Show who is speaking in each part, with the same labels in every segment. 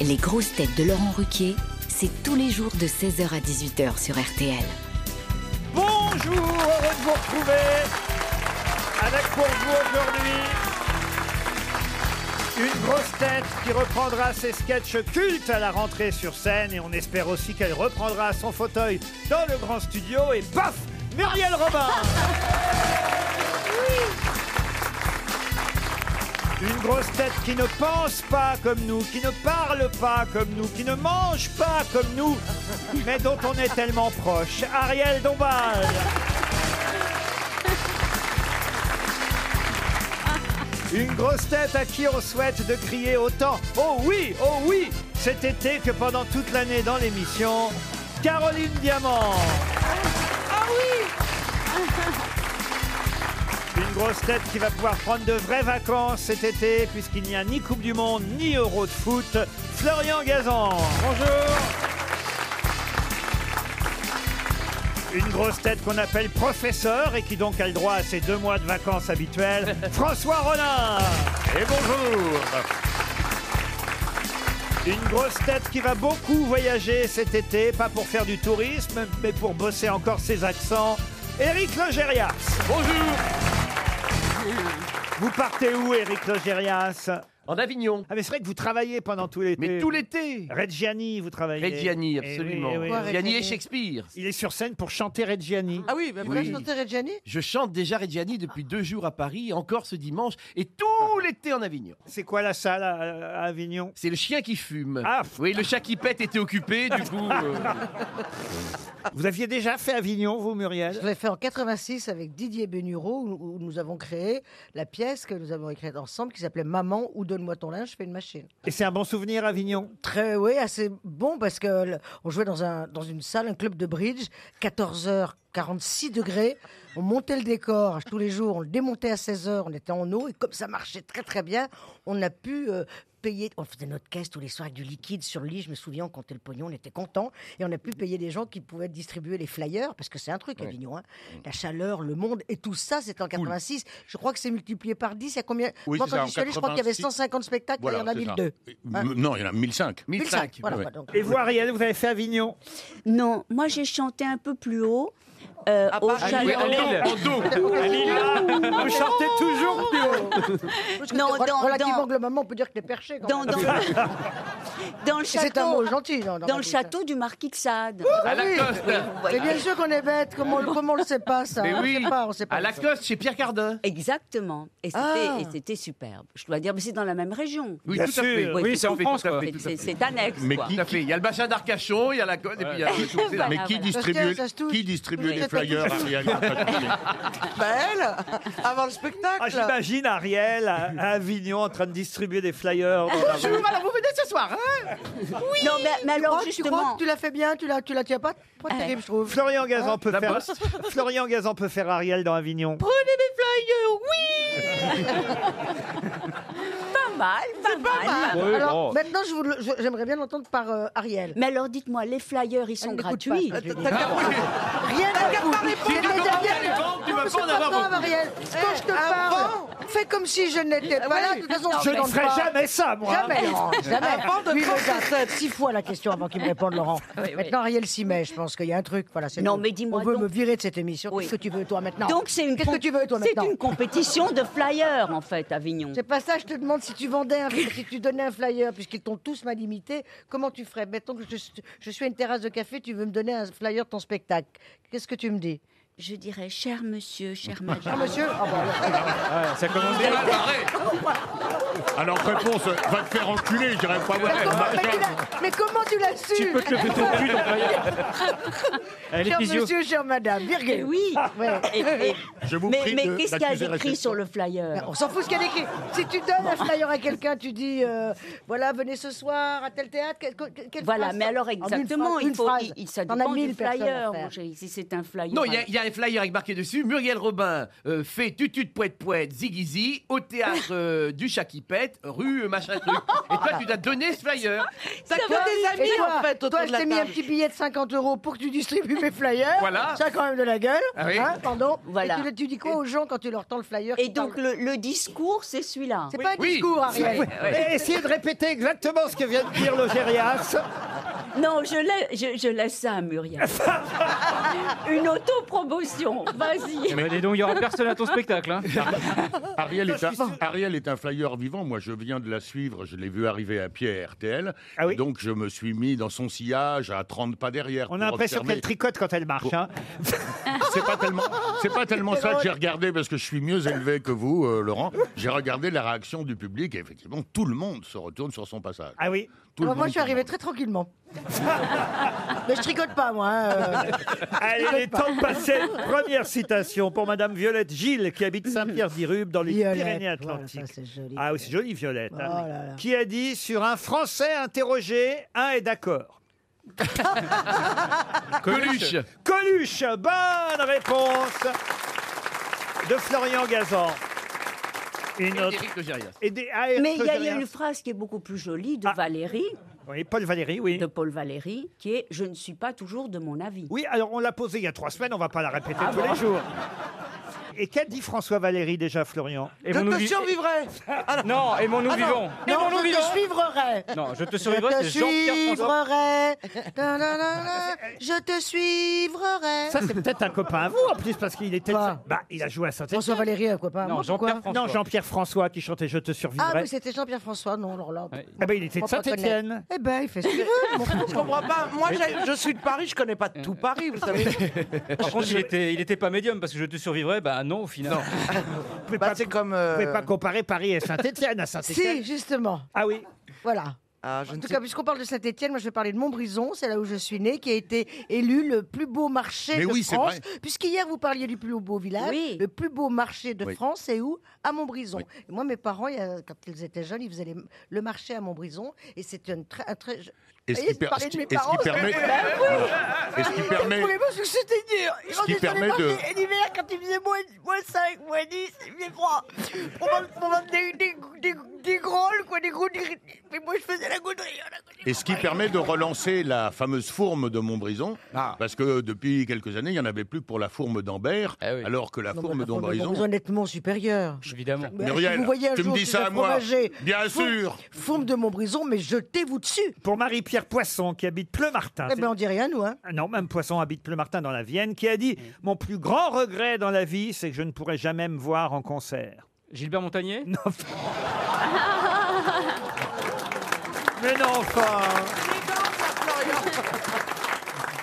Speaker 1: Les grosses têtes de Laurent Ruquier, c'est tous les jours de 16h à 18h sur RTL.
Speaker 2: Bonjour, heureux de vous retrouver avec pour vous aujourd'hui une grosse tête qui reprendra ses sketchs cultes à la rentrée sur scène et on espère aussi qu'elle reprendra son fauteuil dans le grand studio et paf, Muriel Robin Une grosse tête qui ne pense pas comme nous, qui ne parle pas comme nous, qui ne mange pas comme nous, mais dont on est tellement proche. Ariel Dombal. Une grosse tête à qui on souhaite de crier autant Oh oui, oh oui cet été que pendant toute l'année dans l'émission. Caroline Diamant. Ah oui une grosse tête qui va pouvoir prendre de vraies vacances cet été, puisqu'il n'y a ni Coupe du Monde, ni Euro de foot. Florian Gazan. Bonjour. Une grosse tête qu'on appelle professeur et qui donc a le droit à ses deux mois de vacances habituels. François Rollin. Et bonjour. Une grosse tête qui va beaucoup voyager cet été, pas pour faire du tourisme, mais pour bosser encore ses accents. Éric Logérias. Bonjour. Vous partez où, Éric Logérias En Avignon. Ah, mais c'est vrai que vous travaillez pendant tout l'été.
Speaker 3: Mais tout l'été.
Speaker 2: Reggiani, vous travaillez.
Speaker 3: Reggiani,
Speaker 2: Eh oui,
Speaker 3: absolument.
Speaker 2: eh oui,
Speaker 3: Reggiani
Speaker 2: eh oui.
Speaker 3: et Shakespeare.
Speaker 2: Il est sur scène pour chanter Reggiani.
Speaker 3: Ah oui, bah,
Speaker 2: pourquoi
Speaker 3: je chantais Reggiani Je chante déjà Reggiani depuis deux jours à Paris, encore ce dimanche, et tout l'été en Avignon.
Speaker 2: C'est quoi la salle à, à Avignon
Speaker 3: C'est le chien qui fume. Ah Oui, le chat qui pète était occupé, du coup...
Speaker 4: euh.
Speaker 2: Vous aviez déjà fait Avignon, vous, Muriel
Speaker 5: Je l'ai fait en 86 avec Didier Bénureau, où où nous avons créé la pièce que nous avons écrite ensemble qui s'appelait Maman ou donne-moi ton linge, je fais une machine.
Speaker 2: Et c'est un bon souvenir, Avignon
Speaker 5: Très, oui, assez bon parce que le- on jouait dans, un, dans une salle, un club de bridge, 14h. 46 degrés, on montait le décor tous les jours, on le démontait à 16h, on était en eau et comme ça marchait très très bien, on a pu euh, payer, on faisait notre caisse tous les soirs avec du liquide sur le lit, je me souviens, on comptait le pognon, on était content et on a pu payer des gens qui pouvaient distribuer les flyers parce que c'est un truc Avignon, hein.
Speaker 6: Mm.
Speaker 5: la chaleur, le monde et tout ça c'était en 86, je crois que c'est multiplié par 10, il y a combien
Speaker 6: Oui,
Speaker 5: Moi,
Speaker 6: c'est
Speaker 5: quand
Speaker 6: ça,
Speaker 5: j'y
Speaker 6: en
Speaker 5: suis allée, je crois qu'il y avait
Speaker 6: 86.
Speaker 5: 150 spectacles, et il y en a Hein?
Speaker 6: c'est
Speaker 5: 1002.
Speaker 6: ça. euh, M- Non, il y en a 1005.
Speaker 5: 1005, voilà, pardon.
Speaker 2: Et vous, Ariel, vous avez fait Avignon
Speaker 7: Non, moi j'ai chanté un peu plus haut. euh,
Speaker 8: Ah,
Speaker 7: au Chaleur-
Speaker 2: Vous chantez toujours plus haut.
Speaker 7: Non,
Speaker 5: Rel-
Speaker 7: dans-
Speaker 5: relativement
Speaker 7: dans-
Speaker 5: globalement, on peut dire que t'es perché. Quand
Speaker 7: Dans-
Speaker 5: même.
Speaker 7: Dans le
Speaker 5: C'est un
Speaker 7: château.
Speaker 5: mot gentil, non, dans
Speaker 7: dans
Speaker 5: ma
Speaker 7: le
Speaker 5: bouche.
Speaker 7: château du Marquis de Sade.
Speaker 5: Ah bah oui. Mais bien sûr qu'on est bête, comment on, le- comment on le sait pas ça
Speaker 7: Mais
Speaker 5: Ah, On
Speaker 7: oui.
Speaker 5: sait pas, on sait pas.
Speaker 7: À la
Speaker 5: ça.
Speaker 3: Lacoste, chez Pierre Cardin.
Speaker 7: Exactement. Et c'était,
Speaker 5: Ah.
Speaker 7: et c'était superbe. Je dois dire, mais c'est dans la même région.
Speaker 3: Oui, Bien tout à fait. sûr. Oui,
Speaker 7: tout
Speaker 3: c'est en
Speaker 7: à fait,
Speaker 3: France,
Speaker 7: tout à
Speaker 3: quoi.
Speaker 7: fait.
Speaker 3: Tout à
Speaker 7: C'est,
Speaker 3: fait.
Speaker 7: c'est annexe.
Speaker 3: Mais
Speaker 7: quoi.
Speaker 3: qui, qui- Il y a le bassin d'Arcachon, il y a la côte, et puis il y a tout, c'est là.
Speaker 6: Mais qui distribue, qui distribue les flyers Ariel
Speaker 9: Bah elle, avant le spectacle.
Speaker 2: Ah, J'imagine Ariel à, à Avignon en train de distribuer des flyers. dans la rue.
Speaker 9: Bonjour, alors vous venez ce soir, hein
Speaker 5: Oui.
Speaker 7: Non, mais, mais
Speaker 5: Tu crois-
Speaker 7: alors
Speaker 5: tu crois
Speaker 7: justement. Euh.
Speaker 5: que tu l'as fait bien, tu la, tu la tiens pas Pas terrible, je trouve.
Speaker 2: Florian Gazan peut
Speaker 5: La
Speaker 2: faire.
Speaker 5: bosse.
Speaker 2: Florian Gazan peut faire Ariel dans Avignon.
Speaker 9: Prenez des flyers, oui
Speaker 7: Pas mal, pas mal.
Speaker 5: Ah,
Speaker 7: pas mal.
Speaker 5: alors, maintenant, je vous le- je- j'aimerais bien l'entendre par euh, Ariel.
Speaker 7: Mais alors dites-moi, les flyers, ils sont gratuits.
Speaker 5: Euh, Rien à foutre.
Speaker 7: Si tu
Speaker 5: T'es
Speaker 7: commences
Speaker 5: déjà bien-
Speaker 7: à les vendre, tu vas
Speaker 5: Je
Speaker 7: pas en
Speaker 5: suis
Speaker 7: avoir
Speaker 5: content,
Speaker 7: beaucoup.
Speaker 5: Ariel.
Speaker 2: Eh,
Speaker 5: Quand je te parle, fais comme si je n'étais pas là. De toute façon,
Speaker 2: Je ne
Speaker 5: demande
Speaker 2: ferai
Speaker 5: pas.
Speaker 2: jamais ça, moi. hein.
Speaker 5: Jamais, Laurent,
Speaker 2: Ah,
Speaker 5: jamais.
Speaker 9: Avant de
Speaker 5: Lui, il
Speaker 9: commencer.
Speaker 5: regarde six fois la question avant qu'il me réponde, Laurent. Maintenant, Ariel s'y met. Je pense qu'il y a un truc. Voilà, c'est
Speaker 7: Non,
Speaker 5: tout.
Speaker 7: mais dis-moi
Speaker 5: On veut
Speaker 7: donc-
Speaker 5: me virer de cette émission.
Speaker 7: Oui.
Speaker 5: Qu'est-ce que tu veux, toi, maintenant
Speaker 7: Donc c'est une,
Speaker 5: Qu'est-ce que
Speaker 7: com-
Speaker 5: tu veux, toi,
Speaker 7: c'est
Speaker 5: maintenant
Speaker 7: une compétition de flyers, en fait, Avignon.
Speaker 5: C'est pas ça, je te demande si tu vendais un, si tu donnais un flyer, puisqu'ils t'ont tous mal imité, comment tu ferais Mettons que je, je suis à une terrasse de café, tu veux me donner un flyer de ton spectacle. Qu'est-ce que tu me dis
Speaker 7: je dirais cher monsieur, cher madame. Cher
Speaker 5: monsieur Ah
Speaker 6: Ah, ça commence bien. Alors, réponse, euh, va te faire enculer, je dirais pas.
Speaker 5: Mais comment- mais tu l'as- Mais comment tu l'as su Tu peux te péter au cul,
Speaker 6: Elle est
Speaker 5: Cher
Speaker 6: physio.
Speaker 5: monsieur, cher madame, virgule.
Speaker 7: Eh
Speaker 5: Ah.
Speaker 7: Oui. Et- et-
Speaker 6: Je vous
Speaker 7: mais
Speaker 6: prie
Speaker 7: mais
Speaker 6: de-
Speaker 7: qu'est-ce qu'il y a
Speaker 6: d'accuser la
Speaker 7: d'écrit
Speaker 6: question.
Speaker 7: sur le flyer
Speaker 5: On s'en fout ce qu'il y a d'écrit. Si tu donnes un flyer à quelqu'un, tu dis euh, voilà, venez ce soir à tel théâtre. quel- quel- quelle
Speaker 7: Voilà,
Speaker 5: phrase
Speaker 7: mais
Speaker 5: ça-
Speaker 7: alors
Speaker 5: en une
Speaker 7: exactement,
Speaker 5: phrase,
Speaker 7: il
Speaker 5: une
Speaker 7: faut,
Speaker 5: phrase.
Speaker 7: il, il- ça
Speaker 5: T'en as
Speaker 7: dépend du
Speaker 5: mille personnes à
Speaker 7: flyer,
Speaker 5: faire.
Speaker 7: mon chéri, si c'est un flyer.
Speaker 4: Non, il y, a- il y a un flyer avec marqué dessus Muriel Robin euh, fait tutut poète poète zigizi au théâtre euh, du chat qui pète, rue euh, machin truc. Et toi, tu dois donner ce flyer.
Speaker 9: Ça fait des amis,
Speaker 5: Et toi,
Speaker 9: en fait, autour
Speaker 5: toi,
Speaker 9: de
Speaker 5: je
Speaker 9: la
Speaker 5: t'ai mis un
Speaker 9: table.
Speaker 5: petit billet de 50 euros pour que tu distribues mes flyers.
Speaker 4: Voilà.
Speaker 5: Ça a quand même de la gueule. Hein,
Speaker 4: Ah oui.
Speaker 5: pardon.
Speaker 7: Voilà.
Speaker 5: Et tu, tu dis quoi aux gens quand tu leur tends le flyer
Speaker 7: Et
Speaker 5: qui
Speaker 7: donc
Speaker 5: parle
Speaker 7: le, le discours, c'est celui-là.
Speaker 5: C'est pas un
Speaker 4: Oui.
Speaker 5: discours, Ariel.
Speaker 2: Et essayez de répéter exactement ce que vient de dire le gérias.
Speaker 7: Non, je, lai- je, je laisse ça à Muriel. Une autopromotion, vas-y.
Speaker 10: Mais Eh ben, dis donc, il n'y aura personne à ton spectacle. Hein.
Speaker 6: Ariel est, un, Ariel est un flyer vivant. Moi, je viens de la suivre. Je l'ai vu arriver à pied à RTL. Donc, je me suis mis dans son sillage à 30 pas derrière.
Speaker 2: On a l'impression qu'elle tricote quand elle marche. hein.
Speaker 6: C'est pas tellement, c'est pas tellement ça que j'ai regardé parce que je suis mieux élevé que vous, euh, Laurent. J'ai regardé la réaction du public et effectivement, tout le monde se retourne sur son passage.
Speaker 2: Ah oui.
Speaker 6: Tout le
Speaker 5: Alors bah, moi,
Speaker 6: monde,
Speaker 5: je suis arrivée très tranquillement. Mais je tricote pas, moi. hein, euh.
Speaker 2: Allez, il est temps de passer à une première citation pour Madame Violette Gilles, qui habite Saint-Pierre-d'Irube dans les
Speaker 5: Violette,
Speaker 2: Pyrénées-Atlantiques.
Speaker 5: voilà, ça, c'est joli.
Speaker 2: ah oui, c'est joli, Violette. hein.
Speaker 5: Oh là là.
Speaker 2: Qui a dit sur un Français interrogé, un est d'accord.
Speaker 4: Coluche.
Speaker 2: Coluche, bonne réponse de Florian Gazan. Une autre.
Speaker 4: Éric de Gérias.
Speaker 2: Et des- ah, et
Speaker 7: Mais il y a
Speaker 2: Gérard.
Speaker 7: une phrase qui est beaucoup plus jolie de Valérie,
Speaker 2: Oui, Paul Valéry, oui.
Speaker 7: de Paul Valéry, qui est Je ne suis pas toujours de mon avis.
Speaker 2: Oui, alors on l'a posée il y a trois semaines, on va pas la répéter tous les jours. Et qu'a dit François Valéry déjà, Florian
Speaker 9: Je
Speaker 10: nous
Speaker 9: te
Speaker 10: vi-
Speaker 9: survivrai.
Speaker 10: Non, aimons nous
Speaker 5: Ah non,
Speaker 10: vivons.
Speaker 5: Non, je te suivrai.
Speaker 10: Non, je te
Speaker 5: Je
Speaker 10: survivrai,
Speaker 5: te
Speaker 10: c'est Jean-Pierre François.
Speaker 5: suivrai. Na, na, na, na. Je te Ah, suivrai.
Speaker 2: Ça, c'est peut-être un copain à vous, en plus, parce qu'il était.
Speaker 5: Quoi
Speaker 2: Bah, il a joué à Saint-Etienne.
Speaker 5: François Valéry, à quoi pas
Speaker 10: Non,
Speaker 5: moi,
Speaker 10: Jean-Pierre
Speaker 5: pourquoi
Speaker 10: François.
Speaker 2: Non, Jean-Pierre François qui chantait Je te
Speaker 5: Ah,
Speaker 2: survivrai.
Speaker 5: mais c'était Jean-Pierre François, non, alors là.
Speaker 10: Ouais.
Speaker 2: Ah ben, il était de
Speaker 5: on peut pas
Speaker 2: Saint-Étienne.
Speaker 5: connaître. Eh ben, il fait ce qu'il veut. mon
Speaker 9: Je
Speaker 5: pauvre.
Speaker 9: comprends pas. Moi, j'ai- je suis de Paris, je connais pas tout Paris, vous savez.
Speaker 10: Par contre, il était, il était pas médium parce que je te survivrai. Bah non, au final.
Speaker 2: Vous pouvez
Speaker 9: Bah,
Speaker 2: pas-
Speaker 9: c'est comme.
Speaker 2: vous
Speaker 9: euh,
Speaker 2: pouvez pas comparer Paris et Saint-Étienne à Saint-Étienne.
Speaker 5: Si, justement.
Speaker 2: Ah oui.
Speaker 5: Voilà.
Speaker 9: Ah, je
Speaker 5: En
Speaker 9: ne
Speaker 5: tout
Speaker 9: sais
Speaker 5: cas, puisqu'on parle de Saint-Etienne, moi je vais parler de Montbrison, c'est là où je suis né, qui a été élu le plus beau marché
Speaker 6: Mais
Speaker 5: de
Speaker 6: oui, c'est
Speaker 5: France.
Speaker 6: vrai.
Speaker 5: Puisqu'hier vous parliez du plus beau village,
Speaker 7: Oui.
Speaker 5: le plus beau marché de
Speaker 6: Oui.
Speaker 5: France, c'est où À Montbrison. Et moi, mes parents, il y a- quand ils étaient jeunes, ils faisaient les- le marché à Montbrison, et c'était un très, un très. je-
Speaker 6: Et ce
Speaker 5: Vous voyez,
Speaker 6: qui,
Speaker 5: je
Speaker 6: per-
Speaker 5: parlais
Speaker 6: ce
Speaker 5: de
Speaker 6: qui-
Speaker 5: mes
Speaker 6: et ce qui
Speaker 5: parents,
Speaker 6: permet, et ce qui permet,
Speaker 5: Pour les mots, parce que c'était dur. Ils
Speaker 6: Ce qui
Speaker 5: rentraient sur les
Speaker 6: permet de-
Speaker 5: marchés, Et l'hiver, quand il faisait moins, moins 5, moins 10, il faisait froid. On vend- On vendait des, des, des, des grolles, quoi, des gros. des- Mais moi, je faisais la gauderie. la gauderie.
Speaker 6: et ce qui permet de relancer la fameuse fourme de Montbrison, parce que depuis quelques années, il n'y en avait plus que pour la fourme d'Ambert,
Speaker 10: Eh oui.
Speaker 6: alors que la
Speaker 5: Non,
Speaker 6: fourme
Speaker 5: mais la fourme
Speaker 6: d'Ambrison.
Speaker 5: d'Ambrison est nettement supérieure.
Speaker 10: Évidemment.
Speaker 5: Mais
Speaker 6: bah, Muriel,
Speaker 5: Bah, si vous voyez un
Speaker 6: tu me
Speaker 5: jour
Speaker 6: dis
Speaker 5: chez
Speaker 6: ça
Speaker 5: un
Speaker 6: à moi.
Speaker 5: fromager,
Speaker 6: Bien
Speaker 5: fourme-
Speaker 6: sûr.
Speaker 5: Fourme de Montbrison, mais jetez-vous dessus.
Speaker 2: Pour Marie-Pierre Poisson qui habite Pleumartin.
Speaker 5: Eh ben, on dit rien, nous, hein.
Speaker 2: Ah Non, même Poisson habite Pleumartin dans la Vienne, qui a dit
Speaker 10: Mm.
Speaker 2: Mon plus grand regret dans la vie, c'est que je ne pourrai jamais me voir en concert.
Speaker 10: Gilbert Montagnier
Speaker 2: Non. Mais non, enfin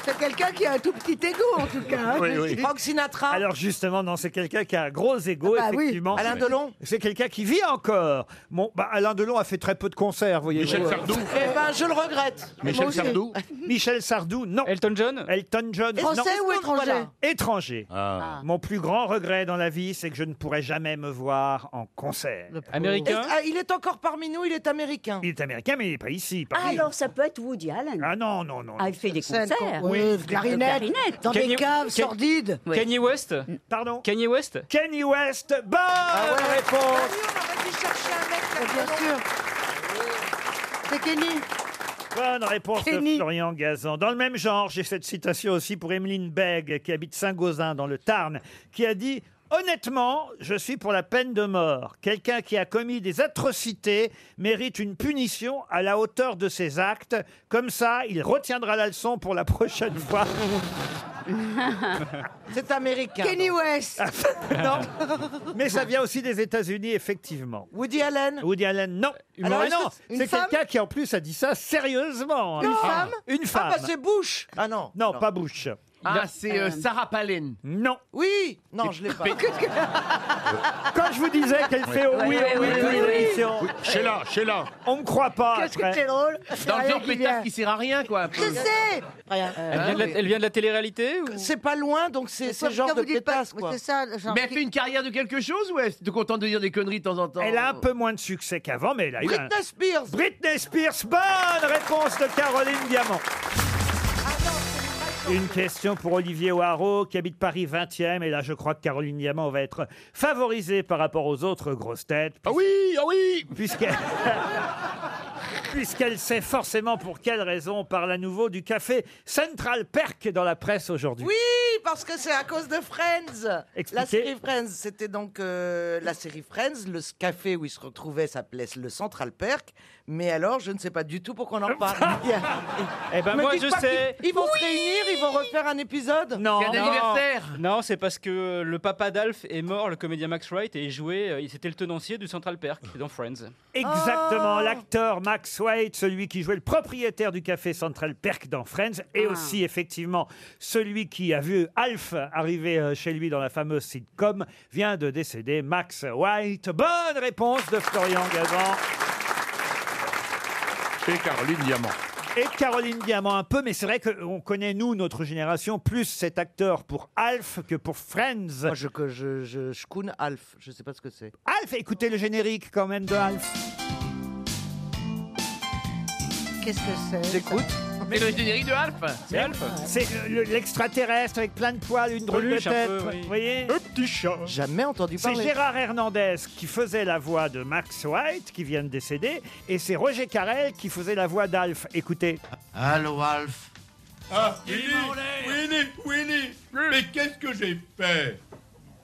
Speaker 5: C'est quelqu'un qui a un tout petit ego, en tout cas. hein.
Speaker 6: Oui, oui.
Speaker 9: Frank Sinatra,
Speaker 2: Alors justement, non, c'est quelqu'un qui a un gros ego,
Speaker 5: Ah bah oui.
Speaker 2: effectivement.
Speaker 9: Alain Delon.
Speaker 2: C'est quelqu'un qui vit encore. Bon, bah, Alain Delon a fait très peu de concerts, voyez
Speaker 6: Michel Sardou.
Speaker 9: Eh ben, je le regrette.
Speaker 6: Michel Sardou.
Speaker 2: Michel Sardou, non.
Speaker 10: Elton John
Speaker 2: Elton John, non.
Speaker 5: Français ou étranger
Speaker 9: Voilà.
Speaker 2: Étranger.
Speaker 6: Ah.
Speaker 2: Mon plus grand regret dans la vie, c'est que je ne pourrai jamais me voir en concert.
Speaker 9: Et-
Speaker 10: Américain
Speaker 9: ah, il est encore parmi nous, il est américain.
Speaker 2: Il est américain, mais il n'est pas ici. par
Speaker 7: Ah,
Speaker 2: contre.
Speaker 7: alors ça peut être Woody Allen.
Speaker 2: Bah Ah non, non, non.
Speaker 7: Ah, il fait des
Speaker 5: Scène,
Speaker 7: concerts.
Speaker 5: con- Oui, clarinette.
Speaker 7: Clarinette.
Speaker 5: Dans des
Speaker 10: Kenny-
Speaker 5: caves
Speaker 9: Ah,
Speaker 10: Ken-
Speaker 5: sordides.
Speaker 7: Oui.
Speaker 10: Kanye West
Speaker 2: Pardon.
Speaker 10: Kanye West Ah
Speaker 2: Kenny West, bonne réponse.
Speaker 9: on aurait dû chercher un mec
Speaker 5: Ah, Bien sûr. C'est Kenny.
Speaker 2: Bonne réponse de
Speaker 5: Kenny.
Speaker 2: Florian Gazan. Dans le même genre, j'ai cette citation aussi pour Emeline Beg, qui habite Saint-Gauzin, dans le Tarn, qui a dit Honnêtement, je suis pour la peine de mort. Quelqu'un qui a commis des atrocités mérite une punition à la hauteur de ses actes. Comme ça, il retiendra la leçon pour la prochaine fois.
Speaker 9: C'est américain.
Speaker 5: Kenny West.
Speaker 2: non. Mais ça vient aussi des États-Unis, effectivement.
Speaker 9: Woody Allen.
Speaker 2: Woody Allen, non.
Speaker 10: Alors,
Speaker 2: Alors, non,
Speaker 10: est-ce
Speaker 5: que-
Speaker 2: c'est
Speaker 5: une femme
Speaker 2: quelqu'un qui en plus a dit ça sérieusement.
Speaker 5: Une
Speaker 2: Ah.
Speaker 5: femme
Speaker 2: Une
Speaker 9: Ah
Speaker 2: femme.
Speaker 9: bah c'est Bush. Ah non.
Speaker 2: Non, pas Bush.
Speaker 4: Ah, c'est euh, Sarah Palin.
Speaker 2: Non.
Speaker 9: Oui Non, je l'ai pas.
Speaker 2: Quand je vous disais qu'elle fait au oui, au oui, toute l'émission.
Speaker 6: Sheila, Sheila.
Speaker 2: On me croit pas.
Speaker 5: Qu'est-ce
Speaker 2: après.
Speaker 5: que c'est drôle
Speaker 4: Dans le genre pétard qui sert à rien, quoi. un peu. Euh,
Speaker 5: Je sais Rien.
Speaker 10: Elle vient de la, elle vient de la télé-réalité ou...
Speaker 9: C'est pas loin, donc c'est
Speaker 5: Pourquoi-
Speaker 9: ce genre de
Speaker 5: pourquoi vous dites pas-
Speaker 9: pétasse, quoi.
Speaker 5: C'est ça, genre.
Speaker 4: Mais elle fait une carrière de quelque chose ou est-ce contente de dire des conneries de temps en temps
Speaker 2: Elle a un peu moins de succès qu'avant, mais elle a eu un-
Speaker 9: Britney Spears
Speaker 2: Britney Spears, bonne réponse de Caroline Diamant. Une question pour Olivier Waro qui habite Paris 20e. Et là, je crois que Caroline Diamant va être favorisée par rapport aux autres grosses têtes.
Speaker 6: Ah oui, ah oui
Speaker 2: Puisqu'elle. Puisqu'elle sait forcément pour quelle raison, on parle à nouveau du café Central Perk dans la presse aujourd'hui.
Speaker 9: Oui, parce que c'est à cause de Friends. La
Speaker 2: Expliquez.
Speaker 9: série Friends, c'était donc euh, la série Friends. Le café où ils se retrouvaient s'appelait le Central Perk. Mais alors, je ne sais pas du tout pourquoi on en parle.
Speaker 10: Eh ben
Speaker 9: Me
Speaker 10: moi
Speaker 9: dites
Speaker 10: je
Speaker 9: pas qu'ils-
Speaker 10: sais.
Speaker 9: Ils, vont se réunir, ils vont refaire un épisode.
Speaker 2: Non,
Speaker 4: C'est un anniversaire
Speaker 10: Non, c'est parce que euh, le papa d'Alf est mort, le comédien Max Wright, et il jouait, euh, il- c'était le tenancier du Central Perk dans Friends.
Speaker 11: Oh.
Speaker 2: Exactement, l'acteur Max White, celui qui jouait le propriétaire du café Central Perk dans Friends, et aussi effectivement celui qui a vu Alf arriver euh, chez lui dans la fameuse sitcom, vient de décéder, Max White. Bonne réponse de Florian Gazan
Speaker 6: Et Caroline Diamant.
Speaker 2: et Caroline Diamant un peu, mais c'est vrai qu'on connaît, nous, notre génération, plus cet acteur pour Alf que pour Friends.
Speaker 9: Moi, je, que je, je, je coune Alf. Je sais pas ce que c'est.
Speaker 2: Alf, écoutez le générique quand même de Alf.
Speaker 5: Qu'est-ce que c'est ça
Speaker 9: J'écoute.
Speaker 4: Mais le générique de Alf
Speaker 10: C'est Alf
Speaker 2: C'est euh, le- l'extraterrestre avec plein de poils, une drôle de
Speaker 10: Peluche un
Speaker 2: tête.
Speaker 10: peu, oui.
Speaker 2: Vous voyez petit chat.
Speaker 9: Jamais entendu
Speaker 2: C'est
Speaker 9: parler.
Speaker 2: Gérard Hernandez qui faisait la voix de Max White, qui vient de décéder, et c'est Roger Carrel qui faisait la voix d'Alf. Écoutez.
Speaker 12: Allô, Alf
Speaker 6: Ah, Winnie, Winnie, mais qu'est-ce que j'ai fait Euh,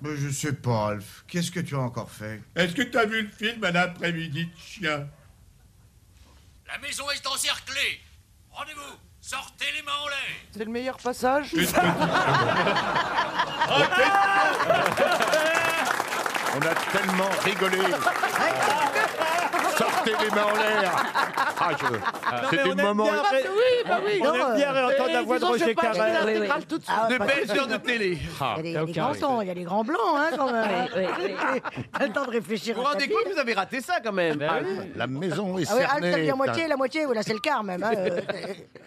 Speaker 12: Mais Je sais pas, Alf. Qu'est-ce que tu as encore fait
Speaker 6: Est-ce que t'as vu le film Un après-midi de chien
Speaker 8: La maison est encerclée. Rendez-vous. Sortez les mains en l'air.
Speaker 9: C'est le meilleur passage. Ah
Speaker 6: On a tellement rigolé. Sortez les mains en l'air. Ah, je...
Speaker 2: Non, mais
Speaker 6: C'était
Speaker 2: on
Speaker 6: le
Speaker 2: aime
Speaker 6: moment.
Speaker 2: bien-
Speaker 9: Oui, bah oui.
Speaker 2: On aime bien entendre la
Speaker 9: Et
Speaker 2: voix de
Speaker 9: disons, je
Speaker 2: Roger
Speaker 9: vais pas acheter
Speaker 2: Carrel.
Speaker 9: l'intégrale tout de suite.
Speaker 5: Ah ouais,
Speaker 4: De
Speaker 5: pas
Speaker 4: belles heures de télé
Speaker 6: Ah,
Speaker 5: Il y
Speaker 6: t'as
Speaker 5: a les
Speaker 6: aucun
Speaker 5: grands
Speaker 6: respect.
Speaker 5: temps, il y a les grands blancs, hein, quand même.
Speaker 7: Oui, oui,
Speaker 5: T'as le temps de réfléchir.
Speaker 4: Vous vous
Speaker 5: à ta
Speaker 4: rendez
Speaker 5: vie.
Speaker 4: compte que vous avez raté ça quand même
Speaker 10: Ben
Speaker 4: Ah
Speaker 6: La maison est
Speaker 5: Ah ouais, Alf, t'as
Speaker 6: cernée.
Speaker 5: mis la moitié, la moitié, voilà, c'est le quart même. hein, euh,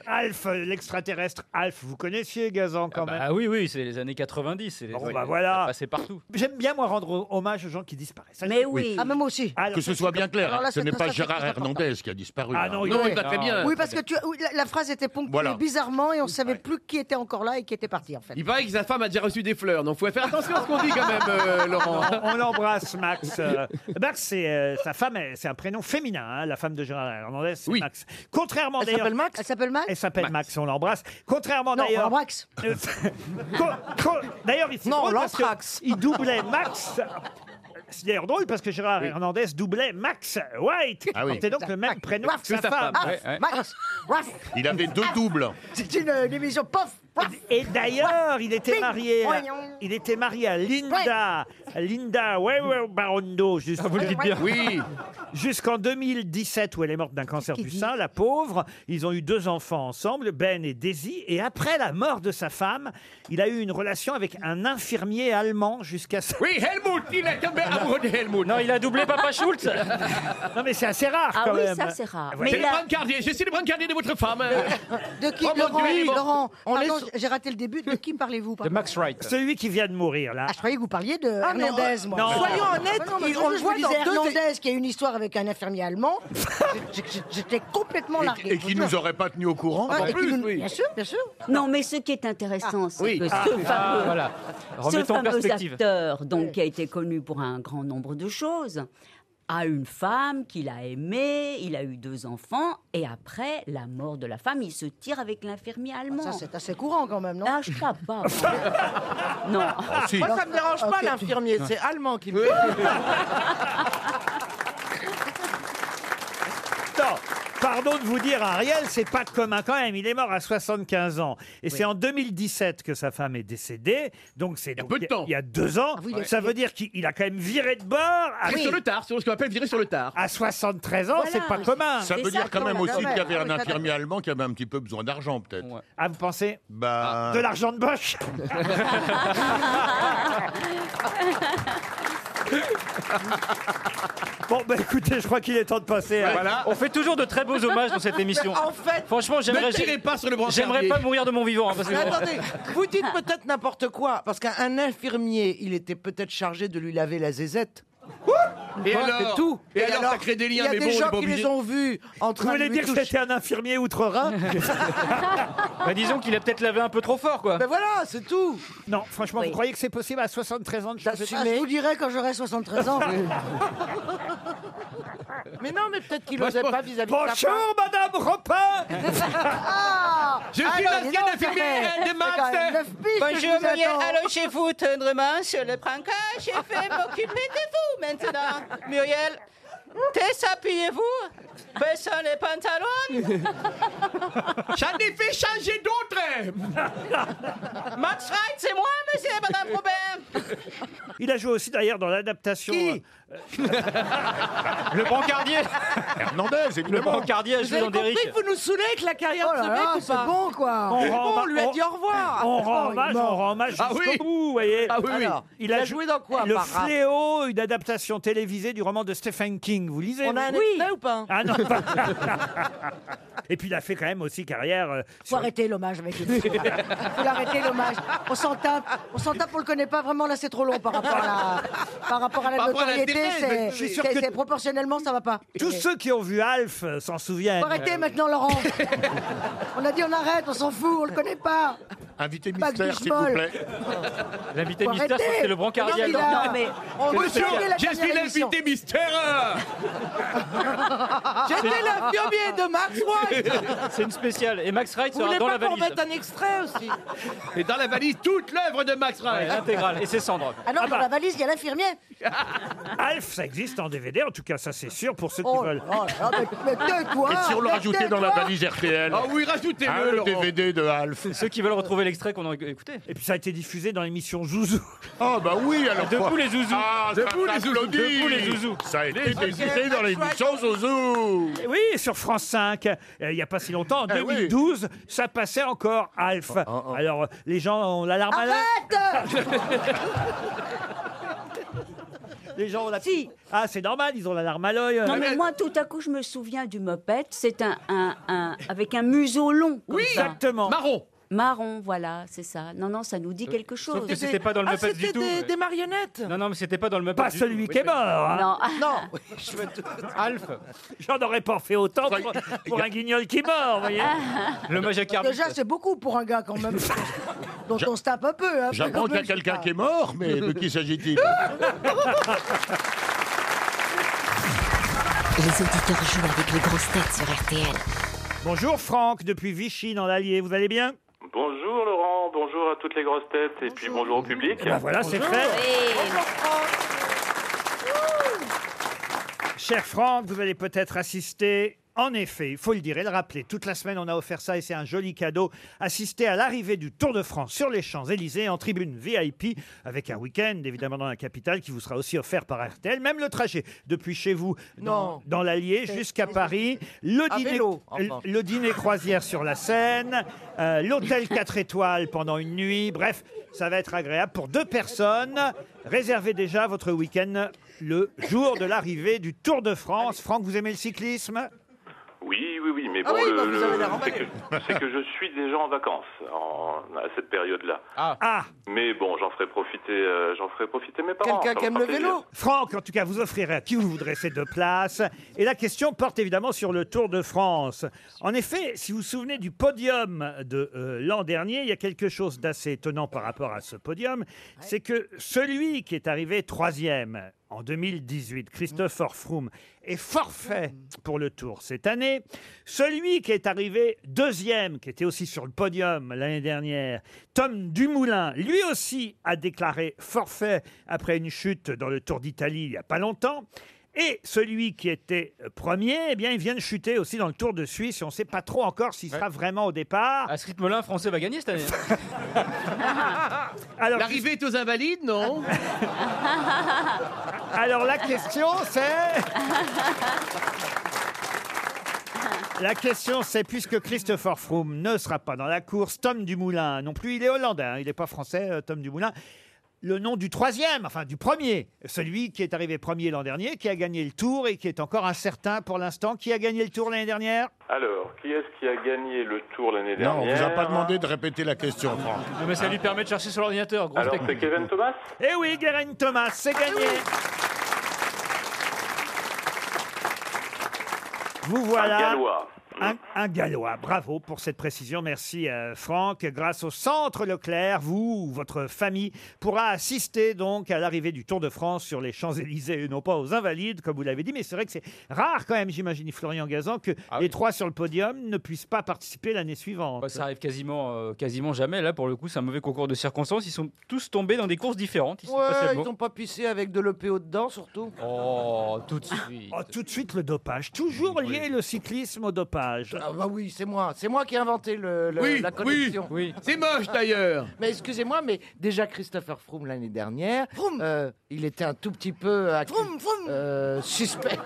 Speaker 2: Alf, l'extraterrestre Alf, vous connaissiez Gazan quand même.
Speaker 10: Ah oui, oui, c'est les années 90. C'est les...
Speaker 2: Bon,
Speaker 10: oui,
Speaker 2: bah
Speaker 10: ça
Speaker 2: voilà.
Speaker 10: passait partout.
Speaker 2: J'aime bien moi rendre hommage aux gens qui disparaissent. Ça,
Speaker 7: Mais
Speaker 2: je-
Speaker 7: oui.
Speaker 5: Ah, même aussi.
Speaker 2: Alors,
Speaker 6: Que ce soit bien clair,
Speaker 5: Alors là,
Speaker 6: hein, ce
Speaker 5: c'est
Speaker 6: n'est
Speaker 5: très-
Speaker 6: pas
Speaker 5: ça, c'est
Speaker 6: Gérard
Speaker 5: très important.
Speaker 6: Hernandez qui a disparu.
Speaker 2: Ah
Speaker 6: hein.
Speaker 2: non, il-
Speaker 4: Non, il va très bien.
Speaker 5: Oui, parce que tu, oui, la, la phrase était ponctuée
Speaker 6: Voilà.
Speaker 5: bizarrement et on savait plus qui était encore là et qui était parti en fait.
Speaker 4: Il paraît que sa femme a déjà reçu des fleurs, donc faut faire attention à ce qu'on dit quand même, euh, Laurent.
Speaker 2: On- On l'embrasse, Max. Euh, Max, c'est euh, sa femme, elle- c'est un prénom féminin, hein, la femme de Gérard Hernandez, c'est
Speaker 4: Oui.
Speaker 2: Max. Contrairement
Speaker 9: Elle
Speaker 2: d'ailleurs.
Speaker 9: s'appelle Max
Speaker 5: Elle s'appelle Max
Speaker 2: Elle s'appelle Max. on l'embrasse. Contrairement
Speaker 5: Non,
Speaker 2: d'ailleurs.
Speaker 5: Max.
Speaker 2: Euh, co- co- D'ailleurs, il- c'est
Speaker 9: Non,
Speaker 2: drôle parce que
Speaker 9: l'anthrax.
Speaker 2: Il doublait Max. C'est d'ailleurs drôle parce que Gérard Hernandez doublait Max White.
Speaker 6: Ah oui.
Speaker 2: C'était donc le même prénom que sa
Speaker 4: sa femme.
Speaker 2: femme.
Speaker 5: Ah,
Speaker 10: Ouais, ouais.
Speaker 5: Max Raph
Speaker 6: Il avait deux doubles.
Speaker 5: C'est une, euh, une émission pof Raph
Speaker 2: Et d'ailleurs, il était
Speaker 5: Bing,
Speaker 2: marié. à-
Speaker 5: voyons.
Speaker 2: Il était marié à Linda, Linda Weber Barondo, juste-
Speaker 5: Euh,
Speaker 4: Oui,
Speaker 2: jusqu'en 2017 où elle est morte d'un cancer
Speaker 5: qui
Speaker 2: du
Speaker 5: dit
Speaker 2: sein, la pauvre. Ils ont eu deux enfants ensemble, Ben et Daisy. Et après la mort de sa femme, il a eu une relation avec un infirmier allemand jusqu'à sa... Ah
Speaker 4: oui, Helmut, il est tombé amoureux de Helmut.
Speaker 10: Non, il a doublé Papa Schultz.
Speaker 2: Non mais c'est assez rare
Speaker 7: Ah
Speaker 2: quand
Speaker 7: oui,
Speaker 2: même.
Speaker 7: ça c'est rare.
Speaker 4: C'est
Speaker 2: Ouais.
Speaker 7: Mais
Speaker 4: le
Speaker 7: il a-
Speaker 4: brancardier, je suis le brancardier de votre femme.
Speaker 5: De qui,
Speaker 4: Oh, mon
Speaker 5: Laurent,
Speaker 4: Dieu, bon.
Speaker 5: Laurent
Speaker 9: On
Speaker 5: pardon,
Speaker 9: laisse-
Speaker 5: j'ai raté le début. De qui me parlez-vous
Speaker 10: De
Speaker 5: pardon
Speaker 10: Max Wright.
Speaker 2: Celui qui vient de mourir là.
Speaker 5: Ah, je croyais que vous parliez de
Speaker 9: Ah, non,
Speaker 5: Hernandez,
Speaker 9: euh,
Speaker 5: moi.
Speaker 2: non.
Speaker 9: Soyons honnêtes,
Speaker 5: Ah non, mais
Speaker 9: il-
Speaker 5: je-
Speaker 9: on le
Speaker 5: je
Speaker 9: voit
Speaker 5: vous
Speaker 9: dans
Speaker 5: disais
Speaker 9: deux-
Speaker 5: Hernandez qui a une histoire avec un infirmier allemand. J- j- J'étais complètement
Speaker 6: Et-
Speaker 5: largué.
Speaker 6: Et qui nous aurait pas tenus au courant.
Speaker 5: Ouais,
Speaker 4: en
Speaker 5: et qui
Speaker 4: plus,
Speaker 5: nous-
Speaker 4: oui.
Speaker 5: Bien sûr, bien sûr.
Speaker 7: Non, mais ce qui est intéressant, c'est
Speaker 4: oui.
Speaker 7: que
Speaker 4: Ah,
Speaker 7: ce fameux,
Speaker 10: Ah, voilà.
Speaker 7: ce
Speaker 10: Remettons en
Speaker 7: fameux
Speaker 10: perspective.
Speaker 7: acteur, donc, qui a été connu pour un grand nombre de choses, a une femme qu'il a aimée, il a eu deux enfants, et après la mort de la femme, il se tire avec l'infirmier allemand.
Speaker 5: Ah, Ça, c'est assez courant quand même, non
Speaker 7: Ah, je sais pas. moi. non.
Speaker 6: Ah, si.
Speaker 9: Moi, ça me dérange pas,
Speaker 5: Ok.
Speaker 9: l'infirmier. C'est allemand qui me.
Speaker 2: Non, pas pardon de vous dire, Ariel, c'est pas commun quand même. Il est mort à 75 ans. Et c'est en 2017 que sa femme est décédée. Donc c'est donc il y a Il y a deux ans.
Speaker 4: Ah oui, il a-
Speaker 2: Ça veut dire qu'il il a quand même viré de bord. À
Speaker 4: Viré sur le tard, sur ce qu'on appelle virer sur le tard.
Speaker 2: À 73
Speaker 5: Oh
Speaker 2: ans, c'est pas commun.
Speaker 6: Ça veut dire quand même aussi qu'il y avait un infirmier allemand qui avait un petit peu besoin d'argent, peut-être.
Speaker 2: Ah, vous pensez Ah,
Speaker 6: Bah.
Speaker 2: De l'argent de Bosch Bon, bah écoutez, je crois qu'il est temps de passer. hein. à-
Speaker 10: On fait toujours de très beaux hommages dans cette émission.
Speaker 2: Mais en fait-
Speaker 10: franchement, j'aimerais.
Speaker 2: Ne tirez pas sur le brancardier.
Speaker 10: J'aimerais pas mourir de mon vivant. hein, parce que-
Speaker 9: Mais attendez, vous dites peut-être n'importe quoi, parce qu'un infirmier, il était peut-être chargé de lui laver la zézette.
Speaker 4: Et
Speaker 9: Bon,
Speaker 4: alors
Speaker 9: c'est tout.
Speaker 4: Et alors, ça crée des liens,
Speaker 9: Il y a
Speaker 4: mais
Speaker 9: des
Speaker 4: bon, on est
Speaker 9: gens
Speaker 4: pas
Speaker 9: qui
Speaker 4: obligé.
Speaker 9: les ont vus en train
Speaker 2: Vous
Speaker 9: de
Speaker 2: voulez
Speaker 9: lui
Speaker 2: dire que
Speaker 9: toucher.
Speaker 2: c'était un infirmier outre-Rhin
Speaker 10: Bah, disons qu'il a peut-être lavé un peu trop fort, quoi.
Speaker 9: Mais voilà, c'est tout.
Speaker 2: Non, franchement, vous croyez que c'est possible à 73 ans de changer
Speaker 5: Ah, je vous dirai quand j'aurai 73 ans.
Speaker 9: Mais non, mais peut-être qu'il
Speaker 2: Moi, je
Speaker 9: n'osait
Speaker 2: pense-
Speaker 9: pas vis-à-vis de sa femme.
Speaker 2: Bonjour, Madame Repin
Speaker 9: Ah
Speaker 2: Je suis
Speaker 9: Alors,
Speaker 2: l'ancienne
Speaker 9: dis donc, ça
Speaker 2: infirmière
Speaker 9: fait-
Speaker 2: de
Speaker 9: ça fait
Speaker 2: Max.
Speaker 9: quand même neuf piges
Speaker 13: Bah,
Speaker 9: que je vous attends.
Speaker 13: chez vous tendrement sur le brancard. Je vais m'occuper de vous maintenant. Muriel, déshabillez-vous, baissons les pantalons.
Speaker 4: J'en ai fait changer d'autres
Speaker 13: Max Wright, c'est moi, monsieur et madame Robert.
Speaker 2: Il a joué aussi d'ailleurs dans l'adaptation. euh, le brancardier
Speaker 6: Hernandez,
Speaker 10: Le brancardier a joué dans des riches.
Speaker 9: vous nous saoulez avec la carrière
Speaker 5: Oh là là,
Speaker 9: de ce mec ou
Speaker 5: c'est
Speaker 9: pas
Speaker 5: bon, quoi.
Speaker 9: C'est
Speaker 5: On
Speaker 9: Ah. bon,
Speaker 5: rend-
Speaker 9: on lui a
Speaker 5: on-
Speaker 9: dit au revoir
Speaker 2: On rend
Speaker 9: Oh,
Speaker 2: hommage,
Speaker 9: il est mort.
Speaker 2: on rend hommage
Speaker 9: Ah
Speaker 2: jusqu'au
Speaker 9: oui.
Speaker 2: bout, vous voyez.
Speaker 9: Ah oui, oui.
Speaker 2: Alors,
Speaker 9: Il a joué dans quoi,
Speaker 2: Le
Speaker 9: Barra
Speaker 2: Fléau, une adaptation télévisée du roman de Stephen King. Vous lisez
Speaker 9: On a un
Speaker 2: vous
Speaker 9: extrait ou pas
Speaker 2: Ah non. Et puis il a fait quand même aussi carrière. euh,
Speaker 5: Faut arrêter l'hommage avec lui. Faut l'arrêter l'hommage. On s'en tape, on s'en tape, on le connaît pas vraiment. Là, c'est trop long par rapport à la, par rapport à la
Speaker 2: Par rapport à la
Speaker 5: notoriété.
Speaker 2: télé,
Speaker 5: c'est-
Speaker 2: je suis sûr
Speaker 5: c'est-
Speaker 2: que-
Speaker 5: c'est proportionnellement, ça va pas.
Speaker 2: Tous ceux qui ont vu Alf euh, s'en souviennent.
Speaker 5: Faut arrêter maintenant, Laurent. on a dit on arrête, on s'en fout, on le connaît pas.
Speaker 6: Invité
Speaker 5: Max
Speaker 6: mystère, s'il vous
Speaker 5: Duchemol.
Speaker 6: plaît.
Speaker 10: L'invité
Speaker 5: Faut
Speaker 10: mystère,
Speaker 5: arrêter.
Speaker 10: c'était le brancardier.
Speaker 5: Non,
Speaker 10: alors.
Speaker 5: il a- on veut terminer la dernière émission.
Speaker 4: mystère
Speaker 9: J'étais l'infirmier de Max White
Speaker 10: C'est une spéciale. Et Max Wright
Speaker 9: Vous
Speaker 10: sera
Speaker 9: voulez
Speaker 10: dans la
Speaker 9: pas qu'on
Speaker 10: valise.
Speaker 9: mette un extrait aussi
Speaker 4: Et dans la valise, toute l'œuvre de Max Wright.
Speaker 10: Ouais, l'intégrale. Et ses cendres.
Speaker 5: Ah non, dans la valise, il y a l'infirmier.
Speaker 2: Alf, ça existe en DVD, en tout cas, ça c'est sûr pour ceux qui veulent.
Speaker 5: Oh là là, mais, mais tais-toi,
Speaker 6: Et si on le
Speaker 5: mais
Speaker 6: rajoutait dans la
Speaker 5: tais-toi.
Speaker 6: valise RTL
Speaker 2: Ah oui, rajoutez-le,
Speaker 6: Hein, le
Speaker 2: Laurent.
Speaker 6: DVD de Alf.
Speaker 10: Ceux qui veulent retrouver l'extrait qu'on a écouté.
Speaker 2: Et puis ça a été diffusé dans l'émission Zouzou.
Speaker 6: Oh bah oui, alors
Speaker 10: De
Speaker 6: quoi.
Speaker 10: vous les zouzous.
Speaker 6: Ah,
Speaker 10: De
Speaker 6: ça
Speaker 10: vous les zouzous.
Speaker 6: t'applaudit.
Speaker 10: De vous les zouzous.
Speaker 6: Ça a été
Speaker 10: Les zouzous.
Speaker 6: diffusé dans l'émission Zouzou
Speaker 2: Et Oui, sur France 5, euh, il n'y a pas si longtemps, en
Speaker 6: Eh oui. Ah,
Speaker 2: 2012, ça passait encore Alf. Alors, euh, les gens ont l'alarme à l'œil.
Speaker 5: Arrête
Speaker 2: Les gens ont la... Ah, c'est normal, ils ont l'alarme à l'œil.
Speaker 5: Euh,
Speaker 2: Euh,
Speaker 7: Non, mais moi, tout à coup, je me souviens du Muppet. C'est un, un, un- avec un museau long. comme
Speaker 2: Oui,
Speaker 7: ça.
Speaker 2: exactement. Marron.
Speaker 7: Marron, voilà, c'est ça. Non, non, ça nous dit quelque chose.
Speaker 10: Sauf que c'était pas dans
Speaker 5: Ah,
Speaker 10: le Muppet du tout. euh.
Speaker 9: marionnettes
Speaker 10: Non, non, mais c'était pas dans le Muppet.
Speaker 2: Pas
Speaker 10: du
Speaker 2: celui
Speaker 10: tout.
Speaker 2: qui est mort. hein.
Speaker 7: Non.
Speaker 9: Non
Speaker 10: Alf.
Speaker 2: J'en aurais pas fait autant pour, pour un guignol qui est mort, vous voyez.
Speaker 14: Ah.
Speaker 2: ah,
Speaker 10: Le Magic
Speaker 5: Déjà, c'est beaucoup pour un gars quand même. dont on se tape un peu. hein.
Speaker 6: J'apprends qu'il y a quelqu'un qui est mort, mais de qui s'agit-il
Speaker 14: Les auditeurs jouent avec les grosses têtes sur RTL.
Speaker 2: Bonjour Franck, depuis Vichy dans l'Allier, vous allez bien
Speaker 15: Bonjour Laurent, bonjour à toutes les grosses têtes et puis bonjour au public.
Speaker 2: Eh ben voilà, c'est fait. Cher Franck, vous allez peut-être assister. En effet, il faut le dire et le rappeler, toute la semaine on a offert ça et c'est un joli cadeau. Assister à l'arrivée du Tour de France sur les Champs-Élysées en tribune VIP avec un week-end évidemment dans la capitale qui vous sera aussi offert par RTL. Même le trajet depuis chez vous dans,
Speaker 9: Non.
Speaker 2: dans l'Allier jusqu'à Paris, le
Speaker 9: À
Speaker 2: dîner,
Speaker 9: vélo, enfin.
Speaker 2: le dîner croisière sur la Seine, euh, l'hôtel 4 étoiles pendant une nuit. Bref, ça va être agréable pour deux personnes. Réservez déjà votre week-end le jour de l'arrivée du Tour de France. Franck, vous aimez le cyclisme
Speaker 15: Oui, oui, oui, mais
Speaker 2: Ah
Speaker 15: bon,
Speaker 2: oui,
Speaker 15: le-
Speaker 2: bah, vous
Speaker 15: le-
Speaker 2: avez l'air
Speaker 15: c'est que, c'est que je suis déjà en vacances en- à cette période-là.
Speaker 2: Ah.
Speaker 15: Mais bon, j'en ferai profiter, euh, j'en ferai profiter mes parents. ça leur fera plaisir.
Speaker 2: Franck, en tout cas, vous offrirez à qui vous voudrez ces deux places. Et la question porte évidemment sur le Tour de France. En effet, si vous vous souvenez du podium de euh, l'an dernier, il y a quelque chose d'assez étonnant par rapport à ce podium. C'est que celui qui est arrivé troisième en 2018, Christopher Froome, est forfait pour le Tour cette année. Celui qui est arrivé deuxième, qui était aussi sur le podium l'année dernière, Tom Dumoulin, lui aussi a déclaré forfait après une chute dans le Tour d'Italie il n'y a pas longtemps. Et celui qui était premier, eh bien, il vient de chuter aussi dans le Tour de Suisse. Et on ne sait pas trop encore s'il sera vraiment au départ.
Speaker 10: À ce rythme-là, un Français va gagner cette année.
Speaker 2: Alors,
Speaker 4: L'arrivée est aux Invalides, non
Speaker 2: Alors la question, c'est... La question, c'est puisque Christopher Froome ne sera pas dans la course, Tom Dumoulin non plus, il est hollandais, hein, il n'est pas français, euh, Tom Dumoulin. Le nom du troisième, enfin du premier, celui qui est arrivé premier l'an dernier, qui a gagné le tour et qui est encore incertain pour l'instant. Qui a gagné le tour l'année dernière
Speaker 15: Alors, qui est-ce qui a gagné le tour l'année
Speaker 6: Non, on
Speaker 15: dernière
Speaker 6: vous a pas demandé de répéter la question, Franck.
Speaker 10: Non, mais ça lui permet de chercher sur l'ordinateur. grosse
Speaker 15: Alors, c'est
Speaker 10: technique.
Speaker 15: Kevin Thomas
Speaker 2: Eh oui, Guérin Thomas, c'est gagné. Vous voilà.
Speaker 15: Un Gallois.
Speaker 2: Un, un gallois. Bravo pour cette précision. Merci, euh, Franck. Grâce au Centre Leclerc, vous, ou votre famille, pourra assister donc à l'arrivée du Tour de France sur les Champs-Élysées et non pas aux Invalides, comme vous l'avez dit. Mais c'est vrai que c'est rare quand même, j'imagine, Florian Gazan, que
Speaker 10: Ah
Speaker 2: les trois sur le podium ne puissent pas participer l'année suivante.
Speaker 10: Bah, ça arrive quasiment, euh, quasiment jamais. Là, pour le coup, c'est un mauvais concours de circonstances. Ils sont tous tombés dans des courses différentes. Ils sont passés à
Speaker 9: Ouais, ils
Speaker 10: mot.
Speaker 9: n'ont pas pissé avec de l'EPO dedans, surtout.
Speaker 10: Oh, tout de suite.
Speaker 2: Oh, tout de suite, le dopage. Toujours lié le cyclisme au dopage.
Speaker 9: Ah bah oui, c'est moi. C'est moi qui ai inventé le, le-
Speaker 2: Oui,
Speaker 9: la connexion.
Speaker 10: oui, oui.
Speaker 4: C'est moche, d'ailleurs.
Speaker 9: Mais excusez-moi, mais déjà Christopher Froome l'année dernière, euh, il était un tout petit peu euh, euh, suspect.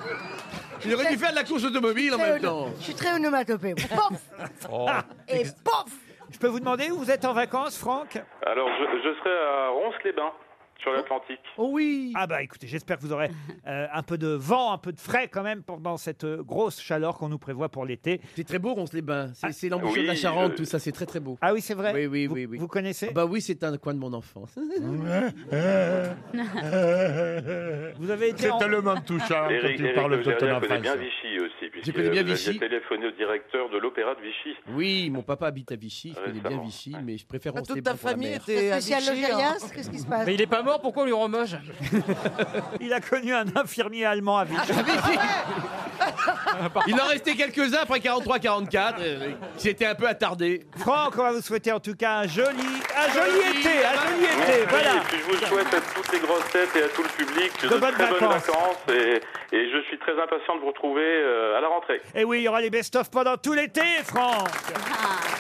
Speaker 4: Il aurait dû faire de la course automobile en même temps.
Speaker 5: Je suis très onomatopée. Pof
Speaker 10: Oh.
Speaker 5: Et pof
Speaker 2: Je peux vous demander où vous êtes en vacances, Franck
Speaker 15: Alors, je, je serai à Ronces-les-Bains, sur l'Atlantique.
Speaker 2: Oh oui Ah bah écoutez, j'espère que vous aurez euh, un peu de vent, un peu de frais quand même pendant cette euh, grosse chaleur qu'on nous prévoit pour l'été. Ah.
Speaker 4: C'est très beau, Ronces-les-Bains. C'est c'est l'embouchure
Speaker 2: Oui,
Speaker 4: de la
Speaker 2: je-
Speaker 4: Charente, tout ça, c'est très très beau.
Speaker 2: Ah oui, c'est vrai
Speaker 4: Oui, oui, oui, oui. Vous
Speaker 2: connaissez
Speaker 4: Bah oui, c'est un coin de mon enfance.
Speaker 2: Vous avez été
Speaker 6: C'est
Speaker 2: en-
Speaker 6: tellement touchant
Speaker 4: hein,
Speaker 6: quand
Speaker 15: Eric,
Speaker 6: tu
Speaker 15: Eric
Speaker 6: parles
Speaker 15: Logérien
Speaker 6: de
Speaker 15: connaît
Speaker 6: ton
Speaker 15: bien Vichy aussi, puisque
Speaker 4: connais bien
Speaker 15: vous aviez
Speaker 4: Vichy.
Speaker 15: téléphoné au directeur de l'opéra de Vichy.
Speaker 4: Oui, mon papa habite à Vichy, je connais bien
Speaker 15: Récemment,
Speaker 4: Vichy, mais je préfère
Speaker 15: Ah,
Speaker 4: Ronces-les-Bains.
Speaker 15: toute ta
Speaker 4: pour la
Speaker 15: famille
Speaker 4: mer.
Speaker 15: était
Speaker 5: à Spécial Vichy, Logérias, hein. qu'est-ce qui se passe
Speaker 10: Mais il est pas mort, pourquoi on lui rend hommage
Speaker 2: Il a connu un infirmier allemand à Vichy.
Speaker 4: Il en restait quelques-uns après 43-44. C'était un peu attardé.
Speaker 2: Franck, on va vous souhaiter en tout cas un joli, un joli été, un joli été,
Speaker 15: Oui,
Speaker 2: voilà.
Speaker 15: et puis je vous souhaite à toutes les grosses têtes et à tout le public de,
Speaker 2: bonnes
Speaker 15: très bonnes
Speaker 2: vacances.
Speaker 15: vacances. Et, et je suis très impatient de vous retrouver euh, à la rentrée.
Speaker 2: Et Eh oui, il y aura les best-of pendant tout l'été, Franck.
Speaker 4: Ah.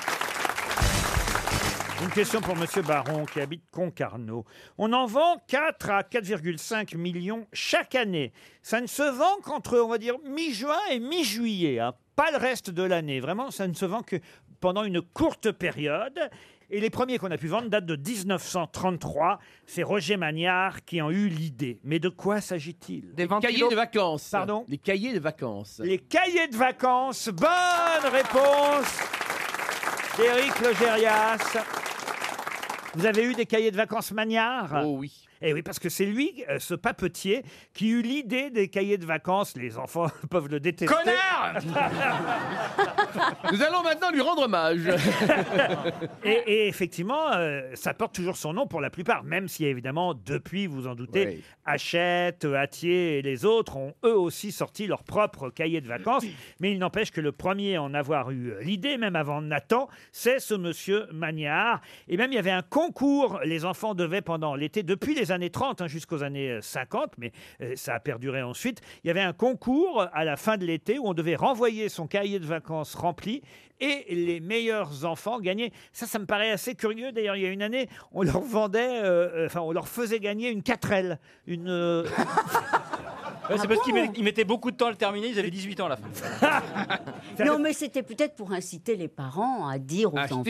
Speaker 2: Une question pour Monsieur Baron qui habite Concarneau. On en vend 4 à 4,5 millions chaque année. Ça ne se vend qu'entre, on va dire, mi-juin et mi-juillet. hein. Pas le reste de l'année. Vraiment, ça ne se vend que pendant une courte période. Et les premiers qu'on a pu vendre datent de 1933. C'est Roger Magnard qui en eut l'idée. Mais de quoi s'agit-il Des
Speaker 4: Cahiers de vacances.
Speaker 2: Pardon
Speaker 4: Les cahiers de vacances.
Speaker 2: les cahiers de vacances. Bonne réponse d'Éric Logérias. Vous avez eu des cahiers de vacances Magnard
Speaker 4: Oh oui.
Speaker 2: Eh oui, parce que c'est lui, euh, ce papetier, qui eut l'idée des cahiers de vacances. Les enfants peuvent le détester.
Speaker 4: Connard Nous allons maintenant lui rendre hommage.
Speaker 2: et, et effectivement, euh, ça porte toujours son nom pour la plupart, même si évidemment, depuis, vous en doutez, Hachette, Hattier et les autres ont eux aussi sorti leur propre cahier de vacances. Mais il n'empêche que le premier à en avoir eu euh, l'idée, même avant Nathan, c'est ce monsieur Magnard. Et même, il y avait un concours. Les enfants devaient pendant l'été, depuis les années 30 hein, jusqu'aux années euh, 50, mais euh, ça a perduré ensuite, il y avait un concours euh, à la fin de l'été où on devait renvoyer son cahier de vacances rempli et les meilleurs enfants gagnaient. Ça, ça me paraît assez curieux. D'ailleurs, il y a une année, on leur vendait, euh, euh, enfin, on leur faisait gagner une 4L. Une, euh,
Speaker 10: Ouais, c'est
Speaker 2: Ah
Speaker 10: parce
Speaker 2: bon
Speaker 10: qu'ils met- ils mettaient beaucoup de temps à le terminer, ils avaient 18 ans à la fin.
Speaker 7: Non, mais c'était peut-être pour inciter les parents à dire aux enfants.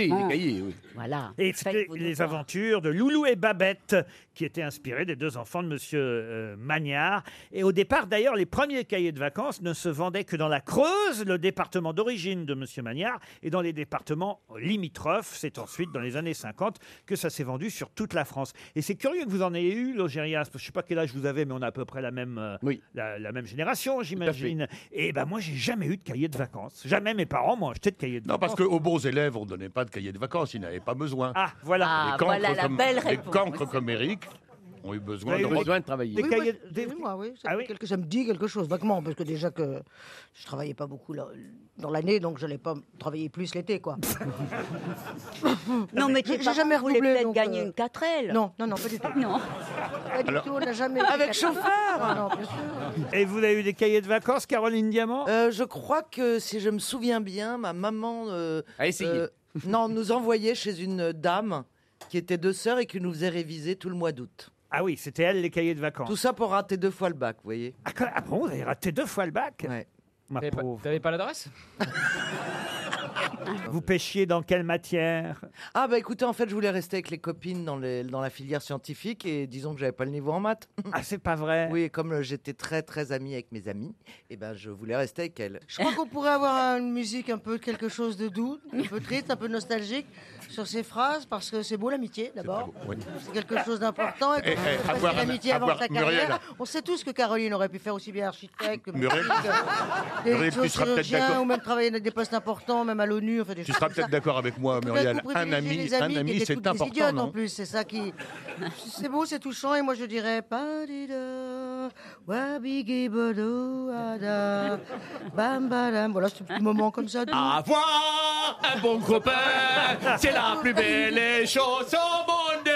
Speaker 7: Voilà.
Speaker 2: Et c'était les aventures de Loulou et Babette, qui étaient inspirées des deux enfants de Monsieur euh, Magnard. Et au départ, d'ailleurs, les premiers cahiers de vacances ne se vendaient que dans la Creuse, le département d'origine de Monsieur Magnard, et dans les départements limitrophes. C'est ensuite, dans les années 50, que ça s'est vendu sur toute la France. Et c'est curieux que vous en ayez eu, Logérias, parce que je sais pas quel âge vous avez, mais on a à peu près la même, euh, la, la même génération, j'imagine. Et ben moi, j'ai jamais eu de cahier de vacances. Jamais mes parents m'ont acheté de cahier de
Speaker 6: Non, parce
Speaker 2: vacances.
Speaker 6: qu'aux bons élèves, on ne donnait pas de cahier de vacances, ils n'avaient pas besoin.
Speaker 2: Ah,
Speaker 6: Les
Speaker 2: voilà.
Speaker 6: cancres
Speaker 7: voilà la
Speaker 6: comme,
Speaker 7: belle
Speaker 6: les
Speaker 7: réponse.
Speaker 6: cancres comme Eric, ont eu besoin,
Speaker 4: Ils ont besoin de travailler.
Speaker 2: Des
Speaker 5: Oui,
Speaker 2: cahiers-
Speaker 5: moi, oui, moi, oui, ça, me dit quelque, ça me dit quelque chose, vaguement, parce que déjà que je travaillais pas beaucoup là, dans l'année, donc je n'allais pas travailler plus l'été, quoi.
Speaker 7: Non, mais tes
Speaker 5: j'ai
Speaker 7: parents
Speaker 5: jamais
Speaker 7: voulaient
Speaker 5: redoublé,
Speaker 7: peut-être
Speaker 5: donc,
Speaker 7: gagner
Speaker 5: euh,
Speaker 7: une 4L.
Speaker 5: Non, non, non, pas du tout.
Speaker 7: Non.
Speaker 5: Pas du
Speaker 2: Alors-
Speaker 5: tout, on n'a jamais.
Speaker 9: Avec
Speaker 5: été capable-
Speaker 9: chauffeur
Speaker 5: Non, non, bien sûr.
Speaker 2: Et vous avez eu des cahiers de vacances, Caroline Diamant
Speaker 9: Euh, Je crois que, si je me souviens bien, ma maman... euh,
Speaker 4: A
Speaker 5: Ah,
Speaker 4: essayé.
Speaker 9: euh, non, nous envoyait chez une dame qui était deux sœurs et qui nous faisait réviser tout le mois d'août.
Speaker 2: Ah oui, c'était elle les cahiers de vacances.
Speaker 9: Tout ça pour rater deux fois le bac, vous voyez.
Speaker 2: Ah, quand- ah bon, vous avez raté deux fois le bac
Speaker 9: Ouais.
Speaker 2: Ma pauvre.
Speaker 10: T'avais pas l'adresse
Speaker 2: Vous pêchiez dans quelle matière
Speaker 9: Ah bah écoutez, en fait, je voulais rester avec les copines dans, les- dans la filière scientifique et disons que j'avais pas le niveau en maths.
Speaker 2: Ah c'est pas vrai
Speaker 9: Oui, et comme euh, j'étais très très amie avec mes amis, et ben je voulais rester avec elles.
Speaker 5: Je crois qu'on pourrait avoir une musique un peu quelque chose de doux, un peu triste, un peu nostalgique sur ces phrases, parce que c'est beau l'amitié d'abord.
Speaker 6: Oui.
Speaker 5: C'est quelque chose d'important. Et
Speaker 6: Eh, eh,
Speaker 5: quand on fait
Speaker 6: avoir un-
Speaker 5: l'amitié avant
Speaker 6: avoir
Speaker 5: sa
Speaker 6: Muriel.
Speaker 5: carrière. On sait tous que Caroline aurait pu faire aussi bien architecte que
Speaker 6: Muriel.
Speaker 5: médecine, que
Speaker 6: Muriel, tu seras peut-être
Speaker 5: chirurgien,
Speaker 6: d'accord.
Speaker 5: ou même travailler dans des postes importants, même à l'ONU. Enfin, des
Speaker 6: Tu
Speaker 5: choses
Speaker 6: seras
Speaker 5: comme
Speaker 6: peut-être
Speaker 5: ça.
Speaker 6: d'accord avec moi,
Speaker 5: Tout d'un
Speaker 6: Muriel.
Speaker 5: coup,
Speaker 6: Un
Speaker 5: privilégier
Speaker 6: ami,
Speaker 5: les
Speaker 6: un
Speaker 5: qui
Speaker 6: ami,
Speaker 5: étaient
Speaker 6: c'est
Speaker 5: toutes des
Speaker 6: important,
Speaker 5: idiotes, en
Speaker 6: non
Speaker 5: plus, c'est ça qui. C'est beau, c'est touchant, et moi je dirais. Padida, wabigibodo, ada, bam, badam. Voilà, c'est un petit moment comme ça. doux.
Speaker 8: Avoir un bon copain, c'est la plus belle chose au monde.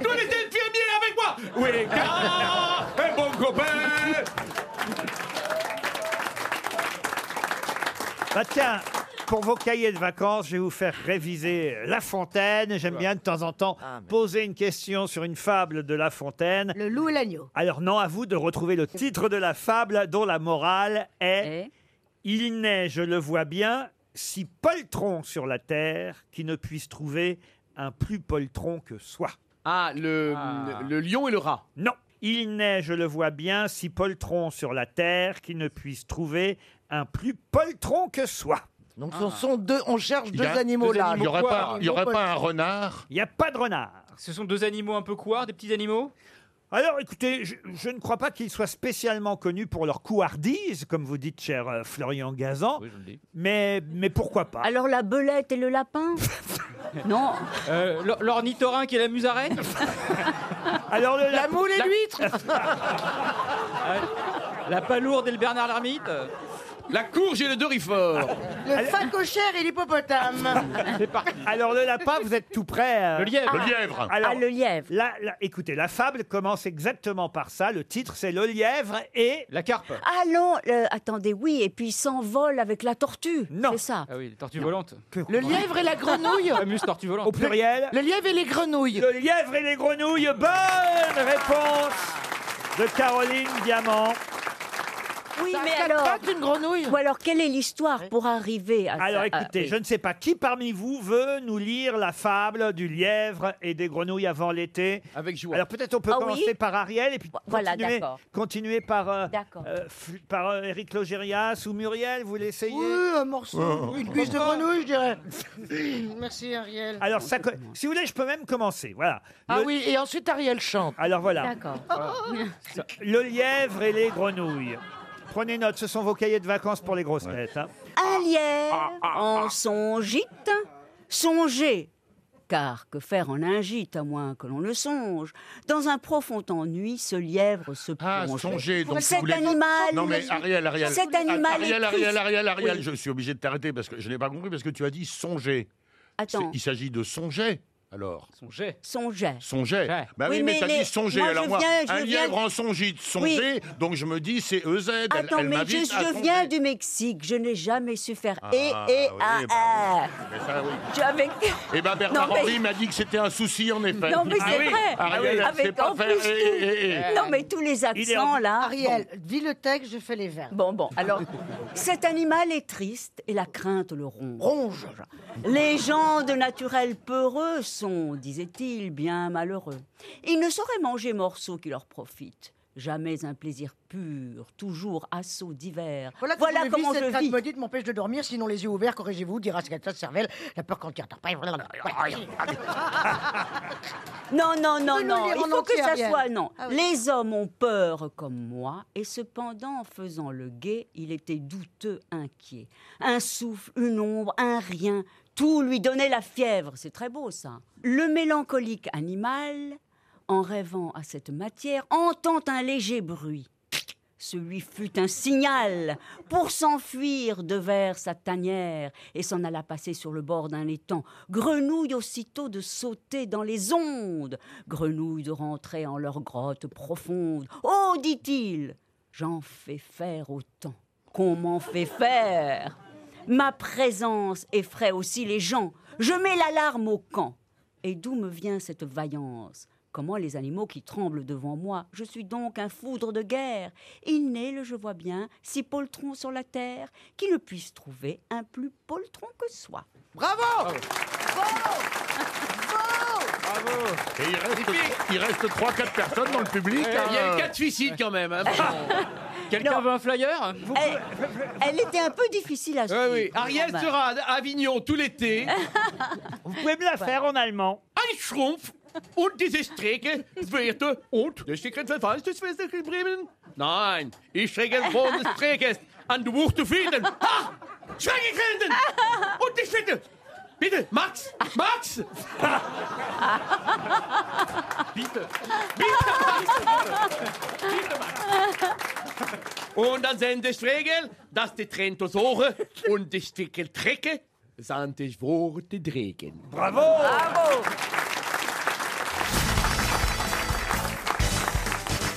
Speaker 8: Tous les infirmiers avec moi. Oui, car un bon copain.
Speaker 2: Bah tiens, pour vos cahiers de vacances, je vais vous faire réviser La Fontaine. J'aime bien de temps en temps poser une question sur une fable de La Fontaine.
Speaker 5: Le loup et l'agneau.
Speaker 2: Alors non, à vous de retrouver le titre de la fable dont la morale est Il n'est, je le vois bien, si poltron sur la terre qui ne puisse trouver un plus poltron que soi.
Speaker 4: Ah, le,
Speaker 10: Euh,
Speaker 4: le lion et le rat.
Speaker 2: Non. Il n'est, je le vois bien, si poltron sur la terre qui ne puisse trouver un plus poltron que soi.
Speaker 9: Donc
Speaker 10: Ah.
Speaker 9: ce sont deux, on cherche
Speaker 2: Il
Speaker 9: deux
Speaker 2: y a deux
Speaker 9: animaux là.
Speaker 2: animaux Il y aurait quoi, pas- un il y aurait animal pas un
Speaker 6: renard
Speaker 2: Il n'y a pas de renard.
Speaker 10: Ce sont deux animaux un peu couards, des petits animaux
Speaker 2: Alors écoutez, je, je ne crois pas qu'ils soient spécialement connus pour leur couardise, comme vous dites, cher euh, Florian Gazan. Mais, mais pourquoi pas
Speaker 7: Alors la belette et le lapin Non.
Speaker 10: Euh, l'or- L'ornithorin qui est la musaraigne
Speaker 2: Alors le
Speaker 10: La moule et
Speaker 9: l'huître
Speaker 10: Euh, La palourde et le Bernard euh. l'ermite
Speaker 4: La courge et le dorifort.
Speaker 5: Le facochère et l'hippopotame.
Speaker 2: Alors le lapin, vous êtes tout prêt euh.
Speaker 10: Le lièvre. Le
Speaker 6: lièvre.
Speaker 2: Alors, le lièvre. écoutez, la fable commence exactement par ça. Le titre, c'est le lièvre et
Speaker 10: la carpe.
Speaker 7: Ah non, le- attendez, oui, et puis il s'envole avec la tortue. Non. C'est ça.
Speaker 10: Ah oui, les tortues volantes.
Speaker 7: Le lièvre et la grenouille.
Speaker 10: Fameuse tortue volante.
Speaker 2: Au pluriel.
Speaker 9: Le lièvre et les grenouilles.
Speaker 2: Le lièvre et les grenouilles. Bonne réponse de Caroline Diamant.
Speaker 7: Oui,
Speaker 9: Ça a
Speaker 7: mais
Speaker 9: quatre
Speaker 7: alors.
Speaker 9: pattes, une grenouille.
Speaker 7: Ou alors, quelle est l'histoire pour arriver à
Speaker 2: Alors
Speaker 7: ça Ah,
Speaker 2: écoutez,
Speaker 7: oui.
Speaker 2: je ne sais pas qui parmi vous veut nous lire la fable du lièvre et des grenouilles avant l'été.
Speaker 4: Avec joie.
Speaker 2: Alors peut-être on peut
Speaker 7: Ah oui
Speaker 2: commencer par Ariel et puis
Speaker 7: voilà,
Speaker 2: continuer,
Speaker 7: d'accord.
Speaker 2: continuer par, euh, euh, F- par euh, Eric Logérias ou Muriel, vous l'essayez
Speaker 5: Oui, un morceau, une cuisse de grenouille, je dirais. Merci Ariel.
Speaker 2: Alors ça, co- si vous voulez, je peux même commencer. Voilà.
Speaker 9: Ah
Speaker 2: Le-
Speaker 9: oui, et ensuite Ariel chante.
Speaker 2: Alors voilà.
Speaker 7: D'accord.
Speaker 2: Ça- Le lièvre et les grenouilles. Prenez note, ce sont vos cahiers de vacances pour les grosses têtes. hein.
Speaker 7: Un lièvre en son gîte, songez. Car que faire en un gîte, à moins que l'on le songe Dans un profond ennui, ce lièvre se
Speaker 6: Ah,
Speaker 7: plonge.
Speaker 6: songez, donc
Speaker 7: Cet
Speaker 6: vous voulez-
Speaker 7: animal...
Speaker 6: Non mais Ariel, Ariel.
Speaker 7: Cet animal est
Speaker 6: Ariel, Ariel,
Speaker 7: triste.
Speaker 6: Ariel, Ariel, Ariel,
Speaker 7: Oui.
Speaker 6: je suis obligé de t'arrêter parce que je n'ai pas compris parce que tu as dit songer.
Speaker 7: Attends.
Speaker 6: C'est- Il s'agit de songer, alors.
Speaker 10: Songer.
Speaker 7: Songer.
Speaker 6: Songer.
Speaker 7: Ouais.
Speaker 6: Bah oui,
Speaker 7: Oui,
Speaker 6: mais,
Speaker 7: mais
Speaker 6: t'as
Speaker 7: les-
Speaker 6: dit songer.
Speaker 7: moi, je
Speaker 6: alors moi,
Speaker 7: viens- je
Speaker 6: un
Speaker 7: viens-
Speaker 6: lièvre en son gîte, songer. Donc je me dis, c'est EZ. Elle,
Speaker 7: Attends,
Speaker 6: elle
Speaker 7: mais je,
Speaker 6: m'invite à
Speaker 7: je
Speaker 6: songer.
Speaker 7: viens du Mexique, je n'ai jamais su faire
Speaker 6: Ah,
Speaker 7: et et
Speaker 6: oui,
Speaker 7: ah,
Speaker 6: bah
Speaker 7: ah.
Speaker 6: Mais ça, oui.
Speaker 7: Tu- avec-
Speaker 6: Eh ben Bernard
Speaker 7: Non, mais-
Speaker 6: Henry m'a dit que c'était un souci en effet.
Speaker 7: Non mais
Speaker 6: Ah
Speaker 7: c'est
Speaker 6: oui,
Speaker 7: vrai.
Speaker 6: Ariel, elle sait
Speaker 7: avec
Speaker 6: pas
Speaker 7: en
Speaker 6: faire.
Speaker 7: plus tout.
Speaker 6: eh, eh, eh, eh.
Speaker 7: Non mais tous les
Speaker 6: Il est en-
Speaker 7: accents là.
Speaker 5: Ariel, dis le texte, je fais les vers.
Speaker 7: Bon bon. Alors cet animal est triste et la crainte le ronge.
Speaker 5: Ronge.
Speaker 7: Les gens de naturel peureux sont, disait-il, bien malheureux. Ils ne sauraient manger morceaux qui leur profitent. Jamais un plaisir pur, toujours assauts divers.
Speaker 5: Voilà, comment je vis, cette crainte maudite m'empêche de dormir, sinon les yeux ouverts, corrigez-vous, dira ce qu'elle a de cervelle, la peur quand tu entends pas.
Speaker 7: Non, non, non,
Speaker 5: Peux-nous
Speaker 7: non,
Speaker 5: lire
Speaker 7: il
Speaker 5: en
Speaker 7: faut que
Speaker 5: entier,
Speaker 7: ça
Speaker 5: Ariel
Speaker 7: soit non.
Speaker 5: Ah oui.
Speaker 7: Les hommes ont peur comme moi, et cependant, en faisant le guet, il était douteux, inquiet. Un souffle, une ombre, un rien, tout lui donnait la fièvre. C'est très beau, ça. Le mélancolique animal en rêvant à cette matière, entend un léger bruit. Ce lui fut un signal pour s'enfuir de vers sa tanière et s'en alla passer sur le bord d'un étang. Grenouille aussitôt de sauter dans les ondes, grenouille de rentrer en leur grotte profonde. Oh, dit-il, j'en fais faire autant qu'on m'en fait faire. Ma présence effraie aussi les gens. Je mets l'alarme au camp. Et d'où me vient cette vaillance Comment les animaux qui tremblent devant moi Je suis donc un foudre de guerre. Il n'est, le je vois bien, si poltron sur la terre, qui ne puisse trouver un plus poltron que soi.
Speaker 9: Bravo
Speaker 6: Bravo Et il reste, il reste 3-4 personnes dans le public.
Speaker 4: Il y
Speaker 2: hein.
Speaker 4: a eu quatre suicides quand même. hein.
Speaker 10: Quelqu'un veut un flyer
Speaker 7: elle, elle était un peu difficile à suivre.
Speaker 4: Oui, Ariel
Speaker 7: Robin.
Speaker 4: sera à Avignon tout l'été.
Speaker 2: Vous pouvez me la faire en allemand.
Speaker 4: Ein Schrumpf und diese Strecke wird und der Strecke verfallst des Festes geblieben. Nein, ich schrecke von des Streckes an du Buch zu finden. Ha! Schrecke finden! Und die Strecke! Bitte, Max! Max! Bitte! Und dann sind die Strecke, dass die Trento suche und die Strecke trecke, sind die Worte drehen.
Speaker 2: Bravo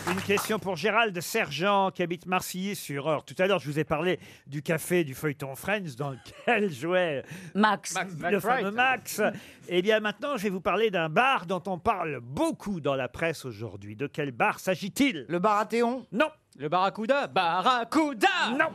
Speaker 2: Une question pour Gérald Sergent qui habite Marcilly-sur-Eure. Tout à l'heure, je vous ai parlé du café du feuilleton Friends dans lequel jouait
Speaker 7: Max,
Speaker 2: le fameux Max. Eh bien, maintenant, je vais vous parler d'un bar dont on parle beaucoup dans la presse aujourd'hui. De quel bar s'agit-il
Speaker 9: Le bar à Théon
Speaker 2: Non.
Speaker 10: Le Barracuda Barracuda
Speaker 2: Non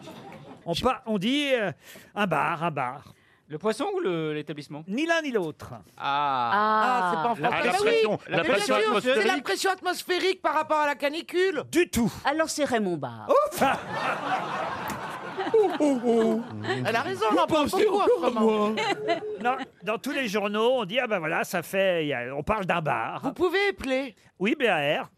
Speaker 2: On, par- on dit euh, un bar, un bar.
Speaker 10: Le poisson ou le- l'établissement
Speaker 2: Ni l'un ni l'autre.
Speaker 10: Ah,
Speaker 9: Ah, c'est pas en
Speaker 10: La
Speaker 9: français.
Speaker 10: pression,
Speaker 9: Mais
Speaker 10: la
Speaker 9: bien
Speaker 10: pression
Speaker 9: sûr, C'est la
Speaker 10: atmosphérique.
Speaker 9: pression atmosphérique par rapport à la canicule.
Speaker 2: Du tout. Oh,
Speaker 7: Alors c'est Raymond Barre.
Speaker 9: Oh, Elle a raison, on en parle beaucoup. en ce moment.
Speaker 2: Non, dans tous les journaux, on dit ah ben voilà, ça fait, il y a- on parle d'un bar.
Speaker 9: Vous pouvez épeler.
Speaker 2: Oui, BAR.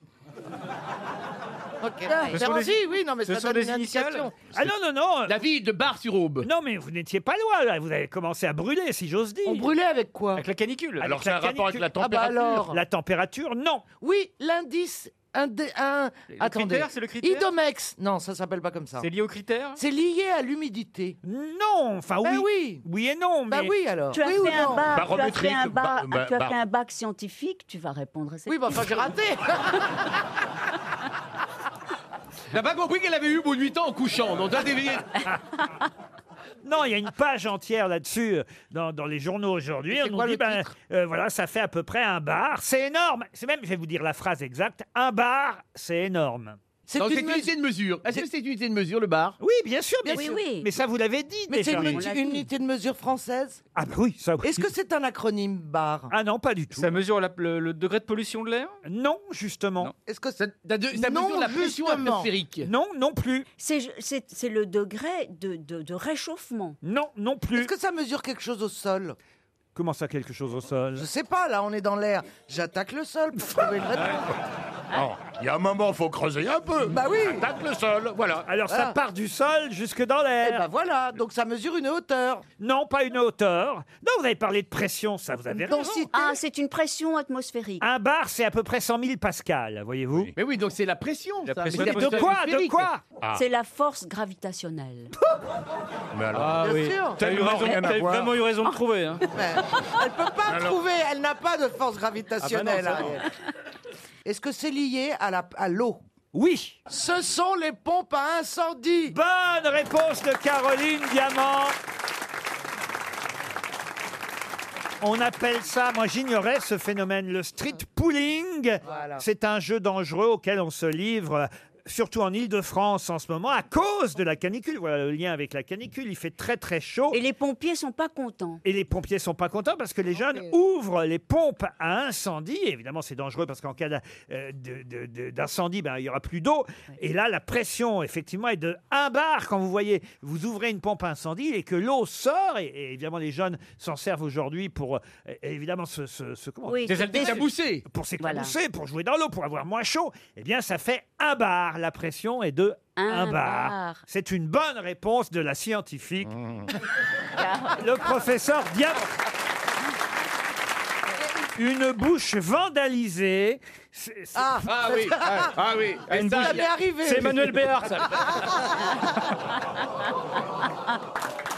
Speaker 9: Ok.
Speaker 2: Ce
Speaker 9: J'ai
Speaker 2: sont
Speaker 9: envie,
Speaker 2: des-
Speaker 9: Ah, oui, non, mais
Speaker 2: ce
Speaker 9: ça
Speaker 2: sont
Speaker 9: donne
Speaker 2: des
Speaker 9: une
Speaker 2: initiales.
Speaker 9: indication.
Speaker 2: Ah non, non, non.
Speaker 4: La ville de Bar-sur-Aube.
Speaker 2: Non, mais vous n'étiez pas loin, là. Vous avez commencé à brûler, si j'ose dire.
Speaker 9: On brûlait avec quoi
Speaker 10: Avec la canicule.
Speaker 2: Avec
Speaker 6: Alors, c'est
Speaker 2: la
Speaker 6: un rapport avec
Speaker 2: canicule.
Speaker 6: la
Speaker 9: Ah bah
Speaker 6: température.
Speaker 9: alors.
Speaker 2: La température, non.
Speaker 9: Oui, l'indice. Un, dé- un...
Speaker 10: le
Speaker 9: Attendez.
Speaker 10: critère, c'est le critère
Speaker 9: Idomex. Non, ça s'appelle pas comme ça.
Speaker 10: C'est lié aux critères
Speaker 9: C'est lié à l'humidité.
Speaker 2: Non, enfin oui.
Speaker 9: Ben oui.
Speaker 2: Oui et non, mais.
Speaker 9: Bah oui, alors.
Speaker 7: Tu as,
Speaker 9: oui
Speaker 7: fait,
Speaker 9: ou
Speaker 7: un
Speaker 9: non
Speaker 7: bac, tu as fait
Speaker 6: Barométrique,
Speaker 7: un
Speaker 6: ba-
Speaker 7: bac,
Speaker 6: ba-
Speaker 7: tu as
Speaker 6: bar-
Speaker 7: fait un bac scientifique, tu vas répondre à cette
Speaker 9: Oui, bah enfin, j'ai raté.
Speaker 4: T'as pas compris qu'elle avait eu beau 8 ans en couchant, donc t'as dévié.
Speaker 2: Non, il y a une page entière là-dessus euh, dans, dans les journaux aujourd'hui. On
Speaker 9: C'est
Speaker 2: nous
Speaker 9: quoi
Speaker 2: dit,
Speaker 9: le
Speaker 2: ben,
Speaker 9: titre
Speaker 2: euh, voilà, ça fait à peu près un bar. C'est énorme. C'est même, je vais vous dire la phrase exacte. Un bar, c'est énorme.
Speaker 9: C'est
Speaker 4: Donc c'est
Speaker 9: une
Speaker 4: une
Speaker 9: mesure-
Speaker 4: unité de mesure. Est-ce que c'est une unité de mesure, le bar
Speaker 2: Oui, bien sûr, bien
Speaker 7: Oui,
Speaker 2: sûr.
Speaker 7: oui.
Speaker 2: Mais ça, vous l'avez dit
Speaker 9: Mais c'est
Speaker 2: déjà.
Speaker 9: une,
Speaker 7: On
Speaker 9: multi-
Speaker 7: l'a dit.
Speaker 9: une unité de mesure française.
Speaker 2: Ah bah oui, ça. oui.
Speaker 9: Est-ce que c'est un acronyme bar
Speaker 2: Ah non, pas du tout.
Speaker 10: Ça mesure la- le, le degré de pollution de l'air
Speaker 2: Non, justement.
Speaker 10: Non.
Speaker 9: Est-ce que c'est
Speaker 4: Ça, de- ça
Speaker 9: Non,
Speaker 4: mesure la pression
Speaker 9: justement.
Speaker 4: atmosphérique.
Speaker 2: Non, non plus.
Speaker 7: C'est c'est- c'est le degré de, de- de réchauffement.
Speaker 2: Non, non plus.
Speaker 9: est-ce que ça mesure quelque chose au sol
Speaker 2: Comment ça, quelque chose au sol
Speaker 9: Je sais pas, là, on est dans l'air. J'attaque le sol pour trouver une réponse.
Speaker 6: Alors, il y a un moment, il faut creuser un peu.
Speaker 9: Bah oui. Ah.
Speaker 6: Attaque le sol, voilà.
Speaker 2: Alors, ça
Speaker 9: Voilà.
Speaker 2: part du sol jusque dans
Speaker 9: Eh
Speaker 2: l'air.
Speaker 9: ben voilà, donc ça mesure une hauteur.
Speaker 2: Non, pas une hauteur. Non, vous avez parlé de pression, ça, vous avez
Speaker 9: Une
Speaker 2: raison.
Speaker 9: densité.
Speaker 7: Ah, c'est une pression atmosphérique.
Speaker 2: Un bar, c'est à peu près 100 000 pascal, voyez-vous.
Speaker 4: Mais oui, donc c'est la pression.
Speaker 10: La
Speaker 4: ça.
Speaker 10: pression
Speaker 4: Mais
Speaker 2: Mais
Speaker 4: c'est
Speaker 10: atmosphérique.
Speaker 2: de quoi De
Speaker 4: atmosphérique.
Speaker 2: quoi
Speaker 6: Ah.
Speaker 7: C'est la force gravitationnelle.
Speaker 6: Mais alors,
Speaker 10: Ah
Speaker 9: Bien sûr. Oh.
Speaker 10: T'as eu
Speaker 6: Tellement
Speaker 10: raison,
Speaker 6: rien à
Speaker 10: t'as
Speaker 6: voir.
Speaker 10: vraiment eu raison de trouver. hein.
Speaker 9: Mais elle peut pas
Speaker 6: Alors-
Speaker 9: trouver, elle n'a pas de force gravitationnelle.
Speaker 10: Ah bah non, ça
Speaker 9: Ariel. Est-ce que c'est lié à la- à l'eau
Speaker 2: Oui.
Speaker 9: Ce sont les pompes à incendie.
Speaker 2: Bonne réponse de Caroline Diamant. On appelle ça, moi j'ignorais ce phénomène, le street pooling.
Speaker 9: Voilà.
Speaker 2: C'est un jeu dangereux auquel on se livre. euh, Surtout en Ile-de-France en ce moment, à cause de la canicule. Voilà le lien avec la canicule. Il fait très très chaud.
Speaker 7: Et les pompiers sont pas contents.
Speaker 2: Et les pompiers sont pas contents parce que les jeunes ouvrent les pompes à incendie. Évidemment, c'est dangereux parce qu'en cas d'a- euh, de- de- de- d'incendie, ben, il y aura plus d'eau. Et là, la pression, effectivement, est de un bar. Quand vous voyez, vous ouvrez une pompe à incendie et que l'eau sort, et, et évidemment, les jeunes s'en servent aujourd'hui pour, euh, évidemment, se, se- se- comment-
Speaker 7: Oui,
Speaker 4: Des
Speaker 7: c'est
Speaker 4: ailes décabousser.
Speaker 2: pour s'éclabousser, pour jouer dans l'eau, pour avoir moins chaud. Eh bien, ça fait un bar. La pression est de un,
Speaker 7: Un
Speaker 2: bar.
Speaker 7: bar. Mmh.
Speaker 2: C'est une bonne réponse de la scientifique. Le professeur Diamant.
Speaker 9: Et il
Speaker 2: Une bouche vandalisée. C'est- c'est-
Speaker 8: Ah. Ah oui, ah, ah oui. Et
Speaker 2: Une
Speaker 8: ça,
Speaker 2: bouche-
Speaker 8: il y a-
Speaker 2: C'est Emmanuel Béard, ça.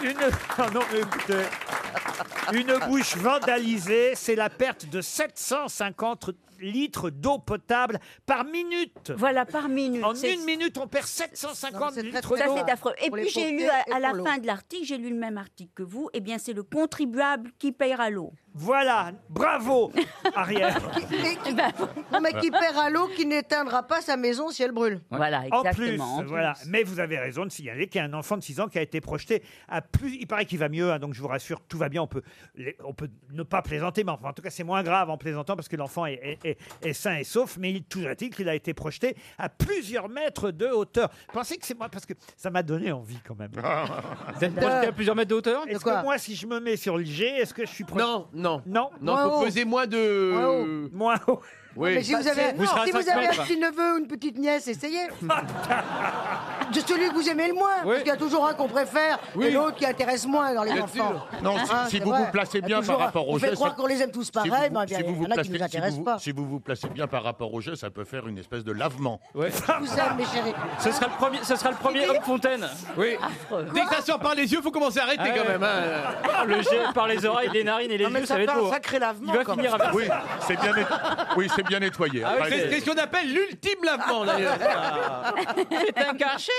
Speaker 2: Une... Ah non, mais écoutez. Une bouche vandalisée, c'est la perte de 750 litres d'eau potable par minute.
Speaker 7: Voilà, par minute.
Speaker 2: En une minute, on perd 750 litres d'eau.
Speaker 7: Ça, c'est affreux. Et puis, j'ai lu à, à la fin de l'article, j'ai lu le même article que vous, eh bien, c'est le contribuable qui payera l'eau.
Speaker 2: Voilà, bravo, Ariel.
Speaker 5: Et qui- Non, mais qui perd à l'eau, qui n'éteindra pas sa maison si elle brûle.
Speaker 2: En plus, voilà. Mais vous avez raison de signaler qu'il y a un enfant de 6 ans qui a été projeté à plus. Il paraît qu'il va mieux, hein, donc je vous rassure, tout va bien. On peut, les- on peut ne pas plaisanter, mais enfin, en tout cas, c'est moins grave en plaisantant parce que l'enfant est, est- est- est sain et sauf. Mais il, toujours est-il qu'il a été projeté à plusieurs mètres de hauteur. Pensez que c'est moi parce que ça m'a donné envie quand même.
Speaker 6: Ah.
Speaker 10: Vous êtes projeté à plusieurs mètres de hauteur
Speaker 2: Est-ce que moi, si je me mets sur le G, est-ce que je suis projeté
Speaker 4: Non, non.
Speaker 2: Non,
Speaker 4: Non, faut peser moins de.
Speaker 2: Moins haut.
Speaker 4: Oui.
Speaker 5: Mais si vous avez,
Speaker 4: Vous serez à
Speaker 5: si vous
Speaker 4: cinq
Speaker 5: avez
Speaker 4: mètres.
Speaker 5: un petit neveu ou une petite nièce, essayez.
Speaker 6: Ah,
Speaker 5: De celui que vous aimez le moins, parce qu'il y a toujours un qu'on préfère et l'autre qui intéresse moins dans les
Speaker 6: Bien
Speaker 5: enfants. Hein,
Speaker 6: sûr. Ah, Non, si- si
Speaker 5: Ah, c'est
Speaker 6: vous vous placez
Speaker 5: Il y a
Speaker 6: bien par
Speaker 5: toujours un-
Speaker 6: rapport au
Speaker 5: On fait
Speaker 6: geste,
Speaker 5: croire
Speaker 6: ça-
Speaker 5: qu'on les aime tous
Speaker 6: Si
Speaker 5: pareil,
Speaker 6: vous-
Speaker 5: mais il y
Speaker 6: si vous vous
Speaker 5: en a qui
Speaker 6: placez-
Speaker 5: nous
Speaker 6: si
Speaker 5: intéressent
Speaker 6: vous-
Speaker 5: pas.
Speaker 6: Si vous vous placez bien par rapport au jeu, ça peut faire une espèce de lavement.
Speaker 5: Je vous aime, mes chéris.
Speaker 10: Ce sera le premier, ce sera le premier homme fontaine.
Speaker 4: Oui. Dès que ça sort par les yeux, faut commencer à arrêter
Speaker 10: Ah,
Speaker 4: quand
Speaker 10: ouais.
Speaker 4: même. hein.
Speaker 10: Ah, le jet par les oreilles, les narines et les
Speaker 4: Non, mais
Speaker 10: yeux,
Speaker 4: ça
Speaker 10: ça va être
Speaker 4: fait un
Speaker 10: lourd.
Speaker 4: sacré lavement,
Speaker 10: Il va
Speaker 4: quand
Speaker 8: hein,
Speaker 10: finir
Speaker 4: même.
Speaker 10: avec
Speaker 6: Oui, c'est bien, net- oui, c'est bien nettoyé.
Speaker 4: Ah oui,
Speaker 6: Après, Ah.
Speaker 4: c'est c'est ce qu'on appelle l'ultime lavement d'ailleurs.
Speaker 13: C'est un cachet.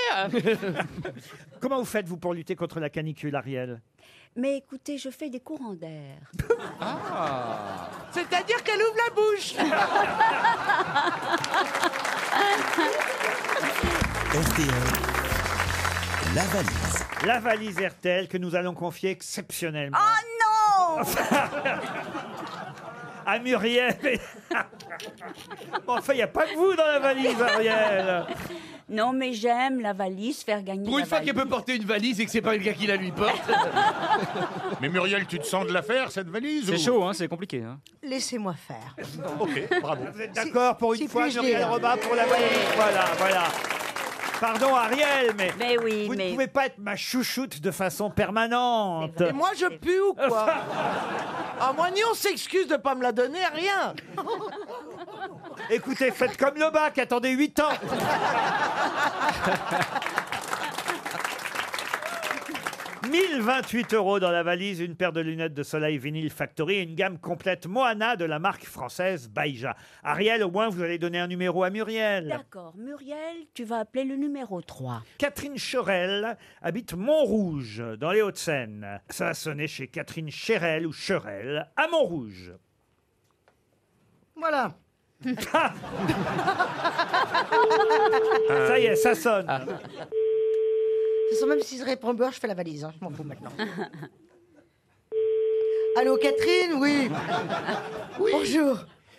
Speaker 2: Comment vous faites vous pour lutter contre la canicule, Ariel
Speaker 7: Mais écoutez, je fais des courants d'air.
Speaker 5: Ah.
Speaker 13: C'est-à-dire qu'elle ouvre la bouche.
Speaker 2: La valise. La valise RTL que nous allons confier exceptionnellement
Speaker 7: Oh non
Speaker 5: Ah.
Speaker 2: à Muriel. Bon, enfin, il n'y a pas que vous dans la valise, Ariel.
Speaker 7: Non, mais j'aime la valise, faire gagner
Speaker 4: Pour
Speaker 7: la
Speaker 4: une fois
Speaker 7: valise.
Speaker 4: qu'elle peut porter une valise et que c'est pas le gars qui la lui porte.
Speaker 6: Mais Muriel, tu te sens de la faire, cette valise
Speaker 10: C'est chaud, hein, c'est compliqué. hein.
Speaker 5: Laissez-moi faire.
Speaker 4: hein.
Speaker 6: Ok, bravo.
Speaker 2: Vous êtes d'accord pour une
Speaker 5: si
Speaker 2: fois,
Speaker 5: puis-je
Speaker 2: Muriel
Speaker 5: dire.
Speaker 2: Robin, pour la valise
Speaker 10: Ah,
Speaker 2: Voilà, voilà. Pardon, Ariel, mais, vous
Speaker 7: mais-
Speaker 2: ne pouvez pas être ma chouchoute de façon permanente.
Speaker 9: Et moi, je pue ou quoi Ah, moi, ni on s'excuse de pas me la donner, rien.
Speaker 2: Écoutez, faites comme le bac, attendez 8 ans. « 1028 euros dans la valise, une paire de lunettes de soleil Vinyl Factory et une gamme complète Moana de la marque française Baïja. Ariel, au moins, vous allez donner un numéro à Muriel.
Speaker 7: D'accord, Muriel, tu vas appeler le numéro 3.
Speaker 2: Catherine Cherel habite Montrouge, dans les Hauts-de-Seine. Ça va sonner chez Catherine Cherel ou Cherel à Montrouge.
Speaker 5: Voilà.
Speaker 2: Ça y est, ça sonne.
Speaker 5: Ce sont même si je réponds beurre, je fais la valise. hein. Je m'en fous maintenant. Allô, Catherine Oui. Bonjour.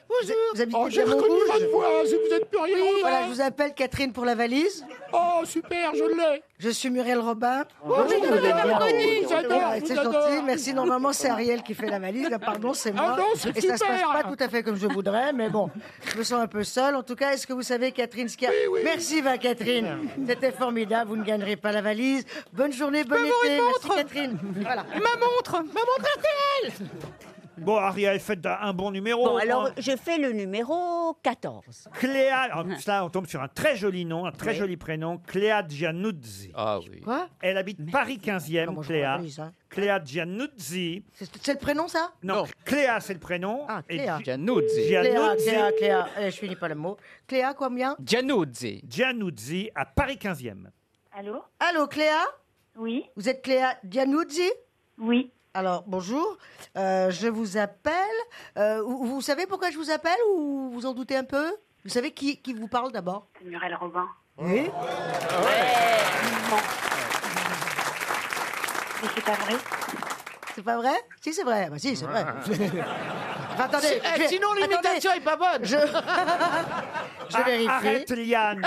Speaker 5: Bonjour. Vous habitez
Speaker 8: Oh, j'ai
Speaker 5: à
Speaker 8: reconnu
Speaker 5: Montrouge
Speaker 8: votre voix,
Speaker 9: hein,
Speaker 8: si vous êtes Muriel Robin.
Speaker 5: Voilà, je vous appelle Catherine pour la valise.
Speaker 8: Oh, super, je l'ai.
Speaker 5: Je suis Muriel Robin.
Speaker 8: Bonjour, vous avez reconnu, j'adore,
Speaker 5: Ouais, Ah, C'est
Speaker 8: vous
Speaker 5: gentil,
Speaker 8: adore.
Speaker 5: merci. Normalement, c'est Ariel qui fait la valise. Là, pardon, c'est
Speaker 8: Ah
Speaker 5: moi.
Speaker 8: non, c'est
Speaker 5: Et ça se passe
Speaker 8: super.
Speaker 5: pas tout à fait comme je voudrais, mais bon, je me sens un peu seule. En tout cas, est-ce que vous savez, Catherine, ce qu'il y a Merci, va, Catherine. C'était formidable. Vous ne gagnerez pas la valise. Bonne journée, bonne été.
Speaker 13: avoir une
Speaker 5: Merci,
Speaker 13: montre
Speaker 5: Catherine. Voilà.
Speaker 13: Ma montre, ma montre RTL.
Speaker 2: Bon, Ariel, faites un- un bon numéro.
Speaker 7: Bon,
Speaker 2: au
Speaker 7: alors
Speaker 2: moins.
Speaker 7: je fais le numéro 14.
Speaker 2: Cléa, en
Speaker 7: hein.
Speaker 2: plus là, on tombe sur un très joli nom, un très joli prénom, Cléa Giannuzzi.
Speaker 4: Ah oui.
Speaker 5: Quoi
Speaker 2: Elle habite Paris 15e,
Speaker 5: Comment je
Speaker 2: Cléa.
Speaker 5: rappelle ça
Speaker 2: Cléa Giannuzzi.
Speaker 5: C'est le prénom, ça
Speaker 2: Non, Cléa, c'est le prénom. Ah,
Speaker 5: Cléa.
Speaker 2: Giannuzzi.
Speaker 5: Cléa, Cléa, Cléa. Eh, je finis pas le mot. Cléa, combien
Speaker 2: Giannuzzi. Giannuzzi, à Paris 15e.
Speaker 5: Allô Allô, Cléa Oui. Vous êtes Cléa Giannuzzi Oui. Alors, bonjour. Euh, je vous appelle. Euh, vous, vous savez pourquoi je vous appelle ou vous en doutez un peu Vous savez qui, qui vous parle d'abord
Speaker 16: Muriel Robin.
Speaker 5: Oui.
Speaker 16: Mais c'est pas vrai.
Speaker 5: C'est pas vrai Si, c'est vrai. Bah, si, c'est vrai. Enfin, attendez.
Speaker 9: Si- eh,
Speaker 5: je vais-
Speaker 9: sinon, l'imitation
Speaker 5: attendez.
Speaker 9: est pas bonne.
Speaker 5: Je, je
Speaker 9: Ah,
Speaker 5: vérifie.
Speaker 9: arrête,
Speaker 2: Liane.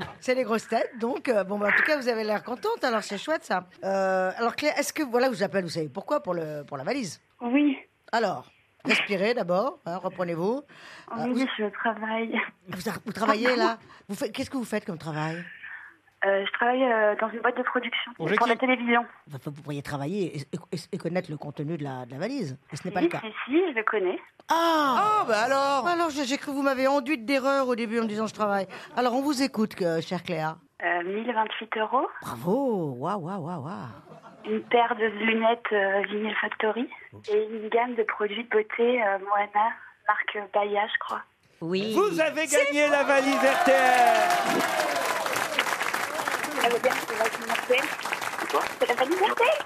Speaker 5: C'est les grosses têtes, donc euh, bon, bah, en tout cas, vous avez l'air contente, alors c'est chouette ça. Euh, alors Claire, est-ce que voilà, je vous appelle, vous savez pourquoi pour le pour la valise
Speaker 16: Oui.
Speaker 5: Alors, respirez d'abord, hein, reprenez-vous. Euh,
Speaker 16: Oui, Oh, je travaille. Ah,
Speaker 5: Vous, vous travaillez là Vous faites qu'est-ce que vous faites comme travail
Speaker 16: Euh, je travaille euh, dans une boîte de production
Speaker 5: Pour
Speaker 16: pour la
Speaker 5: qui
Speaker 16: télévision.
Speaker 5: Enfin, Vous pourriez travailler et, et- et connaître le contenu de la, de la valise. Et ce n'est pas
Speaker 16: Oui,
Speaker 5: le cas.
Speaker 16: Si, si, je le connais.
Speaker 5: Ah bah alors Alors, j'ai j'ai cru que vous m'avez enduite d'erreur au début en me disant je travaille. Alors, on vous écoute, que- chère Cléa.
Speaker 16: Euh, 1028 euros.
Speaker 5: Bravo Waouh, waouh, waouh, waouh
Speaker 16: Une paire de lunettes euh, Vinyl Factory et une gamme de produits de beauté euh, Moana, marque Baya, je crois.
Speaker 14: Oui.
Speaker 2: Vous avez gagné la valise RTL.
Speaker 16: Ça veut dire que Ah, c'est la valise mortelle. C'est la valise mortelle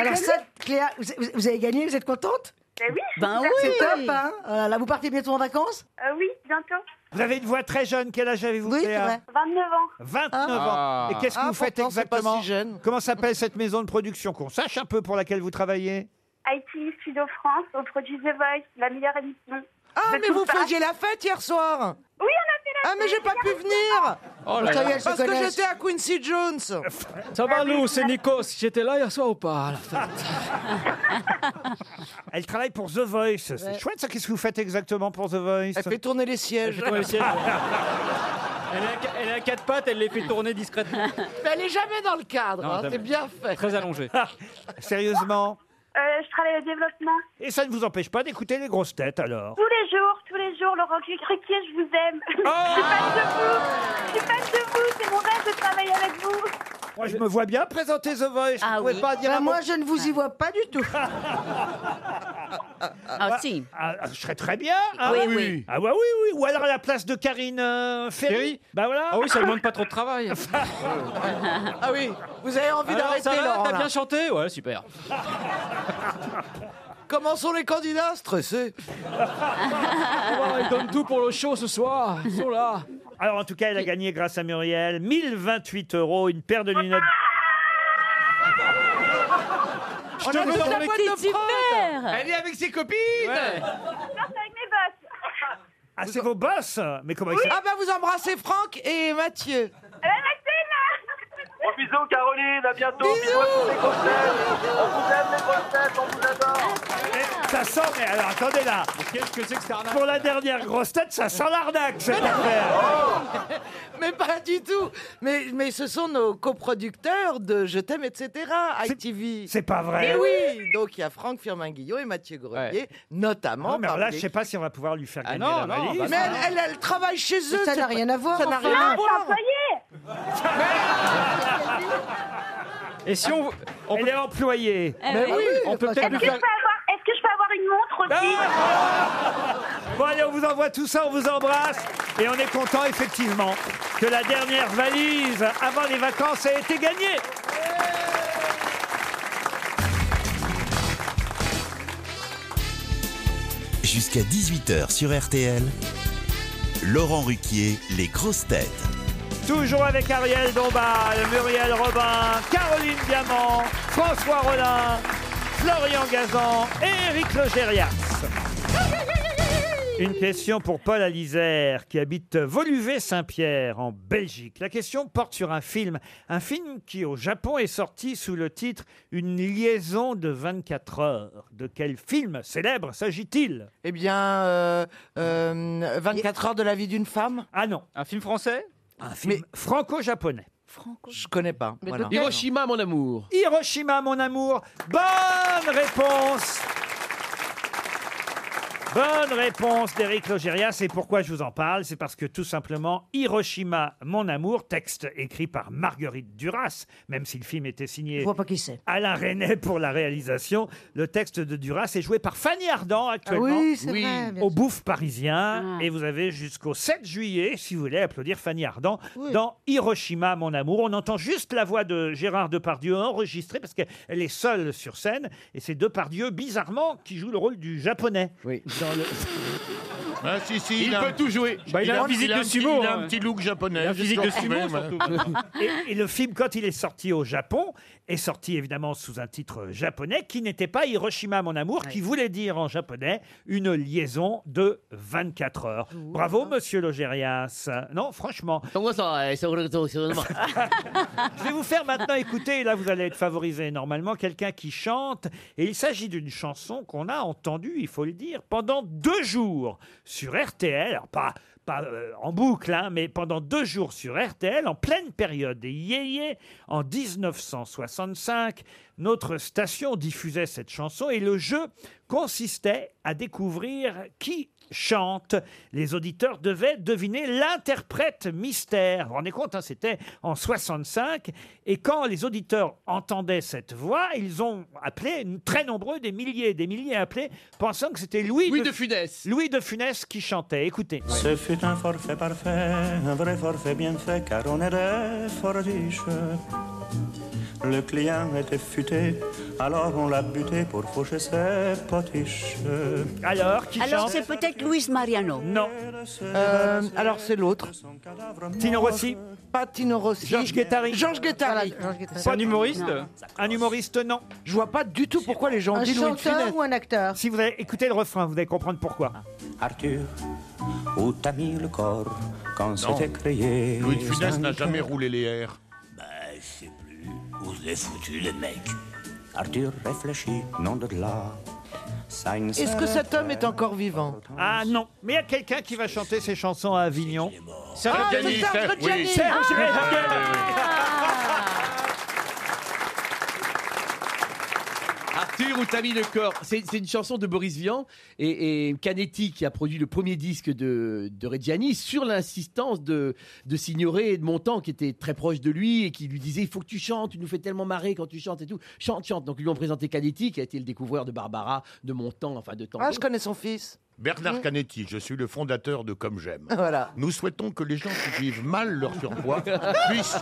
Speaker 5: Alors ça, Cléa, vous, vous- vous avez gagné, vous êtes contente
Speaker 16: Ben oui
Speaker 2: Ben oui.
Speaker 5: C'est top, hein Oh là là, Vous partez bientôt en vacances
Speaker 16: Euh, Oui, bientôt.
Speaker 2: Vous avez une voix très jeune. Quel âge avez-vous,
Speaker 5: Oui, c'est
Speaker 2: Cléa
Speaker 5: vrai.
Speaker 16: 29 ans.
Speaker 2: 29
Speaker 5: Ah.
Speaker 2: ans. Et qu'est-ce que
Speaker 5: Ah,
Speaker 2: vous faites
Speaker 5: pourtant, c'est pas
Speaker 2: exactement
Speaker 5: si
Speaker 2: Comment s'appelle cette maison de production Qu'on sache un peu pour laquelle vous travaillez
Speaker 16: IT Studio France, on produit The Voice, la meilleure émission.
Speaker 9: Ah,
Speaker 16: De
Speaker 9: mais
Speaker 16: tout
Speaker 9: vous
Speaker 16: ça.
Speaker 9: faisiez la fête hier soir
Speaker 16: Oui, on a fait la
Speaker 9: Ah, mais j'ai pas pu venir
Speaker 17: Oh là là.
Speaker 9: Parce que j'étais à Quincy Jones
Speaker 17: Ça va, Lou, c'est Nikos. J'étais là hier soir ou pas à la fin
Speaker 2: Elle travaille pour The Voice. C'est
Speaker 17: Ouais.
Speaker 2: chouette ça. Qu'est-ce que vous faites exactement pour The Voice Elle fait
Speaker 9: tourner les sièges.
Speaker 2: Elle,
Speaker 10: Elle est à qu- elle est à quatre pattes, elle les fait tourner discrètement.
Speaker 9: Mais elle est jamais dans le cadre,
Speaker 10: Non,
Speaker 2: Oh,
Speaker 9: hein,
Speaker 10: jamais.
Speaker 9: c'est bien fait
Speaker 10: Très allongée.
Speaker 2: Sérieusement
Speaker 16: Euh, je travaille au développement.
Speaker 2: Et ça ne vous empêche pas d'écouter les grosses têtes alors
Speaker 16: Tous les jours, tous les jours, Laurent Ruquier, je vous aime. je suis
Speaker 6: Ah
Speaker 16: fan de vous. Je suis fan de vous. C'est mon rêve de travailler avec vous.
Speaker 2: Moi, je me vois bien présenter The Voice.
Speaker 16: Ah
Speaker 2: vous pouvez pas dire
Speaker 5: Ben,
Speaker 2: un mot
Speaker 5: moi, je ne vous y vois pas du tout.
Speaker 2: Ah, si. je serais très bien. hein.
Speaker 10: Oui, oui. Oui.
Speaker 2: Ah, ouais, oui, oui. Ou alors à la place de Karine euh, Ferry.
Speaker 10: Ferry
Speaker 2: Bah voilà.
Speaker 10: Ah oui, ça demande pas trop de travail.
Speaker 9: Ah oui, vous avez envie
Speaker 10: Alors,
Speaker 9: d'arrêter,
Speaker 10: ça va,
Speaker 9: Laurent
Speaker 10: T'as
Speaker 9: là.
Speaker 10: bien chanté Ouais, super.
Speaker 9: Comment sont les candidats stressés
Speaker 2: Ah,
Speaker 17: Ils donnent tout pour le show ce soir. Ils sont là.
Speaker 2: Alors, en tout cas, elle a gagné grâce à Muriel 1028 euros, une paire de lunettes. Je te veux dans
Speaker 8: la
Speaker 2: les-
Speaker 8: boîte de prod. Elle est avec ses copines
Speaker 16: Non, c'est avec mes boss.
Speaker 2: Ah, c'est vos boss Mais comment ils
Speaker 9: Oui.
Speaker 2: s'appellent
Speaker 9: Ah bah vous embrassez Franck et Mathieu
Speaker 16: Eh ben, Maxime
Speaker 18: Bon Oh, bisous Caroline, à bientôt.
Speaker 9: Bisous.
Speaker 18: Bisous à tous les grosses têtes. On vous aime les grosses têtes, on vous adore.
Speaker 2: Ça sent, mais alors attendez là.
Speaker 17: Qu'est-ce que c'est que cette arnaque
Speaker 2: Pour la dernière grosse tête, ça sent l'arnaque cette affaire.
Speaker 9: Mais pas du tout mais, mais ce sont nos coproducteurs de Je t'aime, etc. ITV
Speaker 2: C'est pas vrai.
Speaker 9: Mais oui Donc il y a Franck Firmin-Guillot et Mathieu Grenier, notamment
Speaker 2: Non, mais alors là,
Speaker 9: parmi
Speaker 2: je
Speaker 9: les-
Speaker 2: sais pas si on va pouvoir lui faire gagner
Speaker 9: non,
Speaker 2: la
Speaker 9: non,
Speaker 2: valise.
Speaker 9: bah, Mais elle- elle- elle travaille chez
Speaker 5: Mais
Speaker 9: eux
Speaker 5: ça
Speaker 9: c'est
Speaker 5: n'a
Speaker 9: pas-
Speaker 5: rien à voir,
Speaker 9: Ça n'a
Speaker 5: enfin.
Speaker 9: rien à
Speaker 5: Non,
Speaker 9: voir
Speaker 16: Ah, Employé
Speaker 2: Et si on. Elle est employée.
Speaker 16: Eh Est-ce que, je peux avoir, est-ce que je peux avoir une montre aussi
Speaker 2: Ah Bon, allez, on vous envoie tout ça, on vous embrasse. Et on est content, effectivement, que la dernière valise avant les vacances ait été gagnée.
Speaker 19: Jusqu'à 18h sur RTL, Laurent Ruquier, les grosses têtes.
Speaker 2: Toujours avec Ariel Dombal, Muriel Robin, Caroline Diamant, François Rollin, Florian Gazan et Eric Logérias. Une question pour Paul Alizère, qui habite Voluvé-Saint-Pierre, en Belgique. La question porte sur un film. Un film qui, au Japon, est sorti sous le titre Une liaison de 24 heures. De quel film célèbre s'agit-il
Speaker 9: Eh bien, euh, euh, 24 heures de la vie d'une femme
Speaker 2: Ah non.
Speaker 9: Un film français
Speaker 2: Un film franco-japonais.
Speaker 9: Je connais pas. voilà.
Speaker 2: Hiroshima, mon amour. Hiroshima, mon amour. Bonne réponse. Bonne réponse d'Éric Logérias. Et pourquoi je vous en parle C'est parce que tout simplement, Hiroshima, mon amour, texte écrit par Marguerite Duras, même si le film était signé
Speaker 5: Je vois pas qui c'est.
Speaker 2: Alain René pour la réalisation, le texte de Duras est joué par Fanny Ardant actuellement
Speaker 5: Ah oui, c'est Oui. vrai, bien Ah.
Speaker 2: au Bouffe Parisien. Et vous avez jusqu'au 7 juillet, si vous voulez, applaudir Fanny Ardant dans Hiroshima, mon amour. On entend juste la voix de Gérard Depardieu enregistrée parce qu'elle est seule sur scène. Et c'est Depardieu, bizarrement, qui joue le rôle du japonais. Oui. Dans le...
Speaker 6: Ah, si, si,
Speaker 2: Il
Speaker 6: a
Speaker 2: peut
Speaker 6: un-
Speaker 2: tout jouer. Bah, il a un physique
Speaker 6: il a
Speaker 2: de
Speaker 6: un petit-
Speaker 2: sumo,
Speaker 6: Il a
Speaker 2: hein.
Speaker 6: un petit look japonais.
Speaker 2: La physique de sumo, surtout. et, et le film, quand il est sorti au Japon, est sorti évidemment sous un titre japonais qui n'était pas Hiroshima, mon amour, qui voulait dire en japonais une liaison de 24 heures. Bravo, monsieur Logérias. Non, franchement. Je vais vous faire maintenant écouter, et là vous allez être favorisé normalement, quelqu'un qui chante. Et il s'agit d'une chanson qu'on a entendue, il faut le dire, pendant deux jours sur RTL. Alors pas, pas pas euh, en boucle, hein, mais pendant deux jours sur RTL, en pleine période des yéyés, en 1965, notre station diffusait cette chanson et le jeu consistait à découvrir qui chante. Les auditeurs devaient deviner l'interprète mystère. Vous vous rendez compte, hein, c'était en 65. Et quand les auditeurs entendaient cette voix, ils ont appelé, très nombreux, des milliers, des milliers appelés, pensant que c'était Louis, de, Funès. Louis de Funès qui chantait. Écoutez.
Speaker 11: Ce fut un forfait parfait, un vrai forfait bien fait, car on était fort riche. Le client était futé, alors on l'a buté pour faucher ses potiches.
Speaker 2: Alors,
Speaker 7: Alors c'est peut-être Luis Mariano.
Speaker 2: Non.
Speaker 9: Euh, alors c'est l'autre.
Speaker 2: Tino Rossi.
Speaker 9: Pas Tino Rossi.
Speaker 2: Georges Guettari.
Speaker 9: Georges Guettari.
Speaker 2: Pas un humoriste Un humoriste, non.
Speaker 9: Je vois pas du tout pourquoi les gens
Speaker 5: Un
Speaker 9: disent Louis de Funès.
Speaker 5: chanteur ou un acteur
Speaker 2: Si vous avez écouté le refrain, vous allez comprendre pourquoi.
Speaker 11: Arthur, où t'as mis le corps quand
Speaker 6: Non.
Speaker 11: c'était créé
Speaker 6: Louis de Funès n'a jamais roulé les airs.
Speaker 11: Bah, je sais plus. Où est foutu, le mec Arthur réfléchit, non de là.
Speaker 9: Est-ce que cet homme est encore vivant
Speaker 2: Ah non, mais il y a quelqu'un qui va chanter ces chansons à Avignon.
Speaker 9: Serge Ah, Reggiani, c'est Serge Serge- Reggiani. oui.
Speaker 2: Serge
Speaker 9: Ah.
Speaker 2: Reggiani.
Speaker 4: Arthur ou t'as mis le corps C'est c'est une chanson de Boris Vian et, et Canetti qui a produit le premier disque de, de Reggiani sur l'insistance de, de Signoret et de Montand qui était très proche de lui et qui lui disait il faut que tu chantes, tu nous fais tellement marrer quand tu chantes et tout. Chante, chante. Donc ils lui ont présenté Canetti qui a été le découvreur de Barbara, de Montand, enfin de tant
Speaker 9: Ah,
Speaker 4: d'autres.
Speaker 9: je connais son fils.
Speaker 6: Bernard
Speaker 9: Mm.
Speaker 6: Canetti, je suis le fondateur de Comme J'aime.
Speaker 2: Ah,
Speaker 9: Voilà.
Speaker 6: Nous souhaitons que les gens qui vivent mal leur surpoids puissent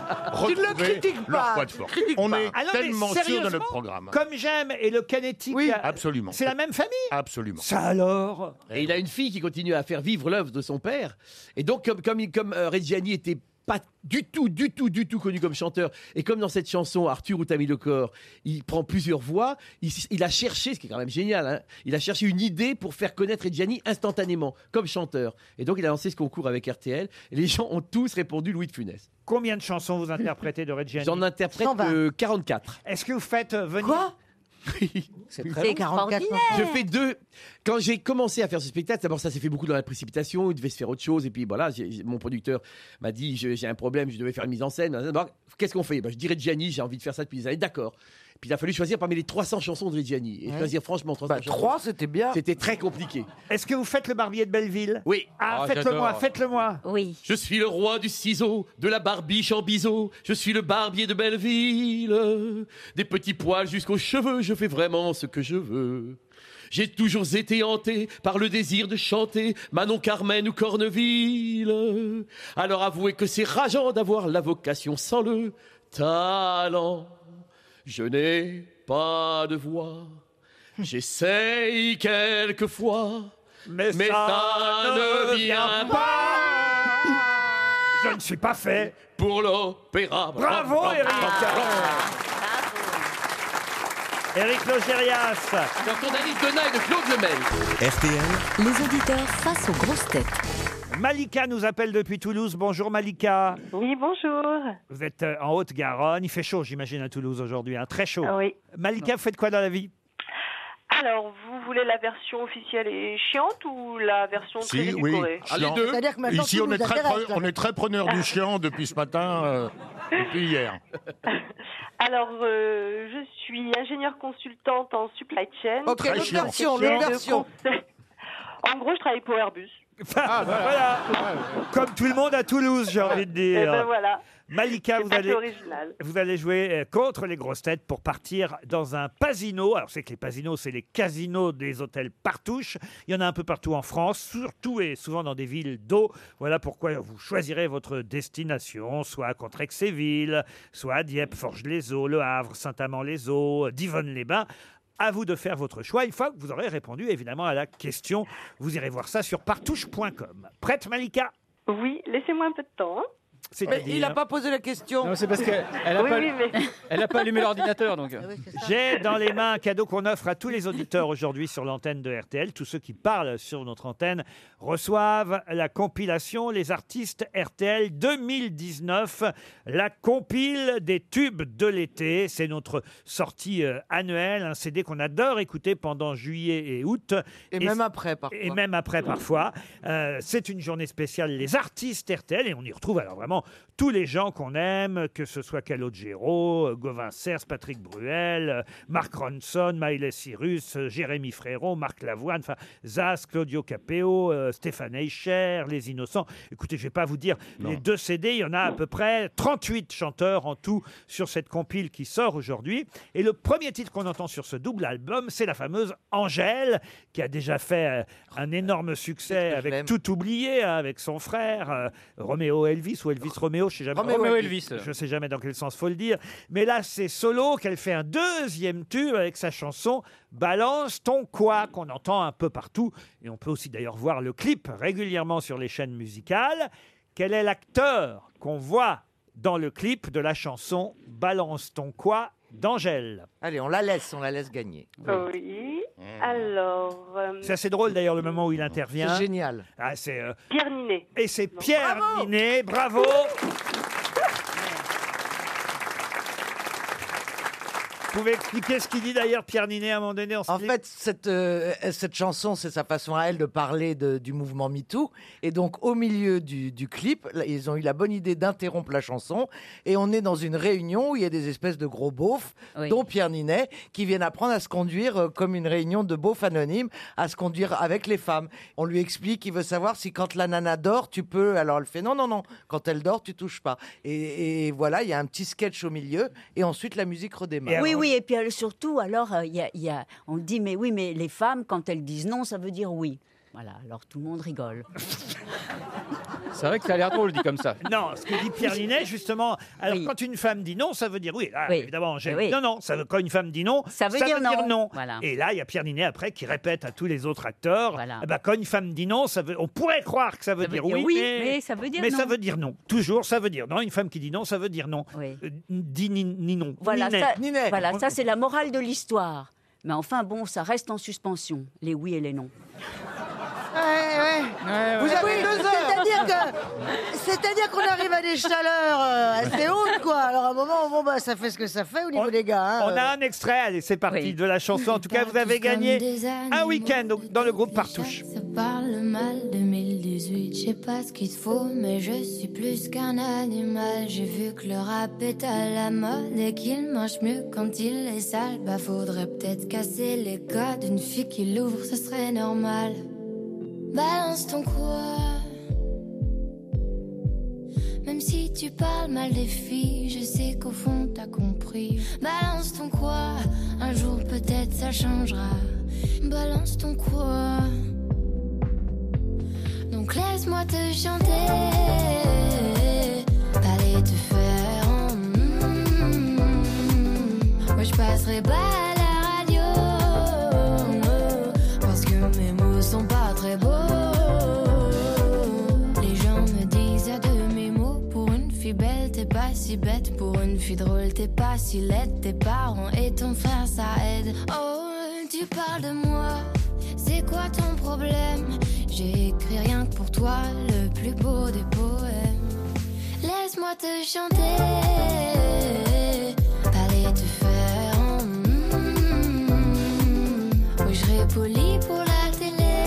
Speaker 2: Tu ne le
Speaker 6: retrouver
Speaker 2: critiques
Speaker 6: leur
Speaker 2: pas,
Speaker 6: poids de
Speaker 2: tu
Speaker 6: force.
Speaker 2: critiques
Speaker 6: On
Speaker 2: pas.
Speaker 6: est
Speaker 2: Ah non, mais
Speaker 6: tellement sûr de
Speaker 2: sérieusement,
Speaker 6: notre programme.
Speaker 2: Comme j'aime et le Canetti. Oui,
Speaker 6: absolument.
Speaker 2: C'est la même famille
Speaker 6: Absolument.
Speaker 2: Ça alors
Speaker 4: Et il a une fille qui continue à faire vivre l'œuvre de son père. Et donc, comme, comme, il- comme euh, Reggiani était pas du tout, du tout, du tout connu comme chanteur, et comme dans cette chanson, Arthur où t'as mis le corps, il prend plusieurs voix, il, s- il a cherché, ce qui est quand même génial, hein, il a cherché une idée pour faire connaître Reggiani instantanément, comme chanteur. Et donc, il a lancé ce concours avec RTL, et les gens ont tous répondu Louis de Funès.
Speaker 2: Combien de chansons vous interprétez de Reggiani
Speaker 4: J'en interprète euh, 44.
Speaker 2: Est-ce que vous faites euh, venir Quoi
Speaker 4: C'est
Speaker 2: très long. 44 extraordinaire.
Speaker 4: Je fais deux. Quand j'ai commencé à faire ce spectacle, d'abord ça s'est fait beaucoup dans la précipitation, il devait se faire autre chose, et puis voilà, j'ai- j'ai- mon producteur m'a dit je- j'ai un problème, je devais faire une mise en scène. D'abord, Qu'est-ce qu'on fait Ben, Je dirais Gianni, j'ai envie de faire ça depuis des années, d'accord. Puis il a fallu choisir parmi les 300 chansons de Reggiani. Et
Speaker 9: Ouais.
Speaker 4: choisir franchement 300
Speaker 9: Bah, trois,
Speaker 4: c'était bien. C'était très compliqué.
Speaker 2: Est-ce que vous faites le barbier de Belleville
Speaker 4: Oui.
Speaker 2: Ah,
Speaker 4: Ah,
Speaker 2: faites-le-moi,
Speaker 4: j'adore.
Speaker 2: faites-le-moi.
Speaker 7: Oui.
Speaker 4: Je suis le roi du ciseau, de la barbiche en biseau. Je suis le barbier de Belleville. Des petits poils jusqu'aux cheveux, je fais vraiment ce que je veux. J'ai toujours été hanté par le désir de chanter Manon Carmen ou Corneville. Alors avouez que c'est rageant d'avoir la vocation sans le talent. Je n'ai pas de voix. J'essaye quelquefois.
Speaker 2: Mais,
Speaker 4: ça, ne vient pas.
Speaker 2: Je ne suis pas fait
Speaker 4: pour l'opéra.
Speaker 2: Bravo, Éric Éric Logérias.
Speaker 4: Dans ton analyse de Naï de Claude Lemel.
Speaker 2: RTL.
Speaker 14: Les auditeurs face aux grosses têtes.
Speaker 2: Malika nous appelle depuis Toulouse. Bonjour Malika.
Speaker 20: Oui, bonjour.
Speaker 2: Vous êtes euh, en Haute-Garonne. Il fait chaud, j'imagine, à Toulouse aujourd'hui. hein. Très chaud.
Speaker 20: Ah oui.
Speaker 2: Malika, vous faites quoi dans la vie
Speaker 20: Alors, vous voulez la version officielle et chiante ou la version très
Speaker 6: Si, oui.
Speaker 20: édulcorée
Speaker 6: chiant. Ici, on est, très pre- on est très preneur du chiant depuis ce matin, euh, depuis hier.
Speaker 20: Alors, euh, je suis ingénieure consultante en supply chain.
Speaker 6: Ok, Oh, Très l'autre chiant. version,
Speaker 20: J'ai
Speaker 6: l'autre
Speaker 20: de
Speaker 6: version.
Speaker 20: conseil- En gros, je travaille pour Airbus. Ah,
Speaker 2: voilà. Comme tout le monde à Toulouse, j'ai envie de dire.
Speaker 20: Eh ben voilà.
Speaker 2: Malika,
Speaker 20: C'est
Speaker 2: vous
Speaker 20: pas
Speaker 2: allez,
Speaker 20: original.
Speaker 2: vous allez jouer euh, contre les grosses têtes pour partir dans un pasino. Alors, c'est que les pasinos, c'est les casinos des hôtels partouches. Il y en a un peu partout en France, surtout et souvent dans des villes d'eau. Voilà pourquoi vous choisirez votre destination, soit à Contrexéville, soit à Dieppe, Forges-les-Eaux, Le Havre, Saint-Amand-les-Eaux, Divonne-les-Bains. À vous de faire votre choix une fois que vous aurez répondu évidemment à la question. Vous irez voir ça sur partouche.com. Prête, Malika
Speaker 20: Oui, laissez-moi un peu de temps. hein.
Speaker 9: Mais il n'a
Speaker 2: C'est-à-dire
Speaker 9: pas posé la question.
Speaker 10: Non, c'est parce qu'elle n'a pas, elle a pas allumé l'ordinateur, donc. euh.
Speaker 9: Ah
Speaker 2: J'ai dans les mains un cadeau qu'on offre à tous les auditeurs aujourd'hui sur l'antenne de RTL. Tous ceux qui parlent sur notre antenne reçoivent la compilation Les artistes RTL 2019, la compile des tubes de l'été. C'est notre sortie euh, annuelle, un CD qu'on adore écouter pendant juillet et août.
Speaker 9: Et même après, parfois.
Speaker 2: Et même après, parfois. Euh, c'est une journée spéciale, les artistes RTL, et on y retrouve alors vraiment tous les gens qu'on aime, que ce soit Calogero, euh, Gauvin Serres, Patrick Bruel, euh, Marc Ronson, Miley Cyrus, euh, Jérémy Frérot, Marc Lavoine, enfin Zaz, Claudio Capéo, euh, Stéphane Eicher, Les Innocents. Écoutez, je vais pas vous dire les deux CD, il y en a à peu près 38 chanteurs en tout sur cette compile qui sort aujourd'hui. Et le premier titre qu'on entend sur ce double album, c'est la fameuse Angèle, qui a déjà fait euh, un énorme succès avec tout oublié, hein, avec son frère, euh, Roméo Elvis ou Elvis Roméo, je sais jamais.
Speaker 10: Roméo Elvis.
Speaker 2: Je sais jamais dans quel sens faut le dire. Mais là, c'est solo qu'elle fait un deuxième tube avec sa chanson Balance ton quoi, qu'on entend un peu partout. Et on peut aussi d'ailleurs voir le clip régulièrement sur les chaînes musicales. Quel est l'acteur qu'on voit dans le clip de la chanson Balance ton quoi d'Angèle
Speaker 9: Allez, on la laisse, on la laisse gagner.
Speaker 20: Euh, Oui. Alors. euh,
Speaker 2: C'est assez drôle d'ailleurs le moment où il intervient.
Speaker 9: C'est génial.
Speaker 2: Ah, c'est, euh,
Speaker 20: Pierre Ninet.
Speaker 2: Et c'est Pierre Ninet, bravo Vous pouvez expliquer ce qu'il dit d'ailleurs, Pierre Ninet, à un moment donné En
Speaker 9: fait, cette, euh, cette chanson, c'est sa façon à elle de parler de- du mouvement MeToo. Et donc, au milieu du, du clip, là, ils ont eu la bonne idée d'interrompre la chanson. Et on est dans une réunion où il y a des espèces de gros beaufs, dont Pierre Ninet, qui viennent apprendre à se conduire euh, comme une réunion de beaufs anonymes, à se conduire avec les femmes. On lui explique, il veut savoir si quand la nana dort, tu peux. Alors, elle fait non, non, non. Quand elle dort, tu touches pas. Et, et voilà, il y a un petit sketch au milieu. Et ensuite, la musique redémarre.
Speaker 7: oui, oui, et puis euh, surtout, alors, euh, il y a- il y a- on dit, mais oui, mais les femmes, quand elles disent non, ça veut dire oui. Voilà, alors tout le monde rigole.
Speaker 10: C'est vrai que ça a l'air drôle dit comme ça.
Speaker 2: Non, ce que dit Pierre Ninet, justement, alors quand une femme dit non, ça veut dire oui. Là, Évidemment, Angèle
Speaker 7: Oui.
Speaker 2: dit non, non, ça veut, quand une femme dit non,
Speaker 7: Ça veut dire non. Voilà.
Speaker 2: Et là, il y a Pierre Ninet après qui répète à tous les autres acteurs eh ben, quand une femme dit non, ça veut, on pourrait croire que ça veut, dire, oui,
Speaker 7: mais ça veut dire
Speaker 2: mais
Speaker 7: non.
Speaker 2: ça veut dire non. Toujours, ça veut dire non. Une femme qui dit non, ça veut dire non. Euh, dit ni, ni non.
Speaker 7: Voilà,
Speaker 2: Ninet.
Speaker 7: ça,
Speaker 2: Ninet.
Speaker 7: voilà, ça c'est la morale de l'histoire. Mais enfin, bon, ça reste en suspension, les oui et les non.
Speaker 2: Eh
Speaker 18: Vous avez
Speaker 5: Oui,
Speaker 18: deux heures.
Speaker 5: C'est-à-dire que, c'est-à-dire qu'on arrive à des chaleurs euh, assez hautes, quoi. Alors à un moment, bon bah ça fait ce que ça fait au niveau des gars. hein.
Speaker 2: On a un extrait, allez, c'est parti de la chanson. En tout cas, vous avez gagné un week-end au- dans le groupe Partouche.
Speaker 21: Ça parle mal 2018, je sais pas ce qu'il te faut, mais je suis plus qu'un animal. J'ai vu que le rap est à la mode et qu'il mange mieux quand il est sale. Bah faudrait peut-être casser les codes d'une fille qui l'ouvre, ce serait normal. Balance ton quoi Même si tu parles mal des filles, je sais qu'au fond t'as compris. Balance ton quoi Un jour peut-être ça changera. Balance ton quoi donc laisse-moi te chanter, parler te faire. en mm. Moi je passerai pas à la radio parce que mes mots sont pas très beaux. Les gens me disent à de mes mots pour une fille belle t'es pas si bête, pour une fille drôle t'es pas si laide. Tes parents et ton frère ça aide. Oh tu parles de moi. C'est quoi ton problème J'ai écrit rien que pour toi, le plus beau des poèmes. Laisse-moi te chanter, parler te faire en mm. Oui, je serai poli pour la télé,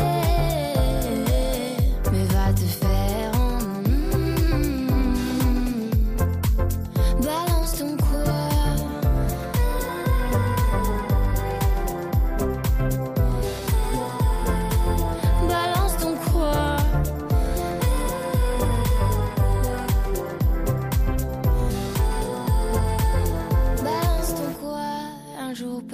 Speaker 21: mais va te faire en mm. Balance ton quoi Balance ton quoi Balance ton quoi Un jour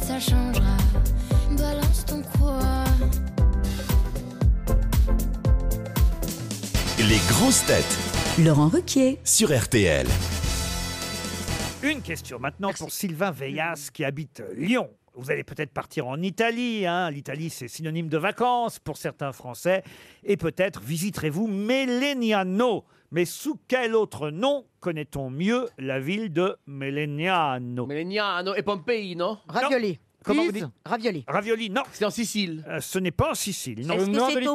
Speaker 21: ça changera. Balance ton quoi.
Speaker 22: Les grosses têtes. Laurent Ruquier. Sur RTL.
Speaker 2: Une question maintenant pour Sylvain Veillas qui habite Lyon. Vous allez peut-être partir en Italie. hein. L'Italie, c'est synonyme de vacances pour certains Français. Et peut-être visiterez-vous Melegnano. Mais sous quel autre nom connaît-on mieux la ville de Melegnano
Speaker 4: Melegnano et Pompéi, non
Speaker 2: Ravioli.
Speaker 4: Comment vous
Speaker 2: Yves
Speaker 4: dites
Speaker 2: Ravioli. Ravioli, non. Euh,
Speaker 4: C'est en Sicile.
Speaker 2: ce n'est pas en Sicile, non.
Speaker 5: Est-ce que c'est au-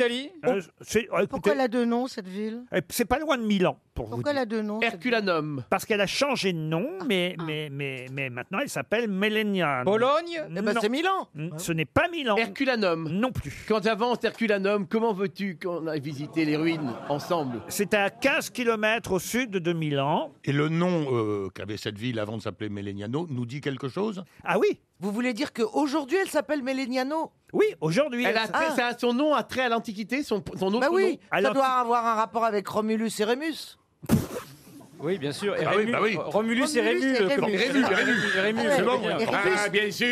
Speaker 2: Euh, c'est- euh,
Speaker 5: Pourquoi
Speaker 2: écoutez,
Speaker 5: elle a deux noms, cette ville
Speaker 2: euh, C'est pas loin de Milan, pour vous
Speaker 5: Pourquoi elle a deux noms cette-
Speaker 4: Herculanum.
Speaker 2: Parce qu'elle a changé de nom, mais, mais, mais, mais maintenant elle s'appelle Melania.
Speaker 4: Bologne
Speaker 2: Eh ben, Non. c'est Milan. Mm, ce n'est pas Milan.
Speaker 4: Herculanum.
Speaker 2: Non plus.
Speaker 4: Quand avance Herculanum, comment veux-tu qu'on aille visiter les ruines ensemble
Speaker 2: C'est à 15 km au sud de Milan.
Speaker 6: Et le nom euh, qu'avait cette ville avant de s'appeler Melegnano nous dit quelque chose
Speaker 2: Ah oui
Speaker 9: Vous voulez dire qu'aujourd'hui, elle s'appelle Melegnano
Speaker 2: Oui, aujourd'hui.
Speaker 4: Elle a trait-
Speaker 9: Ah.
Speaker 4: ça- son nom a trait à l'Antiquité, son, son autre
Speaker 9: Bah oui,
Speaker 4: nom.
Speaker 9: ça doit avoir un rapport avec Romulus et Rémus.
Speaker 10: Oui, bien sûr. Et
Speaker 4: Ah oui,
Speaker 10: Rému- euh,
Speaker 4: bah oui.
Speaker 10: Romulus et
Speaker 9: Romulus
Speaker 10: Rémus.
Speaker 9: et
Speaker 10: euh, comme-
Speaker 9: Rémus.
Speaker 10: Rémus, Rémus, Rémus,
Speaker 9: Ah ouais,
Speaker 10: c'est bon.
Speaker 9: et Rémus.
Speaker 10: Ah,
Speaker 8: bien sûr, oui,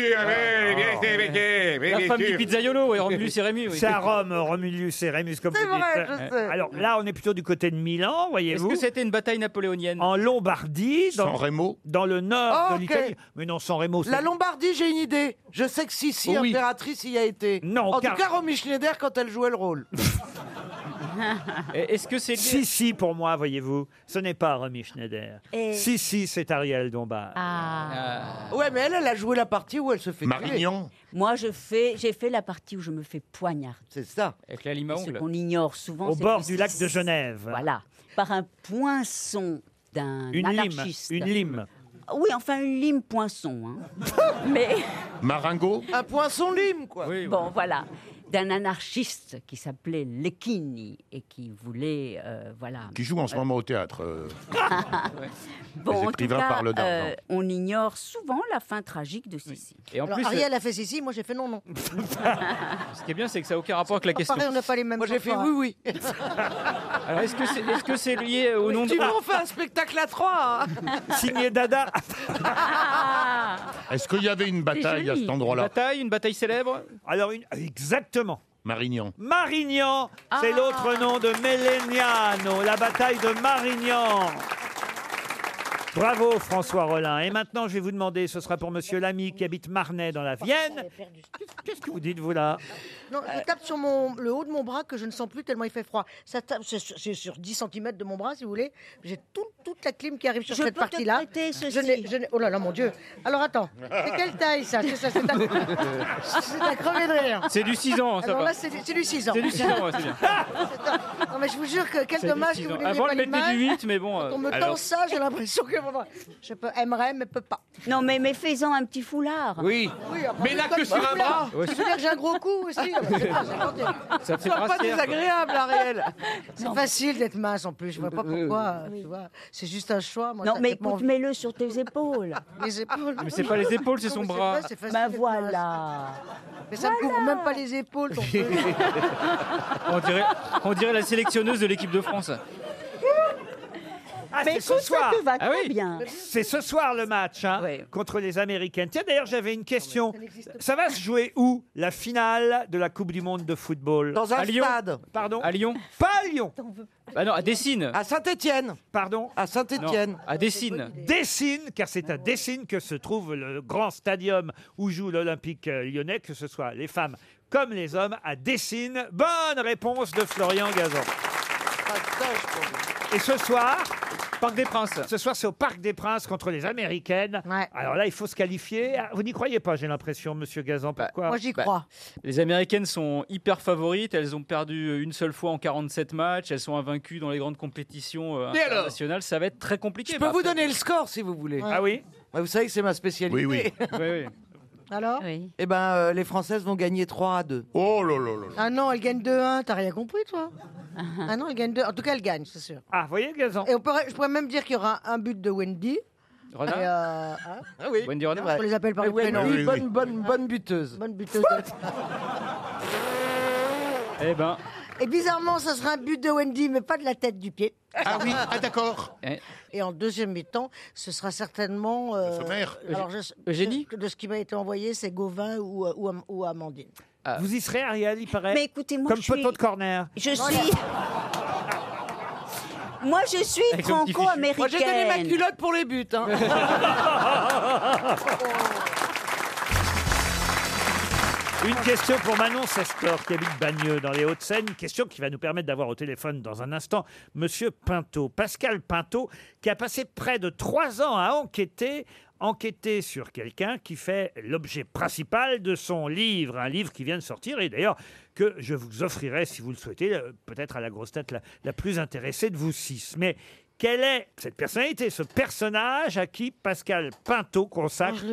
Speaker 8: bien sûr, bien sûr, Eh, oui,
Speaker 10: La
Speaker 8: bien
Speaker 10: femme
Speaker 8: sûr.
Speaker 10: du pizzaiolo, et Romulus et Rémus. oui.
Speaker 2: C'est à Rome, Romulus et Rémus, comme
Speaker 10: C'est
Speaker 2: vous
Speaker 10: vrai,
Speaker 2: dites.
Speaker 10: je sais.
Speaker 2: Alors là, on est plutôt du côté de Milan,
Speaker 10: Est-ce
Speaker 2: voyez-vous.
Speaker 10: que c'était une bataille napoléonienne
Speaker 2: En Lombardie, dans,
Speaker 10: San
Speaker 2: dans le nord
Speaker 9: Ah,
Speaker 2: de
Speaker 9: ok.
Speaker 2: l'Italie. Mais non, San
Speaker 10: Oh,
Speaker 2: Remo, c'est-
Speaker 9: La Lombardie, j'ai une idée. Je sais que Sissi,
Speaker 2: Oui.
Speaker 9: impératrice, y a été.
Speaker 2: Non,
Speaker 9: en
Speaker 2: car-
Speaker 9: tout cas, Romy Schneider quand elle jouait le rôle.
Speaker 10: Est-ce que c'est
Speaker 2: Si, si, pour moi, voyez-vous, ce n'est pas Romy Schneider.
Speaker 9: Et- Ah.
Speaker 2: Si, si, c'est Ariel Dombard. Ah.
Speaker 9: Ouais, mais elle, elle a joué la partie où elle se fait
Speaker 2: Marignan.
Speaker 7: Moi, je fais, j'ai fait la partie où je me fais poignarder.
Speaker 9: C'est ça.
Speaker 10: Avec la lime à
Speaker 7: Ce
Speaker 10: ongles.
Speaker 7: qu'on ignore souvent.
Speaker 2: Au
Speaker 7: c'est
Speaker 2: bord
Speaker 7: que
Speaker 2: du lac
Speaker 7: c'est-
Speaker 2: de Genève.
Speaker 7: Voilà. Par un poinçon d'un
Speaker 2: Une lime.
Speaker 7: anarchiste.
Speaker 2: Une lime.
Speaker 7: Oui, enfin une lime poinçon. hein. Mais
Speaker 6: Maringo
Speaker 9: Un poinçon lime, quoi.
Speaker 7: Bon, voilà. D'un anarchiste qui s'appelait Lekini et qui voulait, euh, voilà.
Speaker 6: Qui joue en ce moment au théâtre. euh.
Speaker 7: Bon,
Speaker 6: Les
Speaker 7: en tout
Speaker 6: écrivains
Speaker 7: cas,
Speaker 6: parlent d'argent.
Speaker 7: euh, on ignore souvent la fin tragique de Sissi.
Speaker 10: Et en
Speaker 5: Alors,
Speaker 10: plus,
Speaker 5: Ariel a fait si, si, moi j'ai fait non, non.
Speaker 10: ce qui est bien, c'est que ça n'a aucun rapport avec la
Speaker 5: Ah,
Speaker 10: question.
Speaker 5: Pareil, on n'a pas les mêmes Moi j'ai
Speaker 9: fait oui,
Speaker 5: oui.
Speaker 10: Alors, est-ce que c'est est-ce que c'est lié au nom de. Oh.
Speaker 9: Tu vois, on fait un spectacle à trois. hein.
Speaker 2: Signé Dada.
Speaker 6: Est-ce qu'il y avait une bataille à cet endroit-là
Speaker 10: Une bataille, une bataille célèbre
Speaker 2: Alors, une... exactement.
Speaker 6: Marignan.
Speaker 2: Marignan, c'est l'autre nom de Melegnano, la bataille de Marignan. Bravo François Rollin. Et maintenant, je vais vous demander, ce sera pour Monsieur Lamy qui habite Marnay dans la Vienne. Qu'est-ce que vous dites vous là
Speaker 5: Non,
Speaker 7: Euh,
Speaker 5: je tape sur mon, le haut de mon bras que je ne sens plus tellement il fait froid. Ça tape, c'est sur, c'est sur 10 cm de mon bras, si vous voulez. J'ai tout- toute la clim qui arrive sur
Speaker 7: Je
Speaker 5: cette
Speaker 7: peux te
Speaker 5: partie-là.
Speaker 7: prêter ceci.
Speaker 5: Je n'ai- je n'ai- oh là là, mon Dieu. Alors attends, c'est quelle taille ça C'est ça, c'est à, c'est à crever de rire.
Speaker 10: C'est du 6 ans, ça
Speaker 5: Alors
Speaker 10: va.
Speaker 5: là, c'est du- c'est du 6 ans.
Speaker 10: C'est du 6 ans, ouais, c'est bien.
Speaker 5: Non, mais je vous jure que quel
Speaker 10: C'est
Speaker 5: dommage que
Speaker 10: du
Speaker 5: vous
Speaker 10: six ans.
Speaker 5: n'ayez
Speaker 10: Avant,
Speaker 5: pas
Speaker 10: elle mettait
Speaker 5: l'image.
Speaker 10: du 8, mais bon. euh,
Speaker 5: On me tend ça, j'ai l'impression que vraiment, je peux, aimerais, mais peut pas.
Speaker 7: Non, mais, mais fais-en un petit foulard.
Speaker 4: Oui.
Speaker 5: enfin,
Speaker 4: Mais là
Speaker 5: comme
Speaker 4: que sur
Speaker 5: vous
Speaker 4: un
Speaker 5: voulez.
Speaker 4: bras.
Speaker 5: Je veux dire que j'ai un gros coup aussi. Ah bah, c'est pas- c'est gentil.
Speaker 10: Ça
Speaker 9: fait Sois pas brassière, quoi. désagréable, Ariel. Ah,
Speaker 5: C'est facile d'être mince en plus, je vois pas pourquoi. tu vois. C'est juste un choix. Moi,
Speaker 7: non,
Speaker 5: ça
Speaker 7: mais
Speaker 5: fait pas
Speaker 7: écoute,
Speaker 5: envie.
Speaker 7: mets-le sur tes épaules.
Speaker 5: Les épaules.
Speaker 10: Ah, Mais c'est pas les épaules, c'est
Speaker 5: Non,
Speaker 10: son
Speaker 5: mais
Speaker 10: bras.
Speaker 5: vrai, c'est facile
Speaker 7: Ben
Speaker 5: d'être
Speaker 7: voilà.
Speaker 5: mince. Mais ça ne couvre même pas les épaules. ton truc.
Speaker 10: on, dirait, on dirait la sélectionneuse de l'équipe de France.
Speaker 2: Ah,
Speaker 7: Mais
Speaker 2: c'est ce
Speaker 7: écoute, ça
Speaker 2: soir.
Speaker 7: te va très bien.
Speaker 2: C'est ce soir le match hein, contre les Américaines. Tiens, d'ailleurs, j'avais une question. Ça va se jouer où la finale de la Coupe du Monde de football
Speaker 9: Dans un
Speaker 2: À Lyon
Speaker 9: stade.
Speaker 2: Pardon
Speaker 10: À Lyon
Speaker 2: Pas à Lyon.
Speaker 10: Bah non, à Dessine.
Speaker 9: À Saint-Étienne.
Speaker 2: Pardon
Speaker 9: À Saint-Étienne.
Speaker 10: Non, à Dessine.
Speaker 2: Dessine, car c'est à Dessine que se trouve le grand stadium où joue l'Olympique euh, lyonnais, que ce soit les femmes comme les hommes, à Dessine. Bonne réponse de Florian Gazan. Et ce soir.
Speaker 10: Parc des Princes.
Speaker 2: Ce soir, c'est au Parc des Princes contre les Américaines. Alors là, il faut se qualifier. Ah, Vous n'y croyez pas, j'ai l'impression, monsieur Gazan. Pourquoi
Speaker 10: Bah, Les Américaines sont hyper favorites. Elles ont perdu euh, une seule fois en 47 matchs. Elles sont invaincues dans les grandes compétitions euh,
Speaker 9: Et alors
Speaker 10: internationales. Ça va être très compliqué.
Speaker 9: Je peux
Speaker 10: Bah,
Speaker 9: vous
Speaker 10: après-
Speaker 9: donner le score si vous voulez.
Speaker 10: Ah oui
Speaker 9: Bah, Vous savez que c'est ma
Speaker 10: Oui,
Speaker 9: spécialité.
Speaker 10: oui.
Speaker 5: Alors
Speaker 9: Eh ben, euh, les Françaises vont gagner 3 à 2.
Speaker 6: Oh là là là
Speaker 5: Ah non, elle gagne 2-1, t'as rien compris toi Ah non, elle gagne 2 En tout cas, elle gagne, c'est sûr.
Speaker 2: Ah, vous voyez, Gazan
Speaker 5: Et on pourrait, je pourrais même dire qu'il y aura un but de Wendy.
Speaker 10: Renard
Speaker 5: Et, euh, hein
Speaker 9: Ah oui.
Speaker 10: Wendy Renard.
Speaker 5: On les appelle par
Speaker 9: Eh,
Speaker 5: les
Speaker 9: Wendy,
Speaker 5: prénoms.
Speaker 9: bonne, bonne, bonne buteuse.
Speaker 5: Bonne buteuse.
Speaker 10: Eh ben,
Speaker 5: Et bizarrement, ça sera un but de Wendy, mais pas de la tête du pied.
Speaker 6: Ah oui, ah d'accord.
Speaker 5: Et en deuxième temps, ce sera certainement. euh,
Speaker 6: sommaire.
Speaker 5: alors, je-
Speaker 6: Eugénie
Speaker 5: de, de ce qui m'a été envoyé, c'est Gauvin ou, euh, ou, Am- ou Amandine.
Speaker 9: Euh.
Speaker 2: Vous y serez, Ariel, il paraît.
Speaker 7: Mais écoutez-moi,
Speaker 2: Comme
Speaker 7: je suis-
Speaker 2: poteau de corner.
Speaker 7: Je suis. Moi, je suis
Speaker 2: Avec son petit
Speaker 7: franco-américaine.
Speaker 9: Moi, j'ai donné ma culotte pour les buts. hein.
Speaker 2: Une question pour Manon Sestor qui habite Bagneux dans les Hauts-de-Seine. Une question qui va nous permettre d'avoir au téléphone dans un instant Monsieur Pinto, Pascal Pinto, qui a passé près de trois ans à enquêter, enquêter sur quelqu'un qui fait l'objet principal de son livre, un livre qui vient de sortir et d'ailleurs que je vous offrirai si vous le souhaitez, euh, peut-être à la grosse tête la, la plus intéressée de vous six. Mais quelle est cette personnalité, ce personnage à qui Pascal Pinto consacre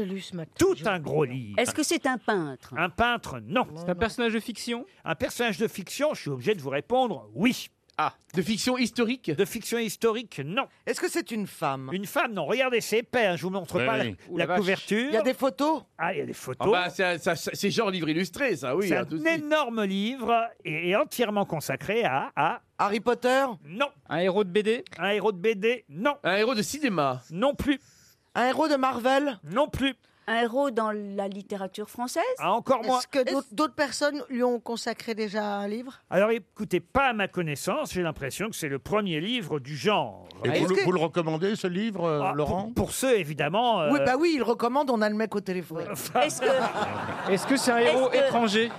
Speaker 2: tout un gros livre
Speaker 7: Est-ce que c'est un peintre
Speaker 2: un peintre, non. C'est un personnage de fiction Un personnage de fiction, je suis obligé de vous répondre oui. Ah, de fiction historique De fiction historique, non.
Speaker 9: Est-ce que c'est une femme
Speaker 2: Une femme, non. Regardez, c'est épais, hein, je vous montre
Speaker 6: Oui,
Speaker 2: pas la-
Speaker 6: oui. Ouh,
Speaker 2: la,
Speaker 6: la vache.
Speaker 2: couverture.
Speaker 9: Il y a des photos
Speaker 2: Ah, il y a des
Speaker 4: Ah
Speaker 2: photos.
Speaker 4: bah, c'est ça- ça- c'est genre livre illustré, ça, oui.
Speaker 2: c'est
Speaker 4: hein,
Speaker 2: un
Speaker 4: tout de suite.
Speaker 2: énorme livre et, et entièrement consacré à,
Speaker 9: Harry Potter
Speaker 2: Non. Un héros de BD Un héros de BD, non.
Speaker 4: Un héros de cinéma.
Speaker 2: Non plus.
Speaker 9: Un héros de Marvel
Speaker 2: Non plus. Ah,
Speaker 7: Un héros dans la littérature française
Speaker 2: encore moins.
Speaker 5: Est-ce que d'autres- d'autres personnes lui ont consacré déjà un livre
Speaker 2: Alors écoutez, pas à ma connaissance, j'ai l'impression que c'est le premier livre du genre.
Speaker 6: Et vous,
Speaker 2: Est-ce
Speaker 6: le,
Speaker 2: que-
Speaker 6: vous le recommandez, ce livre, euh,
Speaker 2: Ah,
Speaker 6: Laurent
Speaker 2: pour, pour ceux, évidemment. euh,
Speaker 9: Oui, bah oui, il recommande, on a le mec au téléphone.
Speaker 7: Est-ce que-
Speaker 2: Est-ce que c'est un
Speaker 7: héros Est-ce que- étranger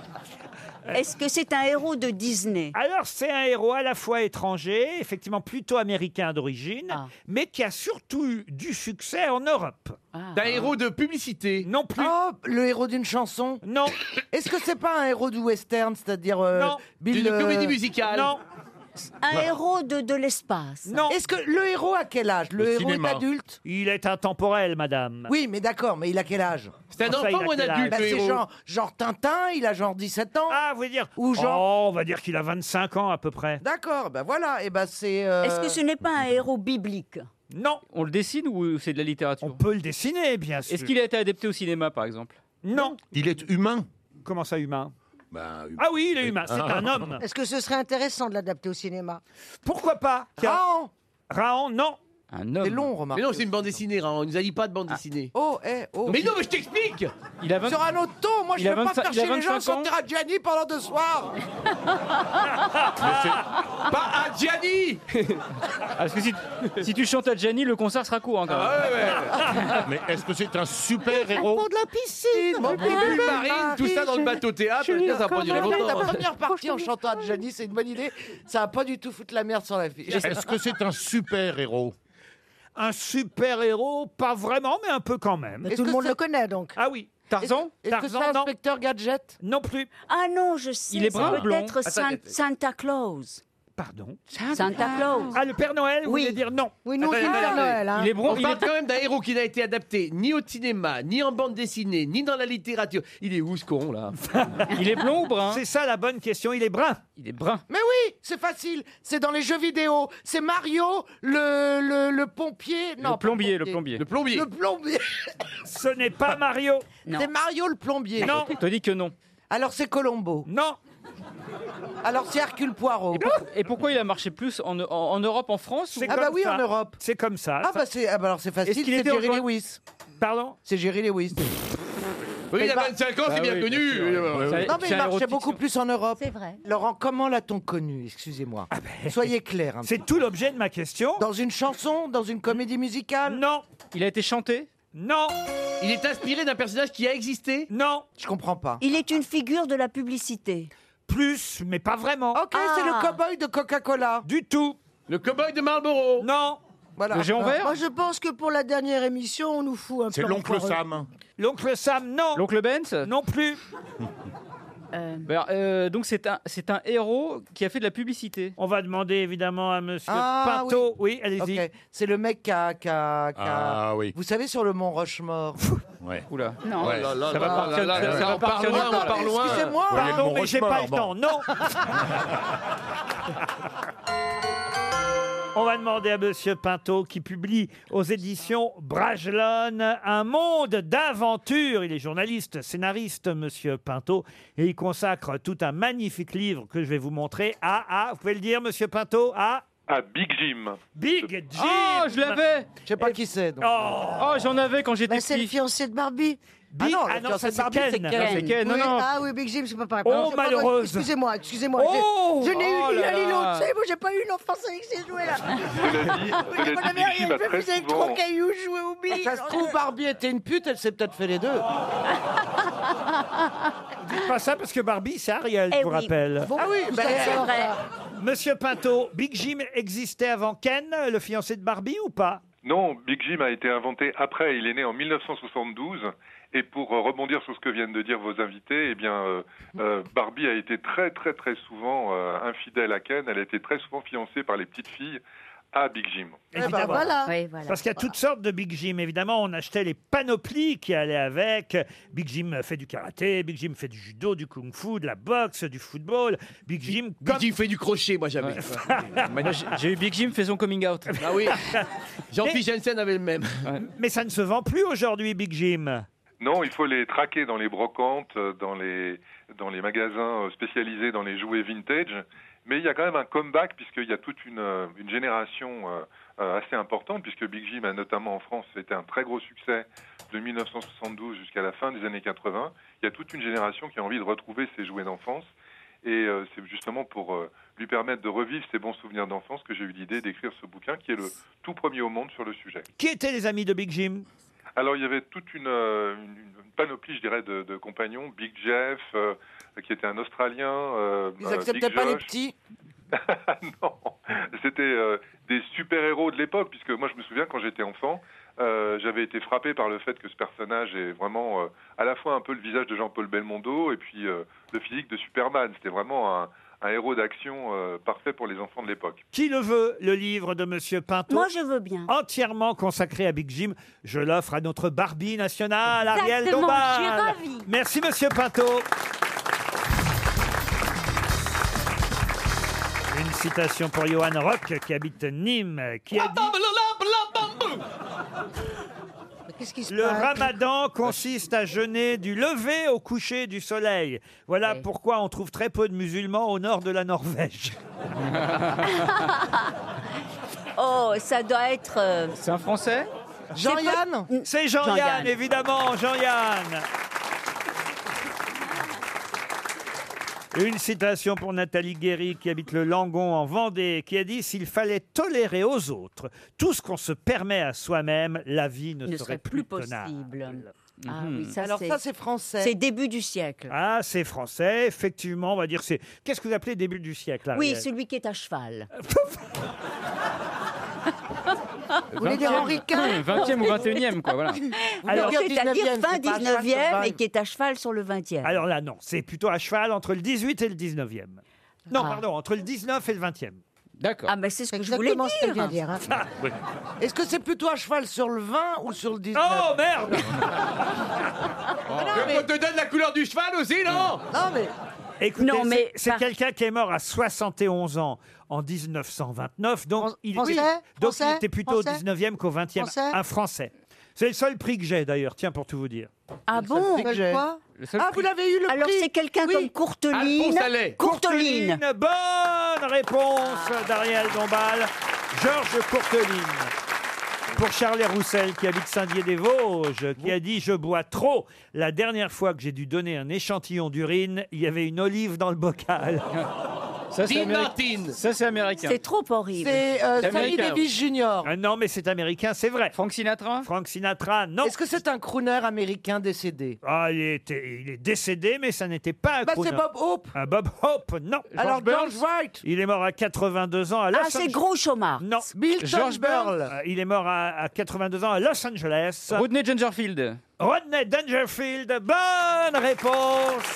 Speaker 7: Est-ce que c'est un héros de Disney
Speaker 2: Alors, c'est un héros à la fois étranger, effectivement plutôt américain d'origine,
Speaker 7: Ah.
Speaker 2: mais qui a surtout eu du succès en Europe.
Speaker 7: Ah.
Speaker 4: D'un héros de publicité.
Speaker 2: Non plus.
Speaker 9: Oh, le héros d'une chanson
Speaker 2: Non.
Speaker 9: Est-ce que c'est pas un héros du western, c'est-à-dire euh,
Speaker 2: Non.
Speaker 9: Bill, euh,
Speaker 2: Non.
Speaker 7: Un
Speaker 9: Bah.
Speaker 7: héros de, de l'espace
Speaker 2: Non.
Speaker 9: Est-ce que le héros a quel âge Le, héros est adulte
Speaker 2: Il est intemporel, madame.
Speaker 9: Oui, mais d'accord, mais il a quel âge
Speaker 2: C'est un Ça, enfant il a ou un quel adulte, âge
Speaker 9: Bah,
Speaker 2: le
Speaker 9: C'est
Speaker 2: héros
Speaker 9: genre, genre Tintin, il a genre 17 ans.
Speaker 2: Ah, vous voulez dire
Speaker 9: Ou genre...
Speaker 2: Oh, on va dire qu'il a 25 ans à peu près.
Speaker 9: D'accord, ben voilà, et ben c'est... euh,
Speaker 7: Est-ce que ce n'est pas un héros biblique
Speaker 2: Non.
Speaker 10: On le dessine ou c'est de la littérature On
Speaker 2: peut le dessiner, bien sûr.
Speaker 10: Est-ce qu'il a été adapté au cinéma, par exemple
Speaker 2: Non.
Speaker 6: Il est humain Ben,
Speaker 2: Comment ça, humain Ah oui, il est humain, c'est un
Speaker 6: Ah.
Speaker 2: homme.
Speaker 5: Ah. Est-ce que ce serait intéressant de l'adapter au cinéma
Speaker 2: Pourquoi pas
Speaker 9: Raon
Speaker 2: Raon, non.
Speaker 10: Un homme.
Speaker 9: C'est long, remarque.
Speaker 4: Mais non, c'est une bande dessinée, hein, on nous a dit pas de bande dessinée.
Speaker 9: Oh, eh, oh.
Speaker 4: Mais non, mais je t'explique
Speaker 10: Il a
Speaker 9: Sur un autre ton, moi je
Speaker 4: Il
Speaker 9: ne
Speaker 4: a
Speaker 9: veux pas
Speaker 4: 25
Speaker 9: faire
Speaker 4: il a
Speaker 9: chier les gens
Speaker 4: 25
Speaker 9: sur
Speaker 4: ans.
Speaker 9: Terradjani pendant deux soirs
Speaker 4: Pas à Gianni
Speaker 10: Parce que si, si tu chantes à Gianni, le concert sera court. Hein, quand
Speaker 6: Ah Mais est-ce que c'est un super héros
Speaker 9: de la piscine
Speaker 4: Mon bébé marine, tout ça dans le bateau théâtre, tiens, ça prend durer longtemps.
Speaker 9: La première partie en chantant Adjani, c'est une bonne idée. Ça va pas du tout foutre la merde sur la fille.
Speaker 6: Est-ce que c'est un super héros
Speaker 2: Un super-héros, pas vraiment, mais un peu quand même.
Speaker 5: Mais Tout le monde le connaît donc.
Speaker 2: Ah oui. Tarzan
Speaker 9: Est-ce que c'est inspecteur Gadget
Speaker 2: Non plus.
Speaker 7: Ah non, je sais,
Speaker 2: Il est
Speaker 7: c'est
Speaker 2: brun, blond.
Speaker 7: peut-être
Speaker 2: Attends,
Speaker 7: San-
Speaker 2: attends.
Speaker 7: Santa Claus.
Speaker 2: Pardon
Speaker 7: Santa Claus.
Speaker 2: Ah, le Père Noël, vous
Speaker 7: Oui.
Speaker 2: voulez dire non
Speaker 5: Oui,
Speaker 4: Attends, attends, attends.
Speaker 7: hein.
Speaker 2: Il est bron-
Speaker 4: hein. On
Speaker 2: il
Speaker 4: parle
Speaker 2: est-
Speaker 4: quand même d'un héros qui n'a été adapté ni au cinéma, ni en bande dessinée, ni dans la littérature. Il est où ce con là
Speaker 10: Il est blond ou brun
Speaker 2: C'est ça la bonne question, il est brun.
Speaker 10: Il est brun.
Speaker 9: Mais oui, c'est facile. C'est dans les jeux vidéo. C'est Mario, le, le, le pompier. Non, pas
Speaker 10: plombier, le plombier.
Speaker 4: Le plombier.
Speaker 9: Le plombier.
Speaker 2: Ce n'est pas Mario.
Speaker 9: C'est Mario le plombier.
Speaker 2: Non.
Speaker 10: Te dis que non.
Speaker 9: Alors c'est Colombo.
Speaker 2: Non.
Speaker 9: Alors c'est Hercule Poirot.
Speaker 10: Et pourquoi il a marché plus en, en- en Europe, en France ou-
Speaker 9: Ah bah oui, en Europe.
Speaker 2: C'est comme ça.
Speaker 9: Ah bah, c'est- ah bah alors c'est
Speaker 10: Est-ce
Speaker 9: facile,
Speaker 10: qu'il
Speaker 9: c'est
Speaker 10: était
Speaker 9: Jerry
Speaker 10: rejoint-
Speaker 9: Lewis.
Speaker 2: Pardon
Speaker 9: C'est Jerry Lewis.
Speaker 4: Oui, il a
Speaker 9: Bah-
Speaker 4: 25 ans, c'est bien connu. Euh,
Speaker 9: Non, mais il marchait beaucoup plus en Europe. C'est vrai. Laurent, comment l'a-t-on connu Excusez-moi. Soyez clair. un
Speaker 2: Ah ben, C'est tout l'objet de ma question.
Speaker 9: Dans une chanson, dans une comédie musicale
Speaker 2: Non.
Speaker 10: Il a été chanté
Speaker 2: Non.
Speaker 4: Il est inspiré d'un personnage qui a existé
Speaker 2: Non.
Speaker 9: Je comprends pas.
Speaker 7: Il est une figure de la publicité.
Speaker 2: Plus, mais pas vraiment.
Speaker 9: Ok, c'est le cowboy de Coca-Cola.
Speaker 2: Du tout.
Speaker 4: Le cowboy de Marlboro.
Speaker 2: Non.
Speaker 9: Voilà.
Speaker 5: Moi, je pense que pour la dernière émission, on nous fout un peu. encore- euh.
Speaker 2: L'oncle Sam, non.
Speaker 10: L'oncle Benz
Speaker 2: Non plus.
Speaker 10: Bah alors, euh, donc c'est un, c'est un héros qui a fait de la publicité.
Speaker 2: On va demander évidemment à Monsieur
Speaker 9: Ah,
Speaker 2: Pinto. Oui, allez-y.
Speaker 9: Ok, C'est le mec qui a, qui a- qui a-
Speaker 6: Ah oui.
Speaker 9: Vous savez, sur le mont Rochemort.
Speaker 10: Oula.
Speaker 9: Non.
Speaker 6: Ouais.
Speaker 9: Oh là là
Speaker 10: Ça va
Speaker 9: là
Speaker 10: partir-
Speaker 9: là
Speaker 10: ça-
Speaker 9: là
Speaker 10: ça
Speaker 9: là.
Speaker 10: va partir
Speaker 9: Attends,
Speaker 10: loin, on part loin.
Speaker 9: excusez-moi,
Speaker 10: Ouais,
Speaker 9: hein.
Speaker 10: bon,
Speaker 2: Non, mais j'ai pas le
Speaker 10: Rochemort,
Speaker 2: temps. Non. On va demander à Monsieur Pinto qui publie aux éditions Bragelonne un monde d'aventure. Il est journaliste, scénariste, Monsieur Pinto, et il consacre tout un magnifique livre que je vais vous montrer à, à vous pouvez le dire, Monsieur Pinto, à
Speaker 15: À Ah, Big Jim.
Speaker 2: Big Jim.
Speaker 10: Oh, je l'avais
Speaker 9: Ah, Je sais pas qui c'est. donc. Bah,
Speaker 10: Oh, j'en avais quand j'étais
Speaker 5: c'est le fiancé de Barbie.
Speaker 2: Big- Ah non, le ah non, fiancé ça, de c'est Barbie, Ken. c'est Ken. Non, c'est Ken, non,
Speaker 5: Oui,
Speaker 2: non.
Speaker 5: Ah oui, Big Jim, c'est pas pareil.
Speaker 2: Oh,
Speaker 5: Pardon, c'est pas vrai.
Speaker 2: malheureuse.
Speaker 5: Excusez-moi, excusez-moi.
Speaker 2: Oh
Speaker 5: je je n'ai
Speaker 2: Oh
Speaker 5: eu ni
Speaker 2: là
Speaker 5: l'un ni
Speaker 2: là.
Speaker 5: l'autre. Vous savez, moi, j'ai pas eu une enfance avec ces jouets-là.
Speaker 15: Cela dit, cela dit, Big Jim a très
Speaker 5: Vous avez
Speaker 15: souvent...
Speaker 5: trois cailloux, jouets au
Speaker 8: Bah,
Speaker 5: billes.
Speaker 9: Ça se trouve, bah, Barbie était une pute, elle s'est peut-être fait les deux.
Speaker 2: Dites pas ça parce que Barbie, c'est Ariel, je
Speaker 9: Eh
Speaker 2: vous
Speaker 9: oui.
Speaker 2: rappelle.
Speaker 9: Ah oui, bah, c'est vrai.
Speaker 2: Monsieur Pinto, Big Jim existait avant Ken, le fiancé de Barbie, ou pas
Speaker 15: Non, Big Jim a été inventé après. Il est né en 1972. Et pour euh, rebondir sur ce que viennent de dire vos invités, eh bien, euh, euh, Barbie a été très, très, très souvent euh, infidèle à Ken. Elle a été très souvent fiancée par les petites filles à Big Jim.
Speaker 2: Évidemment.
Speaker 5: voilà.
Speaker 2: Parce qu'il y a toutes sortes de Big Jim. Évidemment, on achetait les panoplies qui allaient avec. Big Jim fait du karaté, Big Jim fait du judo, du kung-fu, de la boxe, du football. Big Jim... Big Jim fait du crochet, moi j'avais.
Speaker 10: Moi, j'ai- J'ai eu Big Jim fait son coming out.
Speaker 2: Ah oui.
Speaker 10: Jean-Pierre Jensen avait le même.
Speaker 2: Mais ça ne se vend plus aujourd'hui, Big Jim.
Speaker 15: Non, il faut les traquer dans les brocantes, euh, dans les, dans les magasins euh, spécialisés dans les jouets vintage. Mais il y a quand même un comeback, puisqu'il y a toute une, euh, une génération euh, euh, assez importante, puisque Big Jim a notamment en France été un très gros succès de 1972 jusqu'à la fin des années 80. Il y a toute une génération qui a envie de retrouver ses jouets d'enfance. Et euh, c'est justement pour euh, lui permettre de revivre ses bons souvenirs d'enfance que j'ai eu l'idée d'écrire ce bouquin, qui est le tout premier au monde sur le sujet.
Speaker 2: Qui étaient les amis de Big Jim
Speaker 15: Alors, il y avait toute une, euh, une- une panoplie, je dirais, de, de compagnons. Big Jeff, euh, qui était un Australien. euh,
Speaker 9: Ils
Speaker 15: euh,
Speaker 9: acceptaient
Speaker 15: Big
Speaker 9: pas les
Speaker 15: Josh.
Speaker 9: petits.
Speaker 15: C'était euh, des super-héros de l'époque, puisque moi, je me souviens, quand j'étais enfant, euh, j'avais été frappé par le fait que ce personnage est vraiment euh, à la fois un peu le visage de Jean-Paul Belmondo et puis euh, le physique de Superman. C'était vraiment un, un héros d'action euh, parfait pour les enfants de l'époque.
Speaker 2: Qui le veut, le livre de Monsieur Pinto
Speaker 7: Moi, je veux bien.
Speaker 2: Entièrement consacré à Big Jim. Je l'offre à notre Barbie nationale, Ariel
Speaker 7: Exactement,
Speaker 2: Dombal.
Speaker 7: je suis ravie.
Speaker 2: Merci, Monsieur Pinto. Une citation pour Johan Rock, qui habite Nîmes, qui a dit
Speaker 5: Qu'est-ce qui se
Speaker 2: Le
Speaker 5: passe Bah,
Speaker 2: ramadan consiste à jeûner du lever au coucher du soleil. Voilà pourquoi on trouve très peu de musulmans au nord de la Norvège.
Speaker 7: Oh, ça doit être. euh, Mm.
Speaker 10: C'est un Français
Speaker 9: Jean-Yann
Speaker 2: C'est Jean-Yann,
Speaker 7: Jean-Yann.
Speaker 2: évidemment, Jean-Yann. Une citation pour Nathalie Guéry, qui habite le Langon en Vendée, qui a dit S'il fallait tolérer aux autres tout ce qu'on se permet à soi-même, la vie ne,
Speaker 7: ne
Speaker 2: serait,
Speaker 7: serait plus
Speaker 2: tenable.
Speaker 7: possible. Ah
Speaker 2: Mhm.
Speaker 7: oui, ça
Speaker 9: Alors ça, c'est français.
Speaker 7: C'est début du siècle.
Speaker 2: Ah, c'est français, effectivement, on va dire c'est. Qu'est-ce que vous appelez début du siècle Ariel
Speaker 7: Oui, celui qui est à cheval.
Speaker 2: Vous voulez dire Henri
Speaker 10: Quint 20e ou 21e, quoi, voilà.
Speaker 7: Alors,
Speaker 2: dire
Speaker 7: c'est-à-dire
Speaker 2: 19e,
Speaker 7: fin
Speaker 2: c'est pas à cheval sur
Speaker 7: 19e
Speaker 2: vingt.
Speaker 7: et qui est à cheval sur le 20e.
Speaker 2: Alors là, non, c'est plutôt à cheval entre le 18 et le 19e. Non, pardon, entre le 19 et le 20e.
Speaker 10: D'accord.
Speaker 7: Ah, mais c'est ce que je voulais
Speaker 9: Exactement ce qu'elle vient de dire. hein.
Speaker 2: oui.
Speaker 9: Est-ce que c'est plutôt à cheval sur le 20 ou sur le 19
Speaker 2: Oh merde
Speaker 9: non, mais-
Speaker 4: On te donne la couleur du cheval aussi, non
Speaker 9: Non mais
Speaker 2: Écoutez,
Speaker 4: Non,
Speaker 2: c'est-
Speaker 4: mais
Speaker 2: c'est
Speaker 4: par-
Speaker 2: quelqu'un qui est mort à 71 ans en 1929, donc, il,
Speaker 5: Français
Speaker 2: oui, donc il
Speaker 5: Français
Speaker 2: était plutôt
Speaker 5: Français
Speaker 2: au 19e qu'au 20e.
Speaker 5: Français
Speaker 2: un Français. C'est le seul prix que j'ai d'ailleurs, tiens, pour tout vous dire.
Speaker 7: Ah bon
Speaker 2: prix que j'ai. Le seul
Speaker 7: Ah,
Speaker 2: prix.
Speaker 7: vous l'avez eu le Alors, c'est quelqu'un comme Courteline. Courteline.
Speaker 2: Bonne réponse d'Ariel Dombal. Georges Courteline. Pour Charles Roussel, qui habite Saint-Dié-des-Vosges, qui a dit Je bois trop. La dernière fois que j'ai dû donner un échantillon d'urine, il y avait une olive dans le bocal.
Speaker 10: Ça, c'est Dean Amérique- Martin. Ça, c'est américain. C'est
Speaker 7: trop horrible.
Speaker 9: C'est euh,
Speaker 2: C'est
Speaker 9: Sammy
Speaker 2: américain.
Speaker 9: Davis Jr.
Speaker 2: Ah non, mais c'est américain, c'est vrai.
Speaker 10: Frank Sinatra
Speaker 2: Frank Sinatra, non.
Speaker 9: Est-ce que c'est un crooner américain décédé
Speaker 2: Ah, il, était- il est décédé, mais ça n'était pas un
Speaker 9: Bah, c'est
Speaker 2: crooner.
Speaker 9: Bob Hope.
Speaker 2: Ah, Bob Hope, non.
Speaker 9: Alors, George Burns White.
Speaker 2: Il est mort à 82 ans à Los
Speaker 9: Ah, c'est
Speaker 7: Gros Chômard.
Speaker 2: Non.
Speaker 9: Bill George Burns. Burns.
Speaker 2: Euh, Il est mort à, à 82 ans à Los Angeles.
Speaker 10: Rodney Dangerfield.
Speaker 2: Rodney Dangerfield, bonne réponse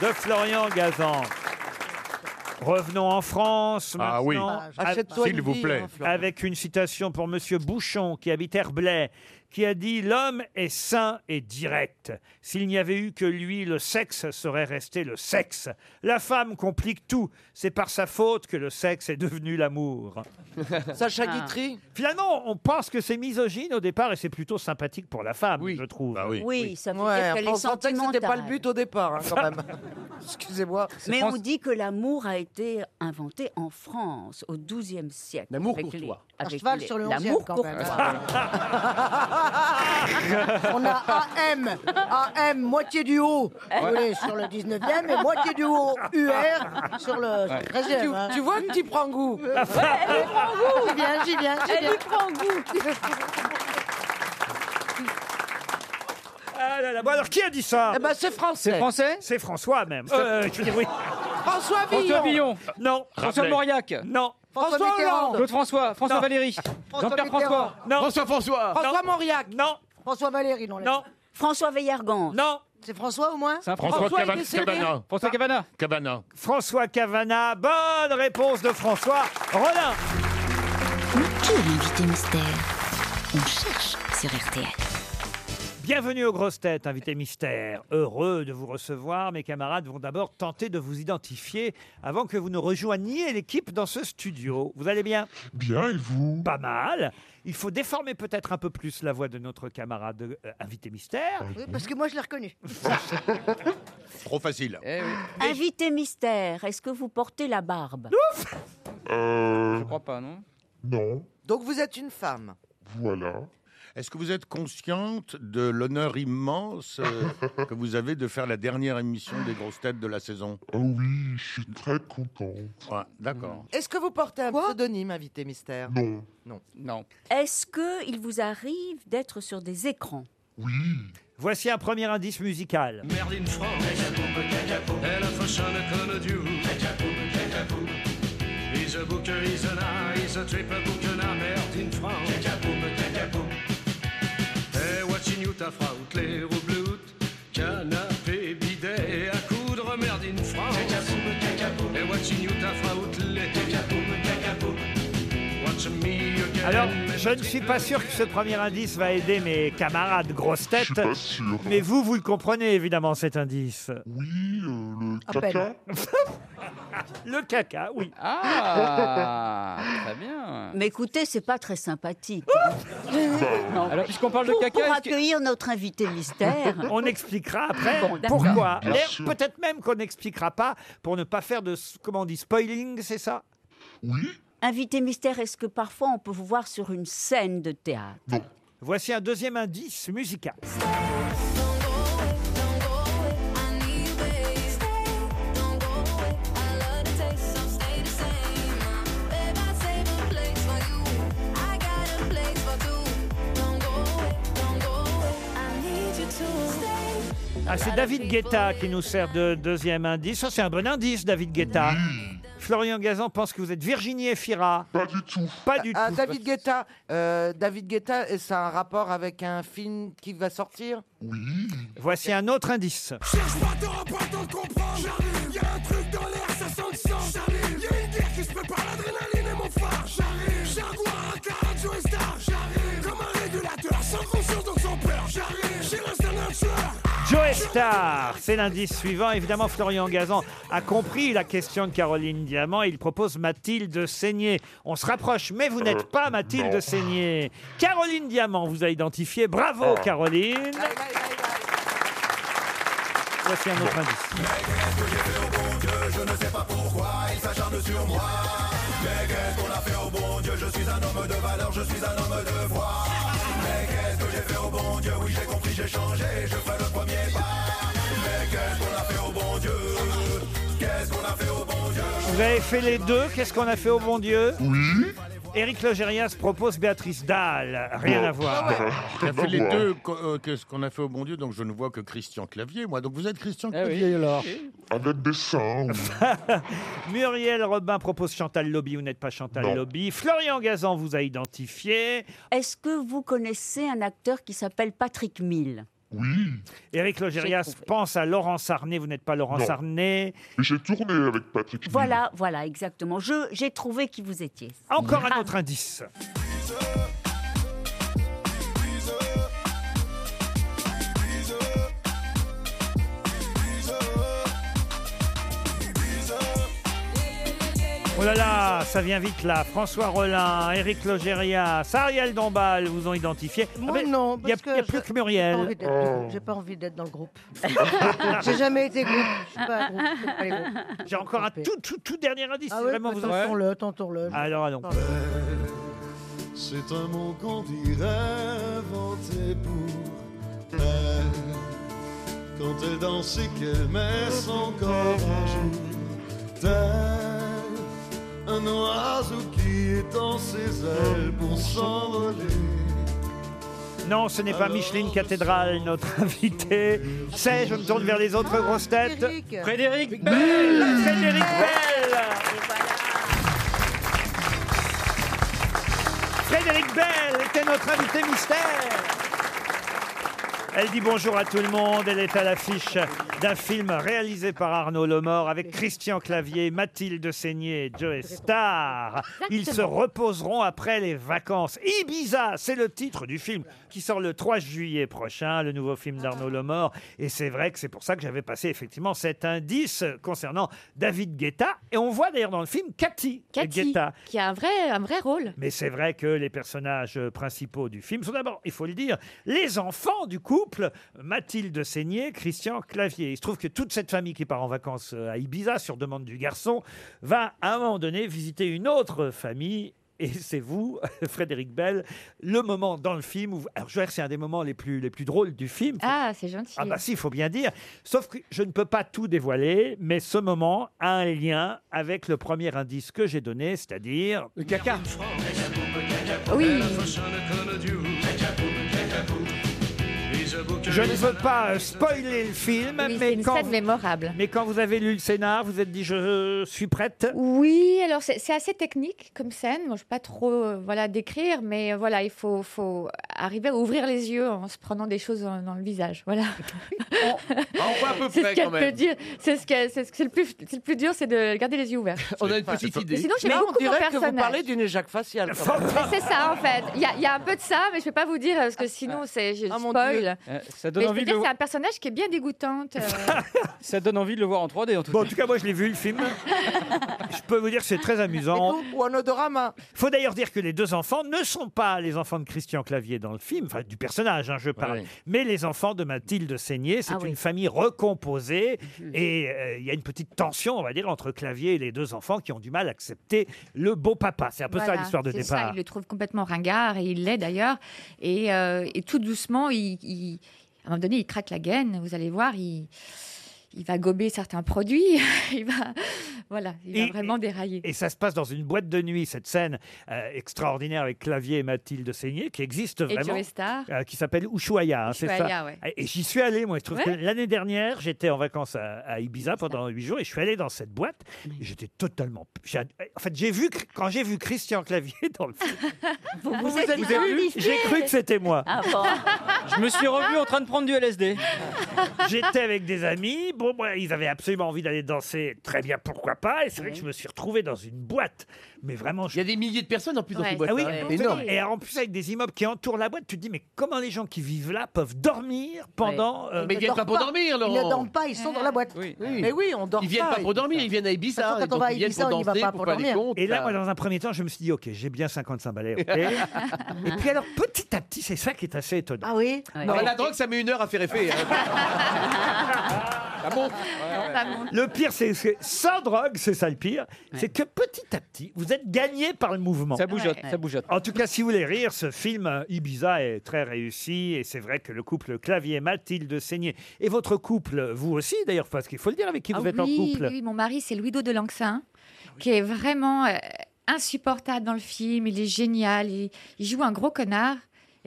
Speaker 2: de Florian Gazan. Revenons en France
Speaker 6: Ah oui.
Speaker 2: maintenant.
Speaker 6: Achète-toi une S'il vous vie, plaît. hein, Florian.
Speaker 2: Avec une citation pour Monsieur Bouchon qui habite Herblay, qui a dit L'homme est sain et direct. S'il n'y avait eu que lui, le sexe serait resté le sexe. La femme complique tout. C'est par sa faute que le sexe est devenu l'amour.
Speaker 9: Sacha Ah. Guitry
Speaker 2: Finalement, on pense que c'est misogyne au départ et c'est plutôt sympathique pour la femme, je trouve.
Speaker 10: Bah
Speaker 7: Oui, ça veut
Speaker 9: Ouais,
Speaker 7: dire qu'elle
Speaker 9: on
Speaker 7: est
Speaker 9: sentait que c'était pas
Speaker 7: sentimentale.
Speaker 9: le but au départ, hein, quand même. Excusez-moi.
Speaker 7: Mais
Speaker 9: France-
Speaker 7: on dit que l'amour a été inventé en France au XIIe siècle.
Speaker 9: L'amour
Speaker 7: Avec les-
Speaker 9: courtois.
Speaker 5: Un
Speaker 7: avec
Speaker 5: cheval
Speaker 7: les-
Speaker 5: sur le
Speaker 7: l'amour
Speaker 5: 11e, quand même.
Speaker 7: courtois.
Speaker 5: On a AM, AM, moitié du haut vous voyez, sur le 19e et moitié du haut UR sur le
Speaker 9: Ouais.
Speaker 5: 13e.
Speaker 9: Tu- tu vois que tu prends goût.
Speaker 5: Ouais, hein. elle y prend goût. J'y viens, j'y viens. j'y viens.
Speaker 7: prend goût.
Speaker 2: Ah là là, bon, alors qui a dit ça
Speaker 9: Eh ben, c'est français.
Speaker 10: C'est français
Speaker 2: C'est François même. Euh, je veux dire, oui.
Speaker 9: François
Speaker 10: François
Speaker 9: Villon.
Speaker 10: Villon.
Speaker 2: Non.
Speaker 10: François
Speaker 2: Rappelez.
Speaker 10: Mauriac.
Speaker 2: Non.
Speaker 9: François François Mitterrand. Hollande.
Speaker 10: Claude François. François
Speaker 9: Non.
Speaker 10: Valéry.
Speaker 9: François
Speaker 10: Jean-Pierre
Speaker 9: Mitterrand.
Speaker 10: François.
Speaker 2: Non.
Speaker 10: François François.
Speaker 9: François Mauriac.
Speaker 2: Non.
Speaker 5: François Valéry, non.
Speaker 2: Non.
Speaker 7: François Veillargan.
Speaker 2: Non.
Speaker 5: C'est François au moins
Speaker 6: François
Speaker 2: François est
Speaker 6: Cavan-
Speaker 2: décédé.
Speaker 6: Cavana.
Speaker 10: François Cavana.
Speaker 6: Cavana.
Speaker 2: François Cavana. Bonne réponse de François Rollin.
Speaker 14: Qui est l'invité mystère On cherche sur RTL.
Speaker 2: Bienvenue aux grosses têtes, invité mystère. Heureux de vous recevoir. Mes camarades vont d'abord tenter de vous identifier avant que vous ne rejoigniez l'équipe dans ce studio. Vous allez bien Bien, et vous Pas mal. Il faut déformer peut-être un peu plus la voix de notre camarade euh, invité mystère.
Speaker 5: Oui, parce que moi je l'ai reconnu.
Speaker 6: Trop facile.
Speaker 7: Invité mystère, est-ce que vous portez la barbe
Speaker 23: Euh,
Speaker 10: Je crois pas, non
Speaker 6: Non.
Speaker 9: Donc vous êtes une femme.
Speaker 6: Voilà. Est-ce que vous êtes consciente de l'honneur immense euh, que vous avez de faire la dernière émission des grosses têtes de la saison
Speaker 23: Ah oui, je suis très content.
Speaker 6: Ouais, D'accord.
Speaker 9: Est-ce que vous portez un pseudonyme, invité mystère
Speaker 23: Non.
Speaker 9: Non.
Speaker 10: Non.
Speaker 7: Est-ce que il vous arrive d'être sur des écrans
Speaker 2: Voici un premier indice musical.
Speaker 8: Merlin France, elle façonne comme Dieu. He's a book, he's an eye, he's a triple book, and a Merlin France. Et watching you, ta fraute, les roubloutes, canapé, bidet, à coudre Merlin France. Et watching you, ta fraute, les Watch me uh, again.
Speaker 2: Alors, je ne suis pas sûr que ce premier indice va aider mes camarades grosses têtes. Mais vous, vous le comprenez évidemment cet indice.
Speaker 23: Oui, euh,
Speaker 2: À
Speaker 23: le caca.
Speaker 2: le caca, oui.
Speaker 10: Ah, très bien.
Speaker 7: Mais écoutez, c'est pas très sympathique.
Speaker 10: Alors, puisqu'on parle de
Speaker 7: Pour-
Speaker 10: caca,
Speaker 7: Pour
Speaker 10: est-ce que-
Speaker 7: accueillir notre invité mystère.
Speaker 2: On expliquera après
Speaker 7: Bon, d'accord.
Speaker 2: pourquoi.
Speaker 7: Bien
Speaker 2: D'ailleurs,
Speaker 7: sûr.
Speaker 2: Peut-être même qu'on n'expliquera pas pour ne pas faire de, s- comment on dit, spoiling, c'est ça
Speaker 7: Invité mystère, est-ce que parfois on peut vous voir sur une scène de théâtre
Speaker 2: Voici un deuxième indice musical. Ah, c'est David Guetta qui nous sert de deuxième indice. Ça, c'est un bon indice, David Guetta. Florian Gazan pense que vous êtes Virginie Efira.
Speaker 23: Pas du tout.
Speaker 2: Pas du
Speaker 9: Ah,
Speaker 2: tout.
Speaker 9: David Guetta. euh, David Guetta, est-ce ça a un rapport avec un film qui va sortir
Speaker 2: Voici un autre indice.
Speaker 8: J'arrive, y'a un truc dans l'air, ça sent le sang. J'arrive, y'a une guerre qui se prépare, l'adrénaline est mon phare. J'arrive, jaguar, un caractère et star. J'arrive, comme un régulateur, sans conscience donc sans peur. J'arrive, j'ai l'instinct d'un tueur.
Speaker 2: Joe Star, c'est l'indice suivant. Évidemment, Florian Gazan a compris la question de Caroline Diamant. Il propose Mathilde Seigné. On se rapproche, mais vous n'êtes pas Mathilde
Speaker 8: non.
Speaker 2: Seigné. Caroline Diamant vous a identifié. Bravo,
Speaker 8: Ah.
Speaker 2: Caroline. Voici un autre indice. Vous avez fait les deux. Qu'est-ce qu'on a fait au bon Dieu
Speaker 23: Oui.
Speaker 2: Éric Logérias propose Béatrice Dalle. Rien à
Speaker 6: Ah
Speaker 23: Ah
Speaker 2: voir.
Speaker 6: Ça fait les deux co- euh, que ce qu'on a fait au bon Dieu, donc je ne vois que Christian Clavier, moi. Donc vous êtes Christian
Speaker 10: Eh
Speaker 6: Clavier, alors
Speaker 23: Avec des seins. oui.
Speaker 2: Muriel Robin propose Chantal Lobby. Vous n'êtes pas Chantal
Speaker 23: Non.
Speaker 2: Lobby. Florian Gazan vous a identifié.
Speaker 7: Est-ce que vous connaissez un acteur qui s'appelle Patrick Mill
Speaker 23: Oui.
Speaker 2: Éric Logérias pense à Laurent Sarnet. Vous n'êtes pas Laurent
Speaker 23: Non.
Speaker 2: Sarnet.
Speaker 23: Mais j'ai tourné avec Patrick. Mille.
Speaker 7: Voilà, voilà, exactement. Je- J'ai trouvé qui vous étiez.
Speaker 2: Encore un autre indice.
Speaker 8: Freezer,
Speaker 2: Oh là là, ça vient vite là. François Rollin, Éric Logéria, Ariel Dombal vous ont identifié. Ah
Speaker 5: Moi
Speaker 2: ben,
Speaker 5: non,
Speaker 2: Il n'y a,
Speaker 5: parce que
Speaker 2: il y a
Speaker 5: je-
Speaker 2: plus que
Speaker 5: J'ai pas
Speaker 2: Muriel.
Speaker 5: envie
Speaker 4: Euh.
Speaker 5: d'être- J'ai pas envie d'être dans le groupe. J'ai jamais été groupe. Je suis pas groupe. j'aime pas les groupes.
Speaker 2: J'ai encore un tout, tout, tout dernier indice.
Speaker 5: Ah
Speaker 2: si
Speaker 5: ouais,
Speaker 2: vraiment vous en- Ah,
Speaker 5: Tentons-le, tentons-le.
Speaker 2: Alors, allons.
Speaker 12: C'est un mot qu'on dit inventé pour elle. Quand elle danse et qu'elle met son corps à jour, tel un oiseau qui étend ses ailes pour s'envoler.
Speaker 2: Non, ce n'est pas Micheline Cathédrale, notre invité. C'est, je me tourne vers les autres grosses têtes.
Speaker 5: Frédéric.
Speaker 2: Frédéric Bell Frédéric Bell Frédéric Bell était notre invité mystère. Elle dit bonjour à tout le monde. Elle est à l'affiche d'un film réalisé par Arnaud Lemort avec Christian Clavier, Mathilde Seigné et Joe Star. Ils se reposeront après les vacances. Ibiza, c'est le titre du film qui sort le 3 juillet prochain, le nouveau film d'Arnaud Lemort. Et c'est vrai que c'est pour ça que j'avais passé effectivement cet indice concernant David Guetta. Et on voit d'ailleurs dans le film Cathy,
Speaker 1: Cathy,
Speaker 2: Guetta.
Speaker 1: qui a un vrai, un vrai rôle.
Speaker 2: Mais c'est vrai que les personnages principaux du film sont d'abord, il faut le dire, les enfants du couple, Mathilde Seigné, Christian Clavier. Il se trouve que toute cette famille qui part en vacances euh, à Ibiza, sur demande du garçon, va à un moment donné visiter une autre famille. Et c'est vous, Frédéric Bell, le moment dans le film où... Alors, je veux dire que c'est un des moments les plus, les plus drôles du film.
Speaker 1: Ah, c'est gentil.
Speaker 2: Ah bah si, il faut bien dire. Sauf que je ne peux pas tout dévoiler, mais ce moment a un lien avec le premier indice que j'ai donné, c'est-à-dire... Le caca
Speaker 1: Oui.
Speaker 2: Je ne veux pas euh, spoiler le film, mais, quand vous- mais quand vous avez lu le scénar, vous êtes dit je suis prête.
Speaker 1: Oui, alors c'est c'est assez technique comme scène. Moi, je ne pas trop euh, voilà, décrire, mais euh, voilà, il faut, faut arriver à ouvrir les yeux en se prenant des choses dans, dans le visage. Voilà.
Speaker 4: On voit à peu
Speaker 1: C'est ce
Speaker 4: près
Speaker 1: qu'il y a
Speaker 4: quand
Speaker 1: de plus
Speaker 4: même.
Speaker 1: dur. C'est ce qu'il y a- c'est ce que- c'est le plus, c'est le plus dur, c'est de garder les yeux ouverts.
Speaker 4: On a une petite idée.
Speaker 1: Sinon, j'ai
Speaker 9: Mais
Speaker 1: beaucoup
Speaker 9: on dirait
Speaker 1: de
Speaker 9: que vous
Speaker 1: personnages.
Speaker 9: parlez d'une éjac faciale. quand même.
Speaker 1: Mais c'est ça en fait. Il y, a- il y a un peu de ça, mais je ne vais pas vous dire euh, parce que sinon c'est je
Speaker 9: Ah, mon
Speaker 1: spoil.
Speaker 10: Euh, ça
Speaker 1: Mais
Speaker 10: donne
Speaker 1: je
Speaker 10: envie
Speaker 1: veux
Speaker 10: de le
Speaker 1: dire, c'est
Speaker 10: voir.
Speaker 1: un personnage qui est bien dégoûtante. euh,
Speaker 10: Ça donne envie de le voir en 3D en tout
Speaker 2: Bon, en tout cas, moi je l'ai vu le film. je peux vous dire que c'est très amusant.
Speaker 9: Ou un odorama.
Speaker 2: Faut d'ailleurs dire que les deux enfants ne sont pas les enfants de Christian Clavier dans le film, enfin du personnage, hein, je parle, mais les enfants de Mathilde Seigné.
Speaker 1: Ah
Speaker 2: C'est une famille recomposée
Speaker 1: Mhm.
Speaker 2: et euh, il y a une petite tension, on va dire, entre Clavier et les deux enfants qui ont du mal à accepter le beau papa. C'est un peu ça
Speaker 1: Voilà,
Speaker 2: l'histoire de
Speaker 1: c'est
Speaker 2: départ.
Speaker 1: ça, il le trouve complètement ringard et il l'est d'ailleurs. Et, euh, et tout doucement, il, il- à un moment donné, il craque la gaine. Vous allez voir, il, il va gober certains produits. il va, voilà, il
Speaker 2: Et-
Speaker 1: va vraiment dérailler.
Speaker 2: Et ça se passe dans une boîte de nuit, cette scène euh, extraordinaire avec Clavier et Mathilde Seigné, qui existe
Speaker 1: Et
Speaker 2: vraiment.
Speaker 1: Joey Starr.
Speaker 2: euh, qui s'appelle Ushuaïa, hein, c'est
Speaker 1: Ushuaïa,
Speaker 2: ça.
Speaker 1: ouais.
Speaker 2: Et- Et j'y suis allé, moi. Il se trouve que
Speaker 1: Ouais.
Speaker 2: l'année dernière, j'étais en vacances à, à Ibiza pendant huit jours et je suis allé dans cette boîte. Et J'étais totalement. j'ai- En fait, j'ai vu quand j'ai vu Christian Clavier dans le film.
Speaker 1: Vous, Ah,
Speaker 2: êtes vu J'ai cru que c'était moi.
Speaker 10: Je me suis revu en train de prendre du LSD.
Speaker 2: J'étais avec des amis. Bon, moi, ils avaient absolument envie d'aller danser. Très bien, pourquoi pas. Et c'est vrai que je me suis retrouvé dans une boîte. Mais vraiment. Il y a des milliers de personnes en plus
Speaker 4: dans Ouais, ces boîtes-là.
Speaker 2: Ah oui,
Speaker 4: Ouais.
Speaker 2: complètement.
Speaker 4: Énorme.
Speaker 2: Et en plus, avec des immeubles qui entourent la boîte, tu te dis, mais comment les gens qui vivent là peuvent dormir pendant. euh,
Speaker 4: Mais ils viennent pas pour dormir, Laurent.
Speaker 5: Ils ne dorment pas, ils sont dans la boîte. Mais oui, on dort
Speaker 4: Ils viennent pas pour dormir, ils viennent à
Speaker 5: De
Speaker 4: Ibiza.
Speaker 5: toute façon, quand
Speaker 4: donc
Speaker 5: on va à
Speaker 4: ils viennent
Speaker 5: Ibiza,
Speaker 4: pour
Speaker 5: on y va
Speaker 4: danser,
Speaker 5: pas
Speaker 4: pour
Speaker 5: pour
Speaker 4: faire les
Speaker 5: dormir.
Speaker 4: comptes.
Speaker 2: Et là, moi, dans un premier temps, je me suis dit, ok, j'ai bien 55 balais, ok. Et puis alors, petit à petit, c'est ça qui est assez étonnant.
Speaker 5: Ah oui
Speaker 4: Ah bah, la drogue, ça met une heure à faire effet. hein. Ah bon
Speaker 2: Le pire, c'est c'est- sans drogue, c'est ça le pire, c'est que petit à petit, vous êtes gagné par le mouvement.
Speaker 10: Ça bougeotte, Ouais. ça bougeotte.
Speaker 2: En tout cas, si vous voulez rire, ce film euh, Ibiza est très réussi et c'est vrai que le couple clavier Mathilde Seigné et votre couple, vous aussi d'ailleurs, parce qu'il faut le dire avec qui vous
Speaker 1: Ah
Speaker 2: êtes
Speaker 1: oui,
Speaker 2: en couple. Ah
Speaker 1: Oui, mon mari, c'est Louis Do de Langsin, qui est vraiment euh, insupportable dans le film. Il est génial. Il, il joue un gros connard.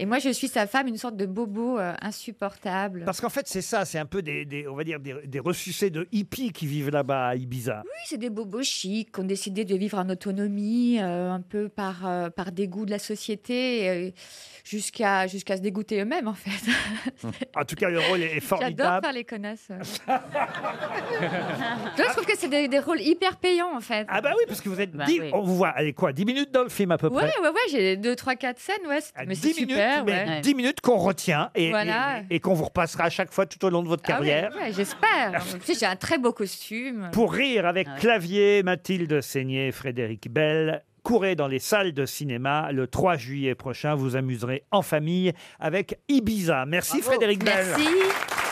Speaker 1: Et moi, je suis sa femme, une sorte de bobo euh, insupportable.
Speaker 2: Parce qu'en fait, c'est ça, c'est un peu des, des- on va dire, des, des ressuscés de hippies qui vivent là-bas à Ibiza.
Speaker 1: Oui, c'est des bobos chics qui ont décidé de vivre en autonomie, euh, un peu par, euh, par dégoût de la société, euh, jusqu'à jusqu'à se dégoûter eux-mêmes, en fait.
Speaker 2: En tout cas, le rôle est
Speaker 1: J'adore
Speaker 2: formidable.
Speaker 1: faire les connasses. je trouve que c'est des, des rôles hyper payants, en fait.
Speaker 2: Ah bah oui, parce que vous êtes Dix- On vous voit, allez quoi, 10 minutes dans le film à peu
Speaker 1: Ouais,
Speaker 2: près
Speaker 1: ouais, ouais, j'ai 2, 3, 4 scènes, ouais. c'est-
Speaker 2: À
Speaker 1: Mais
Speaker 2: 10
Speaker 1: c'est
Speaker 2: minutes,
Speaker 1: super. faire,
Speaker 2: mais
Speaker 1: ouais.
Speaker 2: 10 minutes qu'on retient et,
Speaker 1: Voilà.
Speaker 2: et, et qu'on vous repassera à chaque fois tout au long de votre
Speaker 1: Ah ouais,
Speaker 2: carrière.
Speaker 1: ouais, J'espère. En plus, j'ai un très beau costume.
Speaker 2: Pour rire avec
Speaker 1: Ouais.
Speaker 2: clavier, Mathilde Seigné, Frédéric Bell. Courez dans les salles de cinéma le 3 juillet prochain. Vous amuserez en famille avec Ibiza. Merci Frédéric Bell.
Speaker 1: Merci.